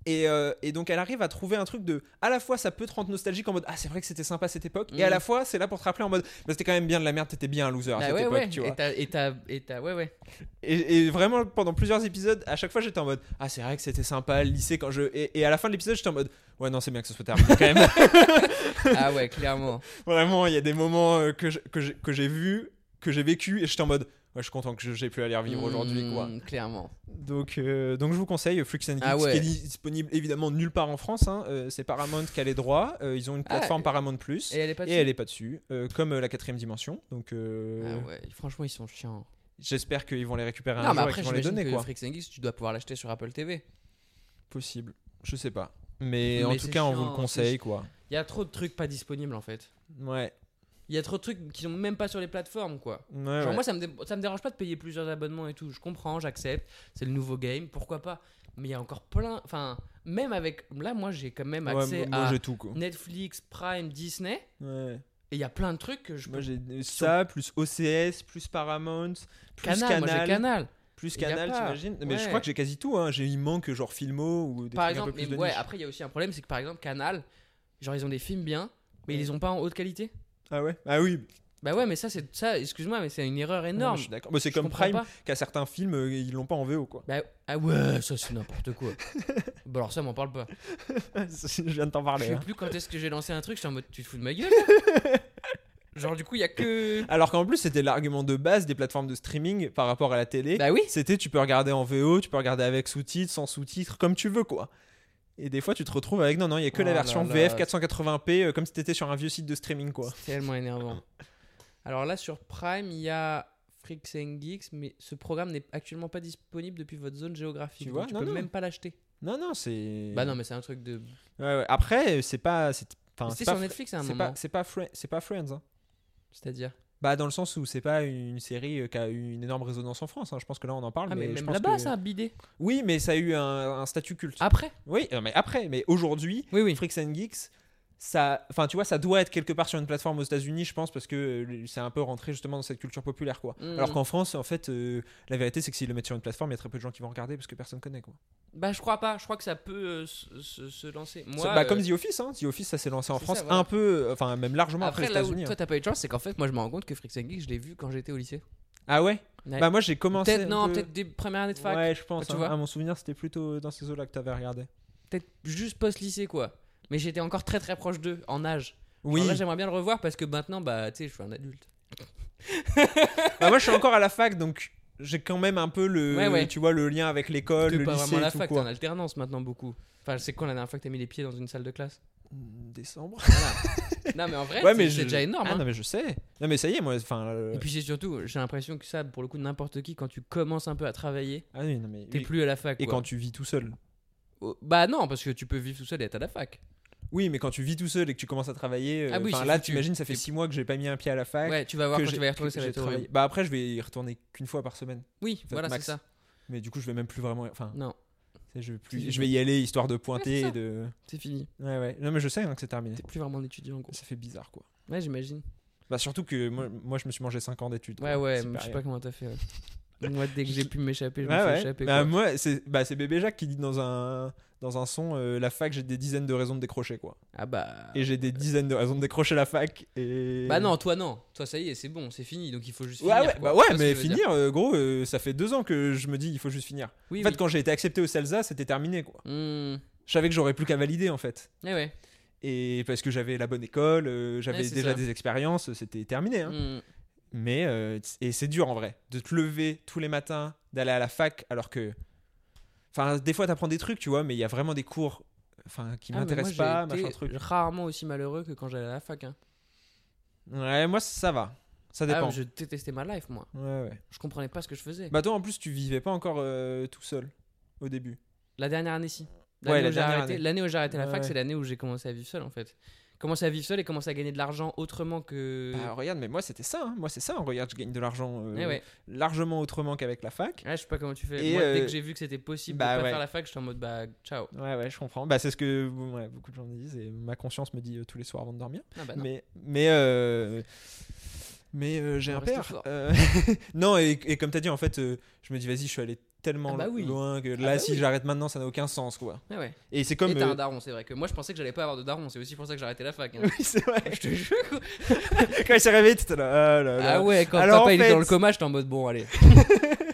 Speaker 5: et, euh, et donc elle arrive à trouver un truc de, à la fois ça peut te rendre nostalgique en mode ah c'est vrai que c'était sympa cette époque et à
Speaker 6: Mhm.
Speaker 5: la fois c'est là pour te rappeler en mode bah, c'était quand même bien de la merde, t'étais bien un loser à
Speaker 6: Bah
Speaker 5: cette
Speaker 6: ouais,
Speaker 5: époque,
Speaker 6: ouais.
Speaker 5: tu vois.
Speaker 6: Et t'as- Et t'as. Et t'as. Ouais, (laughs) ouais.
Speaker 5: Et, et vraiment, pendant plusieurs épisodes, à chaque fois, j'étais en mode Ah, c'est vrai que c'était sympa le lycée quand je. Et, et à la fin de l'épisode, j'étais en mode Ouais, non, c'est bien que ce soit terminé quand même.
Speaker 6: Ah ouais, clairement.
Speaker 5: Vraiment, il y a des moments euh, que je- que j'ai que j'ai vus, que j'ai vécu, et j'étais en mode Ouais, je suis content que je- j'ai pu aller revivre aujourd'hui, quoi.
Speaker 6: Mmh, Clairement.
Speaker 5: Donc, euh, donc, je vous conseille Flux and Geeks,
Speaker 6: Ah ouais.
Speaker 5: qui est di- disponible évidemment nulle part en France. hein. Euh, c'est Paramount qui a les droits. Euh, ils ont une
Speaker 6: Ah,
Speaker 5: plateforme Paramount Plus.
Speaker 6: Et
Speaker 5: Et,
Speaker 6: elle est pas
Speaker 5: elle
Speaker 6: dessus.
Speaker 5: est pas dessus, euh, comme euh, la quatrième dimension. Donc, euh,
Speaker 6: Ah ouais, franchement, ils sont chiants.
Speaker 5: j'espère qu'ils vont les récupérer Bah, un
Speaker 6: Non, mais
Speaker 5: jour et
Speaker 6: après,
Speaker 5: qu'ils vont les
Speaker 6: j'imagine
Speaker 5: donner,
Speaker 6: que
Speaker 5: quoi.
Speaker 6: Freaks and Geeks, tu dois pouvoir l'acheter sur Apple TV.
Speaker 5: Possible, je sais pas. Mais,
Speaker 6: Mais
Speaker 5: en
Speaker 6: c'est
Speaker 5: tout cas, on vous
Speaker 6: chiant, hein,
Speaker 5: le
Speaker 6: c'est
Speaker 5: conseille,
Speaker 6: chi-
Speaker 5: quoi.
Speaker 6: Il y a trop de trucs pas disponibles en fait.
Speaker 5: Ouais.
Speaker 6: Il y a trop de trucs qui sont même pas sur les plateformes, quoi.
Speaker 5: ouais,
Speaker 6: Genre,
Speaker 5: Ah ouais.
Speaker 6: moi, ça me, dé- ça me dérange pas de payer plusieurs abonnements et tout. Je comprends, j'accepte. C'est le nouveau game, pourquoi pas. Mais il y a encore plein. Enfin, même avec. Là, moi, j'ai quand même
Speaker 5: Ouais,
Speaker 6: accès
Speaker 5: moi,
Speaker 6: à
Speaker 5: j'ai tout, quoi.
Speaker 6: Netflix, Prime, Disney.
Speaker 5: Ouais.
Speaker 6: Et il y a plein de trucs que je
Speaker 5: Moi,
Speaker 6: peux.
Speaker 5: j'ai ça, plus OCS, plus Paramount, plus
Speaker 6: Canal, moi, j'ai Canal.
Speaker 5: plus
Speaker 6: Il y a
Speaker 5: Canal,
Speaker 6: pas.
Speaker 5: t'imagines Mais je
Speaker 6: Ouais.
Speaker 5: crois que j'ai quasi tout, hein. J'ai, il manque genre Filmo ou des
Speaker 6: par
Speaker 5: trucs un
Speaker 6: exemple,
Speaker 5: peu plus
Speaker 6: mais
Speaker 5: de
Speaker 6: ouais,
Speaker 5: niche.
Speaker 6: après il y a aussi un problème, c'est que par exemple Canal, genre ils ont des films bien, mais ils les ont pas en haute qualité.
Speaker 5: Ah ouais Ah oui,
Speaker 6: Bah ouais, mais ça c'est ça, excuse-moi, mais c'est une erreur
Speaker 5: non,
Speaker 6: énorme.
Speaker 5: je suis d'accord. Bah, c'est
Speaker 6: Je
Speaker 5: comme
Speaker 6: comprends
Speaker 5: Prime,
Speaker 6: pas.
Speaker 5: qu'à certains films, euh, ils l'ont pas en VO, quoi.
Speaker 6: Bah ah ouais, ça c'est n'importe
Speaker 5: (laughs)
Speaker 6: quoi. bah alors ça m'en parle pas.
Speaker 5: je viens de
Speaker 6: (laughs)
Speaker 5: t'en
Speaker 6: Je
Speaker 5: parler.
Speaker 6: sais
Speaker 5: hein.
Speaker 6: plus quand est-ce que j'ai lancé un truc, j'étais en mode tu te fous de ma
Speaker 5: (laughs)
Speaker 6: gueule. là genre du coup il y a que
Speaker 5: Alors qu'en plus, c'était l'argument de base des plateformes de streaming par rapport à la télé.
Speaker 6: Bah oui.
Speaker 5: c'était tu peux regarder en VO, tu peux regarder avec sous-titres, sans sous-titres, comme tu veux quoi. Et des fois tu te retrouves avec non non, il y a que
Speaker 6: Oh
Speaker 5: la
Speaker 6: là
Speaker 5: version
Speaker 6: là.
Speaker 5: VF 480p euh, comme si t'étais sur un vieux site de streaming quoi.
Speaker 6: C'est tellement énervant. Alors là, sur Prime, il y a Freaks and Geeks, mais ce programme n'est actuellement pas disponible depuis votre zone géographique.
Speaker 5: Tu
Speaker 6: Tu
Speaker 5: vois
Speaker 6: tu
Speaker 5: Non,
Speaker 6: peux
Speaker 5: non.
Speaker 6: même pas l'acheter.
Speaker 5: Non non, c'est
Speaker 6: Bah non, mais c'est un truc de.
Speaker 5: Ouais, ouais. Après euh, c'est pas c'est enfin,
Speaker 6: C'était
Speaker 5: pas
Speaker 6: sur
Speaker 5: Fr-
Speaker 6: Netflix à un
Speaker 5: c'est
Speaker 6: moment.
Speaker 5: pas c'est pas Fri- c'est pas Friends hein.
Speaker 6: C'est-à-dire
Speaker 5: Bah, dans le sens où c'est pas une série euh, qui a eu une énorme résonance en France. hein. Je pense que là, on en parle.
Speaker 6: Ah, mais,
Speaker 5: je
Speaker 6: même
Speaker 5: pense
Speaker 6: là-bas,
Speaker 5: que-
Speaker 6: ça Ah. a bidé.
Speaker 5: Oui, mais ça a eu un, un statut culte.
Speaker 6: Après
Speaker 5: Oui, euh, mais après, mais aujourd'hui,
Speaker 6: Oui, oui.
Speaker 5: Freaks and Geeks, ça, enfin, tu vois, ça doit être quelque part sur une plateforme aux États-Unis, je pense, parce que euh, c'est un peu rentré justement dans cette culture populaire, quoi.
Speaker 6: Mm.
Speaker 5: Alors qu'en France, en fait, euh, la vérité, c'est que s'ils le mettent sur une plateforme, il y a très peu de gens qui vont regarder parce que personne connaît, quoi.
Speaker 6: Bah, je crois pas. Je crois que ça peut euh, se, se- se lancer. Moi,
Speaker 5: Ça- bah,
Speaker 6: euh,
Speaker 5: comme The Office, hein. The Office, ça s'est lancé en
Speaker 6: c'est
Speaker 5: France
Speaker 6: ça, voilà.
Speaker 5: un peu, euh, enfin, même largement après,
Speaker 6: après, là
Speaker 5: les
Speaker 6: où
Speaker 5: États-Unis.
Speaker 6: toi,
Speaker 5: hein.
Speaker 6: t'as pas eu de chance, c'est qu'en fait, moi, je me rends compte que Freaks and Geeks, je l'ai vu quand j'étais au lycée.
Speaker 5: Ah ouais,
Speaker 6: Ouais.
Speaker 5: Bah, moi, j'ai commencé.
Speaker 6: Peut-être,
Speaker 5: un
Speaker 6: non,
Speaker 5: peu-
Speaker 6: peut-être des premières années de fac.
Speaker 5: Ouais, je pense.
Speaker 6: tu
Speaker 5: hein.
Speaker 6: vois.
Speaker 5: À mon souvenir, c'était plutôt dans ces eaux-là que t'avais regardé.
Speaker 6: Peut-être juste post-lycée, quoi. Mais j'étais encore très très proche d'eux, en âge.
Speaker 5: Oui.
Speaker 6: Genre là, j'aimerais bien le revoir parce que maintenant, bah, tu sais, je suis un adulte.
Speaker 5: Bah, moi, je suis encore à la fac, donc j'ai quand même un peu le,
Speaker 6: Ouais, ouais.
Speaker 5: tu vois, le lien avec l'école,
Speaker 6: T'es
Speaker 5: le
Speaker 6: pas
Speaker 5: lycée,
Speaker 6: vraiment à la
Speaker 5: et tout,
Speaker 6: fac, t'es
Speaker 5: quoi.
Speaker 6: en alternance maintenant beaucoup. Enfin, c'est quand la dernière fois que t'as mis les pieds dans une salle de
Speaker 5: (laughs)
Speaker 6: classe
Speaker 5: Décembre.
Speaker 6: Voilà. Non, mais en vrai,
Speaker 5: Ouais,
Speaker 6: c'est- c'est
Speaker 5: mais je-
Speaker 6: déjà énorme.
Speaker 5: Ah
Speaker 6: hein.
Speaker 5: non mais je sais. Non mais ça y est moi. Enfin. euh,
Speaker 6: Et puis c'est surtout, j'ai l'impression que ça, pour le coup, n'importe qui, quand tu commences un peu à travailler,
Speaker 5: ah oui non mais.
Speaker 6: t'es
Speaker 5: oui.
Speaker 6: plus à la fac.
Speaker 5: Et
Speaker 6: quoi.
Speaker 5: quand tu vis tout seul.
Speaker 6: Oh, Bah non, parce que tu peux vivre tout seul et être à la fac.
Speaker 5: Oui mais quand tu vis tout seul et que tu commences à travailler. euh,
Speaker 6: Ah oui,
Speaker 5: enfin,
Speaker 6: c'est
Speaker 5: là
Speaker 6: foutu.
Speaker 5: t'imagines ça fait
Speaker 6: Et-
Speaker 5: 6 mois que j'ai pas mis un pied à la fac.
Speaker 6: Ouais, tu vas voir
Speaker 5: que
Speaker 6: quand tu
Speaker 5: j'ai-
Speaker 6: vas y retourner,
Speaker 5: que
Speaker 6: ça va
Speaker 5: j'ai
Speaker 6: être
Speaker 5: travaillé.
Speaker 6: horrible.
Speaker 5: Bah après je vais y retourner qu'une fois par semaine.
Speaker 6: Oui, voilà, c'est
Speaker 5: max.
Speaker 6: ça.
Speaker 5: Mais du coup je vais même plus vraiment. Enfin.
Speaker 6: Non,
Speaker 5: tu sais, Je vais
Speaker 6: Si,
Speaker 5: plus.
Speaker 6: si.
Speaker 5: Je vais y aller histoire de
Speaker 6: Ouais,
Speaker 5: pointer
Speaker 6: c'est
Speaker 5: et de.
Speaker 6: c'est fini.
Speaker 5: Ouais ouais. Non mais je sais hein, que c'est terminé.
Speaker 6: T'es plus vraiment un étudiant, en gros.
Speaker 5: Ça fait bizarre quoi.
Speaker 6: Ouais, j'imagine.
Speaker 5: Bah surtout que moi, moi je me suis mangé 5 ans d'études.
Speaker 6: Ouais,
Speaker 5: quoi.
Speaker 6: ouais,
Speaker 5: C'est
Speaker 6: mais je sais
Speaker 5: pareil.
Speaker 6: pas comment t'as fait. ouais. (laughs) Moi, dès que j'ai pu m'échapper, je me
Speaker 5: Ouais,
Speaker 6: suis
Speaker 5: ouais.
Speaker 6: échappé.
Speaker 5: Bah,
Speaker 6: quoi.
Speaker 5: moi, c'est bah, c'est Bébé Jacques qui dit dans un, dans un son euh, La fac, j'ai des dizaines de raisons de décrocher, quoi.
Speaker 6: Ah bah.
Speaker 5: Et j'ai des dizaines de raisons de décrocher la fac. Et...
Speaker 6: Bah non, toi non. Toi, ça y est, c'est bon, c'est fini. Donc il faut juste
Speaker 5: Ouais,
Speaker 6: finir. quoi.
Speaker 5: ouais, bah
Speaker 6: Tu vois
Speaker 5: ouais
Speaker 6: ce que je
Speaker 5: mais
Speaker 6: veux dire
Speaker 5: finir, euh, gros, euh, ça fait deux ans que je me dis il faut juste finir.
Speaker 6: Oui,
Speaker 5: en fait,
Speaker 6: oui.
Speaker 5: quand j'ai été accepté au CELSA, c'était terminé, quoi.
Speaker 6: Hmm.
Speaker 5: Je savais que j'aurais plus qu'à valider, en fait.
Speaker 6: Eh ouais.
Speaker 5: Et parce que j'avais la bonne école, euh, j'avais
Speaker 6: Ouais, c'est
Speaker 5: déjà
Speaker 6: ça.
Speaker 5: des expériences, c'était terminé. hein.
Speaker 6: Hmm.
Speaker 5: Mais euh, t- et c'est dur en vrai de te lever tous les matins, d'aller à la fac alors que enfin des fois t'apprends des trucs, tu vois, mais il y a vraiment des cours enfin qui
Speaker 6: Ah, mais
Speaker 5: m'intéressent
Speaker 6: moi,
Speaker 5: pas,
Speaker 6: j'ai
Speaker 5: machin
Speaker 6: été
Speaker 5: truc.
Speaker 6: Rarement aussi malheureux que quand j'allais à la fac. Hein.
Speaker 5: Ouais, moi ça va. Ça
Speaker 6: euh, Ah,
Speaker 5: dépend.
Speaker 6: mais je détestais ma life, moi.
Speaker 5: Ouais ouais.
Speaker 6: Je comprenais pas ce que je faisais.
Speaker 5: Bah toi en plus tu vivais pas encore euh, tout seul au début.
Speaker 6: La dernière année, si. L'année
Speaker 5: Ouais, la
Speaker 6: où j'ai
Speaker 5: dernière
Speaker 6: arrêté-
Speaker 5: année.
Speaker 6: L'année où j'ai arrêté la
Speaker 5: Ouais,
Speaker 6: fac,
Speaker 5: ouais.
Speaker 6: c'est l'année où j'ai commencé à vivre seul, en fait. Commencé à vivre seul et commencé à gagner de l'argent autrement que.
Speaker 5: Bah regarde, mais moi c'était ça, hein. moi c'est ça, regarde, je gagne de l'argent euh,
Speaker 6: Euh, Eh ouais.
Speaker 5: largement autrement qu'avec la fac.
Speaker 6: Ouais, je sais pas comment tu fais.
Speaker 5: Et,
Speaker 6: Moi, dès
Speaker 5: euh,
Speaker 6: que j'ai vu que c'était possible
Speaker 5: bah
Speaker 6: de pas
Speaker 5: ouais.
Speaker 6: faire la fac, j'étais en mode bah ciao.
Speaker 5: Ouais ouais, je comprends. Bah c'est ce que ouais, beaucoup de gens me disent et ma conscience me dit euh, tous les soirs avant de dormir.
Speaker 6: Ah, bah, non.
Speaker 5: mais mais euh, mais euh, j'ai
Speaker 6: On
Speaker 5: un
Speaker 6: reste
Speaker 5: père
Speaker 6: fort.
Speaker 5: Euh, (laughs) non et, et comme t'as dit en fait euh, je me dis vas-y je suis allé tellement
Speaker 6: Ah bah oui.
Speaker 5: loin que là
Speaker 6: bah
Speaker 5: si
Speaker 6: oui.
Speaker 5: j'arrête maintenant ça n'a aucun sens quoi
Speaker 6: Ah, Ouais, ouais.
Speaker 5: et c'est comme
Speaker 6: Et t'as
Speaker 5: (laughs) euh,
Speaker 6: un daron, c'est vrai que moi je pensais que j'allais pas avoir de daron, c'est aussi pour ça que j'ai arrêté la fac.
Speaker 5: (laughs)
Speaker 6: hein.
Speaker 5: oui c'est vrai
Speaker 6: je te jure. quoi.
Speaker 5: quand il s'est réveillé t'étais là, ah là là.
Speaker 6: Ah ouais, quand
Speaker 5: Alors,
Speaker 6: papa
Speaker 5: en
Speaker 6: il est
Speaker 5: fait-
Speaker 6: dans le coma, j'étais en mode bon,
Speaker 5: (laughs)
Speaker 6: allez.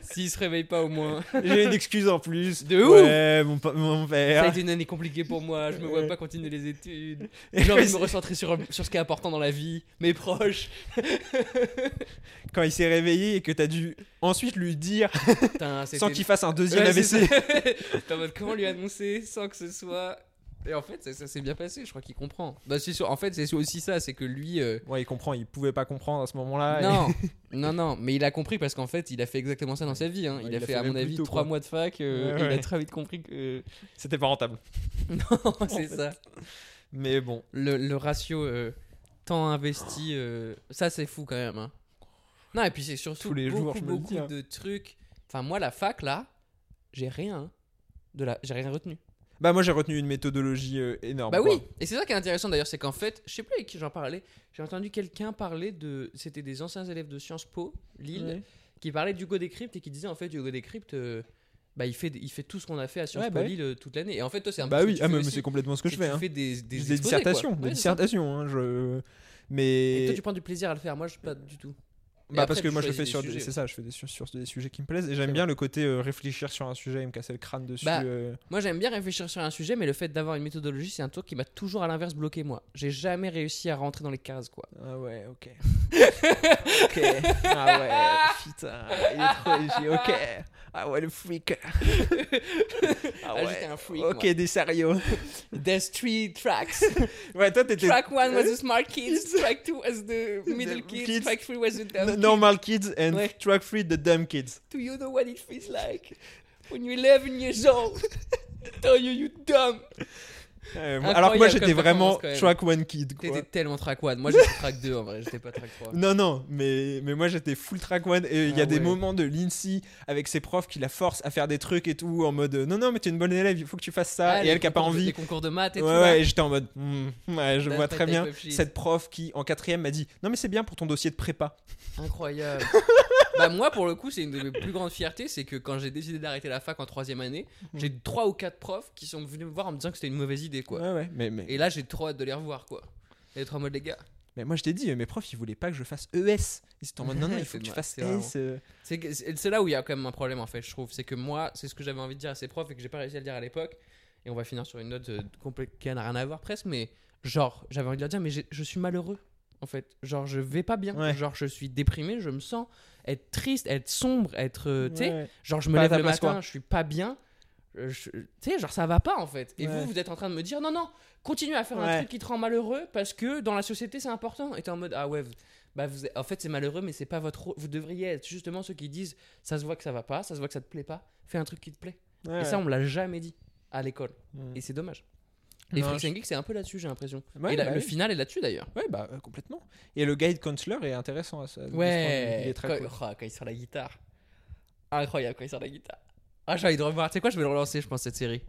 Speaker 6: S'il se réveille pas au moins.
Speaker 5: j'ai une excuse en
Speaker 6: (laughs)
Speaker 5: plus
Speaker 6: De ouf.
Speaker 5: ouais mon, pa- mon
Speaker 6: Ça a
Speaker 5: père
Speaker 6: été une année compliquée pour moi, je me vois pas continuer les études.
Speaker 5: Et
Speaker 6: J'ai
Speaker 5: quand,
Speaker 6: envie
Speaker 5: il (laughs)
Speaker 6: de me
Speaker 5: s'est-
Speaker 6: recentrer sur, sur ce qui est important dans la vie, mes proches.
Speaker 5: quand il s'est réveillé et que t'as dû ensuite lui dire
Speaker 6: Putain, c'était-
Speaker 5: sans qu'il fasse un deuxième
Speaker 6: Ouais, c'est
Speaker 5: AVC
Speaker 6: ça. (laughs) T'es en mode comment lui annoncer sans que ce soit. Et en fait, ça, ça s'est bien passé, je crois qu'il comprend. Bah, c'est sûr, en fait, c'est aussi ça, c'est que lui. euh,
Speaker 5: ouais il comprend il pouvait pas comprendre à ce moment là
Speaker 6: Non, non, non, mais il a compris parce qu'en fait, il a fait exactement ça dans sa vie. hein.
Speaker 5: Ouais,
Speaker 6: il, a fait, à
Speaker 5: même
Speaker 6: mon
Speaker 5: plus
Speaker 6: avis,
Speaker 5: tôt,
Speaker 6: trois
Speaker 5: quoi.
Speaker 6: mois de fac. euh,
Speaker 5: Ouais,
Speaker 6: et Il a
Speaker 5: ouais.
Speaker 6: très vite compris
Speaker 5: (laughs)
Speaker 6: que.
Speaker 5: (laughs) c'était pas rentable
Speaker 6: non, c'est ça.
Speaker 5: mais bon
Speaker 6: Le, le ratio euh, temps investi, euh, ça, c'est fou quand même. hein. Non, et puis c'est surtout
Speaker 5: Tous les
Speaker 6: beaucoup,
Speaker 5: jours, je me le
Speaker 6: beaucoup
Speaker 5: dis, hein.
Speaker 6: de trucs. Enfin, moi, la fac, là, j'ai rien. De la... J'ai rien retenu.
Speaker 5: bah moi j'ai retenu une méthodologie euh, énorme
Speaker 6: Bah
Speaker 5: quoi.
Speaker 6: oui, et c'est ça qui est intéressant d'ailleurs, c'est qu'en fait, je sais plus avec qui j'en parlais, j'ai entendu quelqu'un parler de. C'était des anciens élèves de Sciences Po, Lille,
Speaker 5: Ouais.
Speaker 6: qui parlait d'Hugo Décrypte et qui disait en fait, Hugo Décrypte, euh, bah, il, fait, il fait tout ce qu'on a fait à Sciences
Speaker 5: Ouais,
Speaker 6: Po
Speaker 5: bah oui.
Speaker 6: Lille euh, toute l'année. Et en fait, toi, c'est un
Speaker 5: Bah
Speaker 6: peu.
Speaker 5: oui, ah, mais mais c'est complètement ce que je fais.
Speaker 6: Tu
Speaker 5: hein.
Speaker 6: fais des, des,
Speaker 5: J'ai des
Speaker 6: exposés, quoi.
Speaker 5: dissertations,
Speaker 6: Ouais,
Speaker 5: des
Speaker 6: c'est ça.
Speaker 5: dissertations. hein, je...
Speaker 6: Et
Speaker 5: Mais
Speaker 6: toi, tu prends du plaisir à le faire, moi, je pas du tout. Et
Speaker 5: bah
Speaker 6: après,
Speaker 5: parce que
Speaker 6: tu
Speaker 5: moi je le
Speaker 6: choisis
Speaker 5: fais
Speaker 6: des
Speaker 5: sur, des-
Speaker 6: sujets.
Speaker 5: c'est ça, je fais des sur, sur des sujets qui me plaisent et
Speaker 6: C'est
Speaker 5: j'aime bien le côté euh, réfléchir sur un sujet et me casser le crâne dessus.
Speaker 6: Bah,
Speaker 5: euh.
Speaker 6: Moi, j'aime bien réfléchir sur un sujet, mais le fait d'avoir une méthodologie, c'est un truc qui m'a toujours à l'inverse bloqué, moi. J'ai jamais réussi à rentrer dans les cases, quoi.
Speaker 5: Ah ouais, ok. ok. Ah ouais, putain, il est trop léger. Ok. Ah ouais, le freak. Ah
Speaker 6: Ah,
Speaker 5: ouais.
Speaker 6: j'étais un freak,
Speaker 5: ok, des sérieux.
Speaker 6: moi. There's three tracks.
Speaker 5: (laughs) Ouais, toi t'étais
Speaker 6: Track 1 was the smart kids, track 2 was the middle
Speaker 5: (laughs) The
Speaker 6: kids,
Speaker 5: kids.
Speaker 6: track 3 was the dumb
Speaker 5: n-
Speaker 6: kids.
Speaker 5: normal kids and
Speaker 6: Ouais.
Speaker 5: track free the dumb kids.
Speaker 6: Do you know what it
Speaker 5: (laughs)
Speaker 6: feels like when you're 11 years old? I Tell you you dumb.
Speaker 5: Euh, moi- alors que moi
Speaker 6: Incroyable
Speaker 5: j'étais
Speaker 6: comme
Speaker 5: vraiment
Speaker 6: performance, quand même.
Speaker 5: track one kid. quoi.
Speaker 6: T'étais tellement track 1. Moi, j'étais track 2 en vrai, j'étais pas track
Speaker 5: (laughs)
Speaker 6: 3.
Speaker 5: Non, non, mais, mais moi j'étais full track one et il y a
Speaker 6: Ah
Speaker 5: des
Speaker 6: ouais.
Speaker 5: moments de Lindsay avec ses profs qui la forcent à faire des trucs et tout en mode euh, non, non, mais t'es une bonne élève, il faut que tu fasses ça Ah, et elle qui a pas envie.
Speaker 6: Les concours de maths et
Speaker 5: Ouais,
Speaker 6: tout. là.
Speaker 5: ouais, et j'étais en mode hmm, ouais, je
Speaker 6: That's
Speaker 5: vois
Speaker 6: my
Speaker 5: très
Speaker 6: type
Speaker 5: bien
Speaker 6: of shit.
Speaker 5: cette prof qui en quatrième m'a dit non, mais c'est bien pour ton dossier de prépa. (laughs)
Speaker 6: Incroyable. bah moi pour le coup c'est une de mes plus grandes fiertés c'est que quand j'ai décidé d'arrêter la fac en troisième année
Speaker 5: Mhm.
Speaker 6: j'ai trois ou quatre profs qui sont venus me voir en me disant que c'était une mauvaise idée quoi.
Speaker 5: Ouais, ouais, mais, mais,
Speaker 6: Et là j'ai trop hâte de les revoir quoi. Les trois modes les gars.
Speaker 5: mais moi je t'ai dit, euh, mes profs ils voulaient pas que je fasse ES. Ils étaient
Speaker 6: (laughs)
Speaker 5: en mode non, non, il faut
Speaker 6: C'est
Speaker 5: que tu
Speaker 6: vrai,
Speaker 5: fasses
Speaker 6: c'est vraiment-
Speaker 5: ES. euh.
Speaker 6: C'est que- c'est c'est là où il y a quand même un problème en fait je trouve c'est que moi c'est ce que j'avais envie de dire à ces profs et que j'ai pas réussi à le dire à l'époque et on va finir sur une note euh, complè- qui n'a rien à voir presque mais genre j'avais envie de leur dire mais j'ai- je suis malheureux en fait genre je vais pas bien
Speaker 5: Ouais.
Speaker 6: genre je suis déprimé je me sens être triste être sombre être euh, tu sais
Speaker 5: Ouais, ouais.
Speaker 6: Genre, je me
Speaker 5: Pas à
Speaker 6: lève
Speaker 5: ta
Speaker 6: le
Speaker 5: place,
Speaker 6: matin,
Speaker 5: quoi.
Speaker 6: je suis pas bien. euh, je- Tu sais, genre, ça va pas en fait. Et
Speaker 5: Ouais.
Speaker 6: vous, vous êtes en train de me dire, non, non, continue à faire un
Speaker 5: Ouais.
Speaker 6: truc qui te rend malheureux parce que dans la société, c'est important. Et t'es en mode, ah ouais, vous- bah, vous, en fait, c'est malheureux, mais c'est pas votre. rôle. Vous devriez être justement ceux qui disent, ça se voit que ça va pas, ça se voit que ça te plaît pas, fais un truc qui te plaît.
Speaker 5: Ouais,
Speaker 6: Et ça, on
Speaker 5: ouais.
Speaker 6: me l'a jamais dit à l'école.
Speaker 5: Mm.
Speaker 6: Et c'est dommage. Et
Speaker 5: Non,
Speaker 6: Freaks
Speaker 5: je-
Speaker 6: and Geeks, c'est un peu là-dessus, j'ai l'impression.
Speaker 5: Ouais,
Speaker 6: et la-
Speaker 5: bah
Speaker 6: le
Speaker 5: oui.
Speaker 6: final est là-dessus d'ailleurs.
Speaker 5: Ouais, bah euh, complètement. Et le guide counselor est intéressant à ça. de ce point de vue.
Speaker 6: Ouais,
Speaker 5: Il est très
Speaker 6: quand,
Speaker 5: cool.
Speaker 6: oh, quand il sort la guitare. Incroyable quand il sort la guitare. Ah, j'ai envie de revoir. Tu sais quoi, je vais le relancer, je pense, cette série.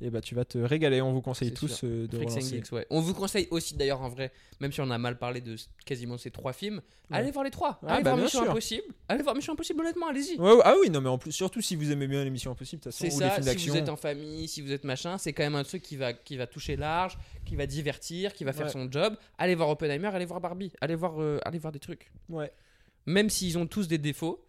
Speaker 5: Et bah tu vas te régaler, on vous conseille
Speaker 6: C'est
Speaker 5: tous
Speaker 6: sûr.
Speaker 5: euh, de
Speaker 6: Freaks and
Speaker 5: relancer.
Speaker 6: Geeks, ouais. On vous conseille aussi, d'ailleurs, en vrai, même si on a mal parlé de s- quasiment ces trois films, allez voir les trois.
Speaker 5: Ouais,
Speaker 6: allez
Speaker 5: bah,
Speaker 6: Ah, voir
Speaker 5: bien
Speaker 6: Mission
Speaker 5: sûr.
Speaker 6: Impossible. Allez voir Mission Impossible, honnêtement, allez-y.
Speaker 5: Ouais, ouais, ah oui, non mais en plus, surtout si vous aimez bien l'émission Impossible, de toute façon,
Speaker 6: C'est
Speaker 5: ou les
Speaker 6: ça,
Speaker 5: films
Speaker 6: si
Speaker 5: d'action.
Speaker 6: vous êtes en famille, si vous êtes machin, c'est quand même un truc qui va, qui va toucher large, qui va divertir, qui va faire
Speaker 5: Ouais.
Speaker 6: son job. Allez voir Oppenheimer, allez voir Barbie, allez voir, euh, allez voir des trucs.
Speaker 5: Ouais.
Speaker 6: Même s'ils ont tous des défauts,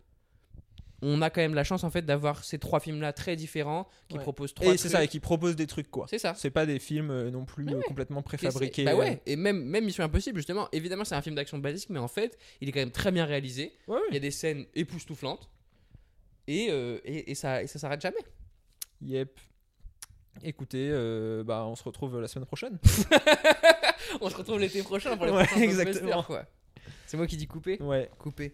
Speaker 6: on a quand même la chance en fait d'avoir ces trois films-là très différents qui
Speaker 5: Ouais.
Speaker 6: proposent trois
Speaker 5: Et c'est
Speaker 6: trucs.
Speaker 5: ça, et qui propose des trucs quoi.
Speaker 6: C'est ça.
Speaker 5: C'est pas des films euh, non plus
Speaker 6: Mais
Speaker 5: euh,
Speaker 6: ouais.
Speaker 5: complètement
Speaker 6: Qu'est-ce-
Speaker 5: préfabriqués.
Speaker 6: Bah
Speaker 5: euh.
Speaker 6: ouais, et même, même Mission Impossible, justement. Évidemment, c'est un film d'action basique, mais en fait, il est quand même très bien réalisé.
Speaker 5: Ouais,
Speaker 6: Il y
Speaker 5: ouais.
Speaker 6: a des scènes époustouflantes. Et, euh, et, et ça, et ça s'arrête jamais.
Speaker 5: Yep. Écoutez, euh, bah on se retrouve la semaine prochaine.
Speaker 6: On se retrouve l'été prochain pour les
Speaker 5: Ouais,
Speaker 6: prochains blockbusters,
Speaker 5: exactement.
Speaker 6: quoi. C'est moi qui dis couper.
Speaker 5: ouais.
Speaker 6: Couper.